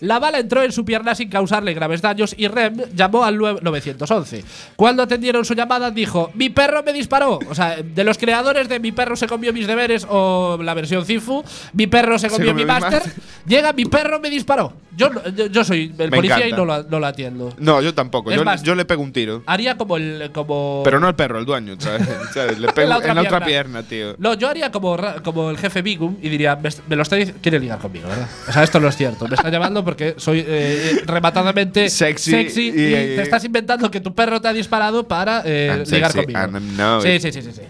[SPEAKER 2] La bala entró en su pierna sin causarle graves daños y Rem llamó al nue- 911. Cuando atendieron su llamada, dijo: Mi perro me disparó. O sea, de los creadores de Mi perro se comió mis deberes o la versión Cifu, Mi perro se comió, mi máster. Llega, mi perro me disparó. Yo, no- yo, yo soy el
[SPEAKER 1] Me
[SPEAKER 2] policía y
[SPEAKER 1] encanta.
[SPEAKER 2] no lo, no lo atiendo.
[SPEAKER 1] no, yo tampoco.
[SPEAKER 2] Es
[SPEAKER 1] Yo,
[SPEAKER 2] más-
[SPEAKER 1] yo le pego un tiro.
[SPEAKER 2] Haría como el. Como
[SPEAKER 1] Pero no al perro, al dueño. ¿sabes? ¿Sabes? Le pego en la otra, pierna, tío.
[SPEAKER 2] No, yo haría como, ra- como el jefe Bigum y diría, me, est- me lo está dic- quiere ligar conmigo, ¿verdad? O sea, esto no es cierto. Me está llamando porque soy eh, rematadamente
[SPEAKER 1] Sexy
[SPEAKER 2] sexy y,
[SPEAKER 1] y- y-
[SPEAKER 2] te estás inventando que tu perro te ha disparado para eh,
[SPEAKER 1] I'm
[SPEAKER 2] ligar
[SPEAKER 1] sexy
[SPEAKER 2] conmigo.
[SPEAKER 1] and I'm not.
[SPEAKER 2] sí, sí, sí, sí, sí.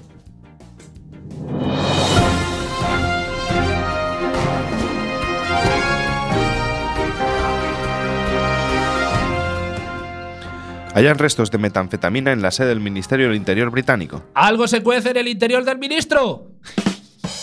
[SPEAKER 1] Hayan restos de metanfetamina en la sede del Ministerio del Interior británico.
[SPEAKER 2] Algo se cuece en el interior del ministro.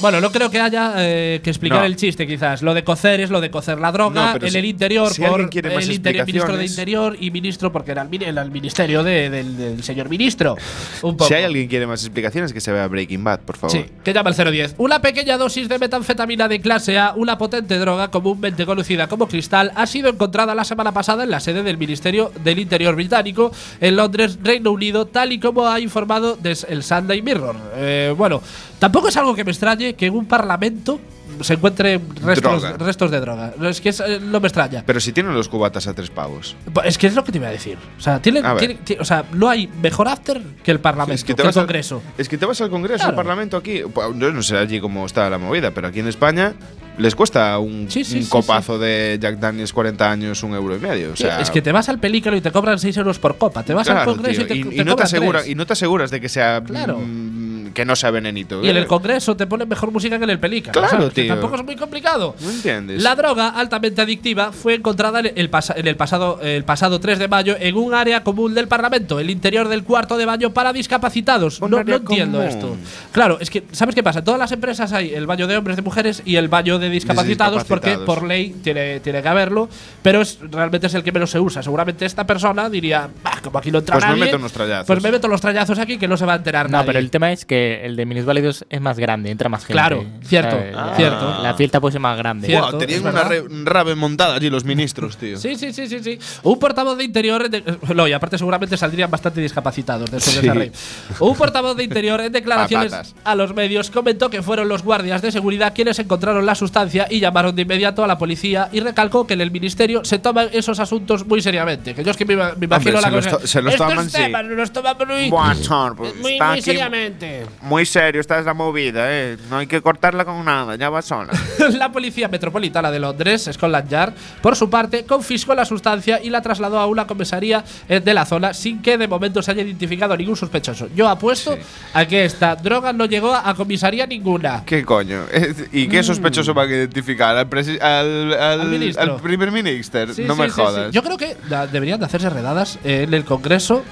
[SPEAKER 2] Bueno, no creo que haya eh, que explicar
[SPEAKER 1] No.
[SPEAKER 2] el chiste, quizás. Lo de cocer es lo de cocer la droga
[SPEAKER 1] No, pero
[SPEAKER 2] en
[SPEAKER 1] si-
[SPEAKER 2] el interior
[SPEAKER 1] si
[SPEAKER 2] por
[SPEAKER 1] alguien quiere más
[SPEAKER 2] el interi- ministro de
[SPEAKER 1] explicaciones-
[SPEAKER 2] Interior y ministro porque era el, min- era el ministerio de- del, del señor ministro. Un poco.
[SPEAKER 1] Si hay alguien que quiere más explicaciones, que se vea Breaking Bad, por favor.
[SPEAKER 2] Sí, que llama al 010. Una pequeña dosis de metanfetamina de clase A, una potente droga comúnmente conocida como cristal, ha sido encontrada la semana pasada en la sede del Ministerio del Interior británico en Londres, Reino Unido, tal y como ha informado des- el Sunday Mirror. Eh, bueno, tampoco es algo que me extrañe que en un parlamento se encuentren restos,
[SPEAKER 1] Droga.
[SPEAKER 2] restos de droga. No, Es que es- eh, no me extraña.
[SPEAKER 1] Pero si tienen los cubatas a tres pavos.
[SPEAKER 2] Bo- Es que es lo que te iba a decir. O sea, tienen-
[SPEAKER 1] A ver.
[SPEAKER 2] tienen- ti- o sea no hay mejor after que el Parlamento,
[SPEAKER 1] Es que,
[SPEAKER 2] que
[SPEAKER 1] te
[SPEAKER 2] el
[SPEAKER 1] vas al-
[SPEAKER 2] Congreso.
[SPEAKER 1] es que te vas al Congreso,
[SPEAKER 2] Claro.
[SPEAKER 1] al Parlamento aquí. Pues, Yo no sé allí cómo está la movida, pero aquí en España les cuesta un,
[SPEAKER 2] Sí, sí,
[SPEAKER 1] un
[SPEAKER 2] sí,
[SPEAKER 1] copazo de Jack Daniels 40 años, un euro y medio. O sea,
[SPEAKER 2] es que te vas al pelícano y te cobran 6 euros por copa. Te vas al
[SPEAKER 1] claro, tío,
[SPEAKER 2] Congreso y te,
[SPEAKER 1] y-
[SPEAKER 2] te
[SPEAKER 1] y no te
[SPEAKER 2] cobran
[SPEAKER 1] asegura-
[SPEAKER 2] tres.
[SPEAKER 1] y no te aseguras de que sea.
[SPEAKER 2] Claro.
[SPEAKER 1] mm, que no sea venenito.
[SPEAKER 2] Y en el
[SPEAKER 1] ¿eh?
[SPEAKER 2] Congreso te ponen mejor música que en el pelícano.
[SPEAKER 1] Claro,
[SPEAKER 2] ¿sabes? Que
[SPEAKER 1] tío.
[SPEAKER 2] tampoco es muy complicado.
[SPEAKER 1] No entiendes.
[SPEAKER 2] La droga altamente adictiva fue encontrada en el, pasa- en el pasado, el pasado 3 de mayo en un área común del Parlamento, el interior del cuarto de baño para discapacitados.
[SPEAKER 1] Un
[SPEAKER 2] No, no
[SPEAKER 1] área
[SPEAKER 2] entiendo
[SPEAKER 1] común.
[SPEAKER 2] esto. Claro, es que, ¿sabes qué pasa? En Todas las empresas hay el baño de hombres, de mujeres y el baño de discapacitados, porque
[SPEAKER 1] discapacitados.
[SPEAKER 2] por ley tiene, tiene que haberlo, pero es, realmente es el que menos se usa. Seguramente esta persona diría, "Bah, como aquí no entra
[SPEAKER 1] Pues me
[SPEAKER 2] nadie,
[SPEAKER 1] meto unos trallazos".
[SPEAKER 2] Pues me meto los trallazos aquí que no se va a enterar
[SPEAKER 3] No,
[SPEAKER 2] nadie.
[SPEAKER 3] pero el tema es que el de minusválidos es más grande, entra más gente.
[SPEAKER 2] Claro, cierto,
[SPEAKER 3] La-
[SPEAKER 2] cierto.
[SPEAKER 3] La fiesta puede ser más grande.
[SPEAKER 2] Cierto.
[SPEAKER 1] Guau, tenían
[SPEAKER 2] es
[SPEAKER 1] una
[SPEAKER 2] verdad.
[SPEAKER 1] re- rave montada allí los ministros, tío.
[SPEAKER 2] Sí, sí, sí, sí, sí. Un portavoz de interior. en de- no, y aparte, seguramente saldrían bastante discapacitados después de esa
[SPEAKER 1] Sí.
[SPEAKER 2] rave. Un portavoz de interior en declaraciones
[SPEAKER 1] Patatas.
[SPEAKER 2] a los medios comentó que fueron los guardias de seguridad quienes encontraron la sustancia y llamaron de inmediato a la policía y recalcó que en el ministerio se toman esos asuntos muy seriamente. Que yo es que me, ima- me imagino
[SPEAKER 1] Hombre,
[SPEAKER 2] la
[SPEAKER 1] se los
[SPEAKER 2] cosa-
[SPEAKER 1] to- se los
[SPEAKER 2] Estos
[SPEAKER 1] toman, sí.
[SPEAKER 2] temas los toman muy,
[SPEAKER 1] Buah, chon, pues
[SPEAKER 2] muy,
[SPEAKER 1] está
[SPEAKER 2] muy
[SPEAKER 1] aquí-
[SPEAKER 2] seriamente.
[SPEAKER 1] Muy serio, esta es la movida, ¿eh? No hay que cortarla con nada, ya va sola.
[SPEAKER 2] La policía metropolitana de Londres, Scotland Yard, por su parte, confiscó la sustancia y la trasladó a una comisaría eh, de la zona sin que de momento se haya identificado ningún sospechoso. Yo apuesto
[SPEAKER 1] Sí.
[SPEAKER 2] a que esta droga no llegó a comisaría ninguna.
[SPEAKER 1] ¿Qué coño? ¿Y qué sospechoso van a identificar? ¿Al, presi- al, al-
[SPEAKER 2] Mm. Al ministro.
[SPEAKER 1] al primer ministro?
[SPEAKER 2] Sí,
[SPEAKER 1] no
[SPEAKER 2] sí,
[SPEAKER 1] me
[SPEAKER 2] sí, sí.
[SPEAKER 1] jodas.
[SPEAKER 2] Yo creo que da- deberían de hacerse redadas en el Congreso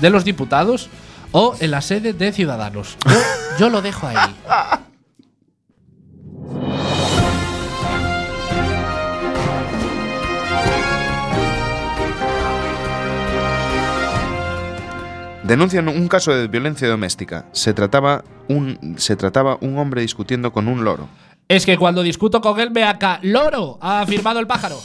[SPEAKER 2] de los Diputados o en la sede de Ciudadanos. Yo, yo lo dejo ahí.
[SPEAKER 1] Denuncian un caso de violencia doméstica. Se trataba, un, se trataba un hombre discutiendo con un loro.
[SPEAKER 2] Es que cuando discuto con él me acá loro, ha afirmado el pájaro.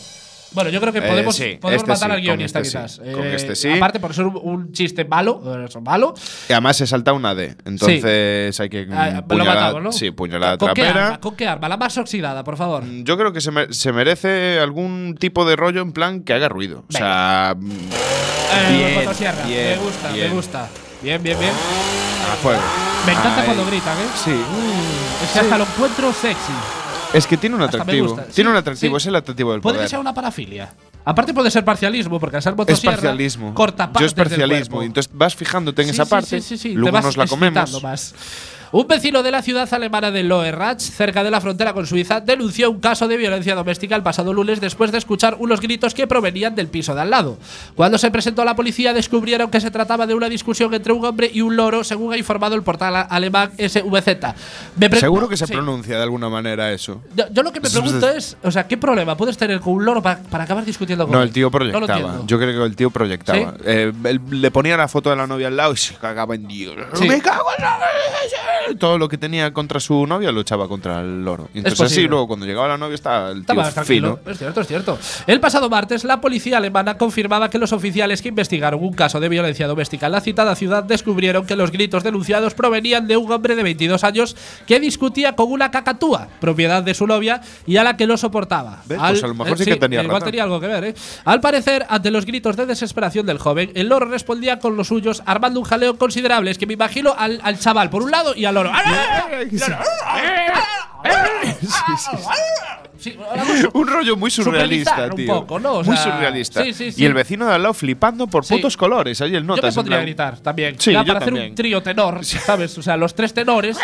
[SPEAKER 2] Bueno, yo creo que
[SPEAKER 1] Eh,
[SPEAKER 2] podemos,
[SPEAKER 1] sí,
[SPEAKER 2] podemos
[SPEAKER 1] este
[SPEAKER 2] matar
[SPEAKER 1] sí,
[SPEAKER 2] al
[SPEAKER 1] con
[SPEAKER 2] guionista
[SPEAKER 1] este
[SPEAKER 2] quizás. Eh,
[SPEAKER 1] sí, con este sí.
[SPEAKER 2] Aparte por ser un, un chiste malo, eh, son malo.
[SPEAKER 1] Y además se salta una D. Entonces hay que. mm,
[SPEAKER 2] Ah, lo
[SPEAKER 1] puñalada-
[SPEAKER 2] matamos, ¿no?
[SPEAKER 1] Sí, puñalada
[SPEAKER 2] ¿Con qué,
[SPEAKER 1] trapera.
[SPEAKER 2] arma, ¿Con qué arma? La más oxidada, por favor.
[SPEAKER 1] Mm, Yo creo que se, me- se merece algún tipo de rollo en plan que haga ruido. O sea, mm,
[SPEAKER 2] Eh,
[SPEAKER 1] bien,
[SPEAKER 2] motosierra.
[SPEAKER 1] bien,
[SPEAKER 2] me gusta,
[SPEAKER 1] bien.
[SPEAKER 2] me gusta. Bien, bien, bien.
[SPEAKER 1] a fuego.
[SPEAKER 2] Me encanta
[SPEAKER 1] Ay.
[SPEAKER 2] cuando gritan, ¿eh?
[SPEAKER 1] Sí.
[SPEAKER 2] Es que hasta lo encuentro sexy.
[SPEAKER 1] Es que tiene un
[SPEAKER 2] Hasta me
[SPEAKER 1] atractivo.
[SPEAKER 2] gusta, sí,
[SPEAKER 1] Tiene un atractivo,
[SPEAKER 2] sí.
[SPEAKER 1] es el atractivo del
[SPEAKER 2] Puede
[SPEAKER 1] poder.
[SPEAKER 2] que sea una parafilia. Aparte puede ser parcialismo, porque al ser
[SPEAKER 1] es
[SPEAKER 2] motosierra
[SPEAKER 1] parcialismo.
[SPEAKER 2] corta
[SPEAKER 1] Yo
[SPEAKER 2] partes
[SPEAKER 1] es parcialismo.
[SPEAKER 2] del
[SPEAKER 1] y
[SPEAKER 2] cuerpo.
[SPEAKER 1] Entonces vas fijándote en
[SPEAKER 2] Sí,
[SPEAKER 1] esa
[SPEAKER 2] sí,
[SPEAKER 1] parte.
[SPEAKER 2] sí, sí, sí, te
[SPEAKER 1] Luego
[SPEAKER 2] vas
[SPEAKER 1] nos la
[SPEAKER 2] excitando
[SPEAKER 1] comemos.
[SPEAKER 2] más. Un vecino de la ciudad alemana de Loerratsch, cerca de la frontera con Suiza, denunció un caso de violencia doméstica el pasado lunes después de escuchar unos gritos que provenían del piso de al lado. Cuando se presentó a la policía, descubrieron que se trataba de una discusión entre un hombre y un loro, según ha informado el portal a- alemán SVZ. Me pre-
[SPEAKER 1] Seguro que se
[SPEAKER 2] Sí.
[SPEAKER 1] pronuncia de alguna manera eso.
[SPEAKER 2] Yo, yo lo que me pregunto es, o sea, ¿qué problema puedes tener con un loro pa- para, acabar discutiendo con
[SPEAKER 1] No,
[SPEAKER 2] él?
[SPEAKER 1] el tío
[SPEAKER 2] No lo
[SPEAKER 1] proyectaba.
[SPEAKER 2] entiendo.
[SPEAKER 1] Yo creo que el tío proyectaba.
[SPEAKER 2] ¿Sí?
[SPEAKER 1] Eh, él le ponía la foto de la novia al lado y se cagaba en Dios.
[SPEAKER 2] Sí.
[SPEAKER 1] ¡Me cago en la- Todo lo que tenía contra su novia lo echaba contra el loro. Y entonces así
[SPEAKER 2] posible.
[SPEAKER 1] luego cuando llegaba la novia estaba el tío
[SPEAKER 2] Estaba tranquilo.
[SPEAKER 1] fino.
[SPEAKER 2] Es cierto, es cierto. El pasado martes, la policía alemana confirmaba que los oficiales que investigaron un caso de violencia doméstica en la citada ciudad descubrieron que los gritos denunciados provenían de un hombre de 22 años que discutía con una cacatúa, propiedad de su novia, y a la que lo soportaba. eh,
[SPEAKER 1] Ve, pues a lo mejor sí que tenía
[SPEAKER 2] igual
[SPEAKER 1] razón.
[SPEAKER 2] tenía algo que ver, ¿eh? Al parecer, ante los gritos de desesperación del joven, el loro respondía con los suyos, armando un jaleo considerable. Es que me imagino al, al chaval por un lado y al loro. ¡Ah! Sí, una cosa
[SPEAKER 1] Un rollo muy surrealista,
[SPEAKER 2] Surrealizar un
[SPEAKER 1] tío.
[SPEAKER 2] poco, ¿no? O
[SPEAKER 1] muy
[SPEAKER 2] sea,
[SPEAKER 1] surrealista.
[SPEAKER 2] sí, sí, sí.
[SPEAKER 1] Y el vecino de al lado flipando por
[SPEAKER 2] Sí.
[SPEAKER 1] putos colores. Ahí el
[SPEAKER 2] Yo me
[SPEAKER 1] notas. en
[SPEAKER 2] podría
[SPEAKER 1] plan-
[SPEAKER 2] gritar también.
[SPEAKER 1] Sí,
[SPEAKER 2] Ya
[SPEAKER 1] yo
[SPEAKER 2] para hacer
[SPEAKER 1] también.
[SPEAKER 2] un trío tenor, ¿sabes? O sea, los tres tenores.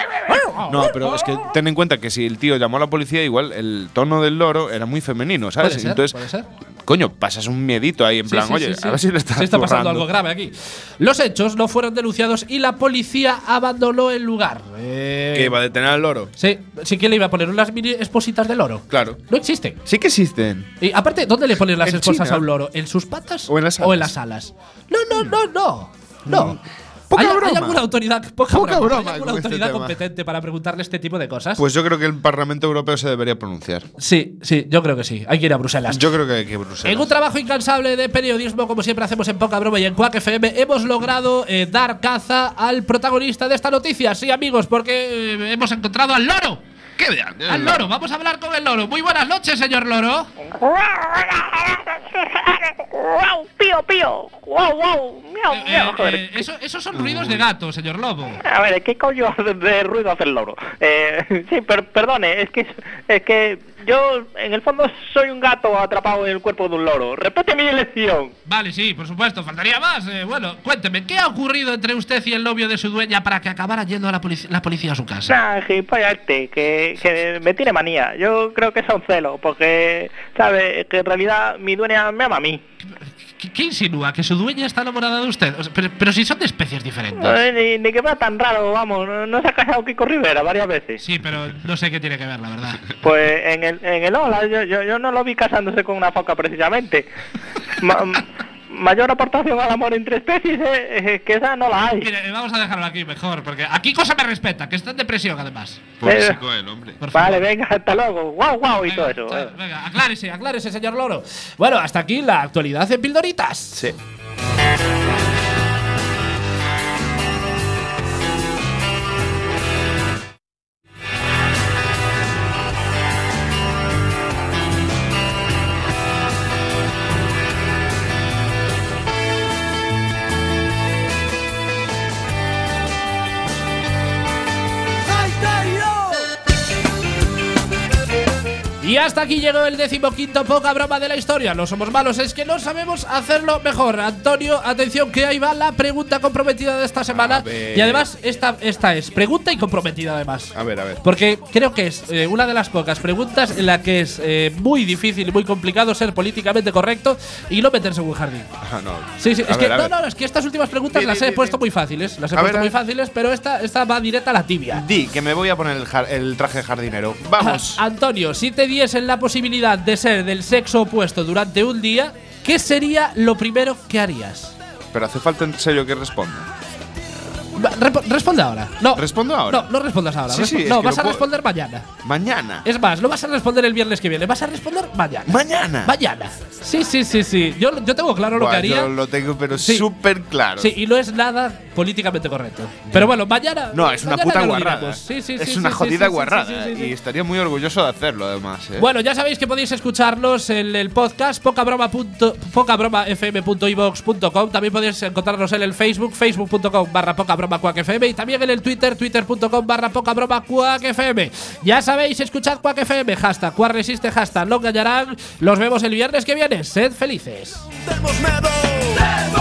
[SPEAKER 1] No, pero es que ten en cuenta que si el tío llamó a la policía, igual el tono del loro era muy femenino, ¿sabes?
[SPEAKER 2] Puede ser,
[SPEAKER 1] Entonces,
[SPEAKER 2] puede ser.
[SPEAKER 1] coño, pasas un miedito ahí en
[SPEAKER 2] Sí,
[SPEAKER 1] plan,
[SPEAKER 2] sí,
[SPEAKER 1] oye,
[SPEAKER 2] sí, sí.
[SPEAKER 1] a ver si le estás
[SPEAKER 2] Se está pasando
[SPEAKER 1] zurrando.
[SPEAKER 2] algo grave aquí. Los hechos no fueron denunciados y la policía abandonó el lugar. Eh,
[SPEAKER 1] Que iba a detener al loro.
[SPEAKER 2] Sí, sí que le iba a poner unas mini espositas del oro.
[SPEAKER 1] Claro.
[SPEAKER 2] No existen.
[SPEAKER 1] Sí que existen.
[SPEAKER 2] Y aparte, ¿dónde le pones las
[SPEAKER 1] En
[SPEAKER 2] esposas
[SPEAKER 1] China.
[SPEAKER 2] a un loro? ¿En sus patas?
[SPEAKER 1] O en las alas. Mm.
[SPEAKER 2] alas? No, no, no, no. No.
[SPEAKER 1] Poca
[SPEAKER 2] ¿Hay, hay
[SPEAKER 1] broma.
[SPEAKER 2] alguna autoridad, poca
[SPEAKER 1] Poca
[SPEAKER 2] broma, ¿hay
[SPEAKER 1] broma
[SPEAKER 2] alguna
[SPEAKER 1] con este
[SPEAKER 2] autoridad
[SPEAKER 1] tema.
[SPEAKER 2] competente para preguntarle este tipo de cosas?
[SPEAKER 1] Pues yo creo que el Parlamento Europeo se debería pronunciar.
[SPEAKER 2] sí, sí, yo creo que sí. Hay que ir a Bruselas.
[SPEAKER 1] Yo creo que hay que
[SPEAKER 2] En un
[SPEAKER 1] Bruselas.
[SPEAKER 2] trabajo incansable de periodismo, como siempre hacemos en Poca Broma y en Quack FM, hemos logrado eh, dar caza al protagonista de esta noticia. Sí, amigos, porque eh, hemos encontrado al loro.
[SPEAKER 1] ¿Qué vean?
[SPEAKER 2] Al loro, vamos a hablar con el loro. Muy buenas noches, señor loro.
[SPEAKER 7] ¡Wow! ¡Pío, pío! ¡Wow, wow! ¡Miau,
[SPEAKER 2] Eh,
[SPEAKER 7] miau!
[SPEAKER 2] eh,
[SPEAKER 7] Joder.
[SPEAKER 2] eh, eso, esos son ruidos de gato, señor lobo.
[SPEAKER 7] A ver, ¿qué coño de, de ruido hace el loro? Eh, sí, per- perdone, es que, es que yo en el fondo soy un gato atrapado en el cuerpo de un loro. Repete mi elección.
[SPEAKER 2] Vale, sí, por supuesto, faltaría más. Eh, bueno, cuénteme, ¿qué ha ocurrido entre usted y el novio de su dueña para que acabara yendo a la, polici- la policía a su casa?
[SPEAKER 7] Nah, gilipollarte, que, que me tiene manía. Yo creo que son celos, porque, ¿sabes? Que en realidad mi dueña me ama a mí.
[SPEAKER 2] ¿Qué, qué insinúa? ¿Que su dueña está enamorada de usted? O sea, pero, pero si son de especies diferentes.
[SPEAKER 7] Eh, Ni, ni que va tan raro, vamos. No, no se ha casado Kiko Rivera varias veces.
[SPEAKER 2] Sí, pero no sé qué tiene que ver, la verdad.
[SPEAKER 7] Pues en el, en el Ola, yo, yo, yo no lo vi casándose con una foca precisamente. Ma- m- mayor aportación al amor entre especies eh, eh, que esa no la hay.
[SPEAKER 2] Mire, eh, vamos a dejarlo aquí mejor, porque aquí cosa me respeta, que está en depresión además.
[SPEAKER 1] Pobrecito el hombre.
[SPEAKER 2] Por favor.
[SPEAKER 7] Vale, venga, hasta luego. Guau, guau y
[SPEAKER 2] Venga,
[SPEAKER 7] todo eso.
[SPEAKER 2] chao,
[SPEAKER 7] eh.
[SPEAKER 2] venga, aclárese, aclárese, señor Loro. Bueno, hasta aquí la actualidad en Pildoritas.
[SPEAKER 1] Sí.
[SPEAKER 2] Y hasta aquí llegó el decimoquinto poca broma de la historia. No somos malos, es que no sabemos hacerlo mejor. Antonio, atención, que ahí va la pregunta comprometida de esta semana.
[SPEAKER 1] ver.
[SPEAKER 2] Y además, esta, esta es pregunta y comprometida además.
[SPEAKER 1] A ver, a ver.
[SPEAKER 2] Porque creo que es eh, una de las pocas preguntas en la que es eh, muy difícil y muy complicado ser políticamente correcto y no meterse en un jardín.
[SPEAKER 1] Ah, no.
[SPEAKER 2] Sí, sí, es
[SPEAKER 1] A
[SPEAKER 2] que,
[SPEAKER 1] ver, a
[SPEAKER 2] no,
[SPEAKER 1] ver.
[SPEAKER 2] no, no, es que estas últimas preguntas
[SPEAKER 1] Di,
[SPEAKER 2] las
[SPEAKER 1] di,
[SPEAKER 2] he
[SPEAKER 1] di,
[SPEAKER 2] puesto
[SPEAKER 1] di.
[SPEAKER 2] muy fáciles, las he
[SPEAKER 1] A ver,
[SPEAKER 2] puesto
[SPEAKER 1] a
[SPEAKER 2] muy
[SPEAKER 1] ver.
[SPEAKER 2] fáciles, pero esta, esta va directa a la tibia.
[SPEAKER 1] Di que me voy a poner el, jar- el traje de jardinero.
[SPEAKER 2] Ah,
[SPEAKER 1] Vamos.
[SPEAKER 2] Antonio, si te diesen la posibilidad de ser del sexo opuesto durante un día, ¿qué sería lo primero que harías?
[SPEAKER 1] Pero hace falta en serio que responda.
[SPEAKER 2] Va, repo- responde ahora. No.
[SPEAKER 1] ¿Respondo ahora?
[SPEAKER 2] No, no respondas ahora.
[SPEAKER 1] Sí, sí,
[SPEAKER 2] Respo-
[SPEAKER 1] es
[SPEAKER 2] no,
[SPEAKER 1] que
[SPEAKER 2] vas
[SPEAKER 1] no
[SPEAKER 2] a
[SPEAKER 1] puedo-
[SPEAKER 2] responder mañana.
[SPEAKER 1] Mañana.
[SPEAKER 2] Es más, no vas a responder el viernes que viene, vas a responder mañana.
[SPEAKER 1] Mañana.
[SPEAKER 2] mañana. Sí, sí, sí, sí. Yo, yo tengo claro lo
[SPEAKER 1] Buah,
[SPEAKER 2] que haría.
[SPEAKER 1] Yo lo tengo, pero
[SPEAKER 2] Sí.
[SPEAKER 1] súper claro.
[SPEAKER 2] Sí, y no es nada políticamente correcto. Pero bueno, mañana.
[SPEAKER 1] No, es una
[SPEAKER 2] mañana
[SPEAKER 1] puta
[SPEAKER 2] ya lo
[SPEAKER 1] guarrada.
[SPEAKER 2] diremos. Sí, sí,
[SPEAKER 1] es
[SPEAKER 2] sí,
[SPEAKER 1] una
[SPEAKER 2] sí, sí,
[SPEAKER 1] jodida
[SPEAKER 2] sí, sí,
[SPEAKER 1] guarrada. eh.
[SPEAKER 2] sí, sí, sí.
[SPEAKER 1] Y estaría muy orgulloso de hacerlo, además. ¿eh?
[SPEAKER 2] Bueno, ya sabéis que podéis escucharnos en el podcast pocabroma punto- pocabromafm.ivox.com. También podéis encontrarnos en el Facebook, facebook.com barra pocabroma.cuacfm y también en el Twitter, twitter.com barra pocabroma.cuacfm. Ya sabéis, escuchad cuacfm, hashtag cuacresiste, hashtag no engañarán. Los vemos el viernes que viene. Sed felices.
[SPEAKER 8] Temos medo! Temos!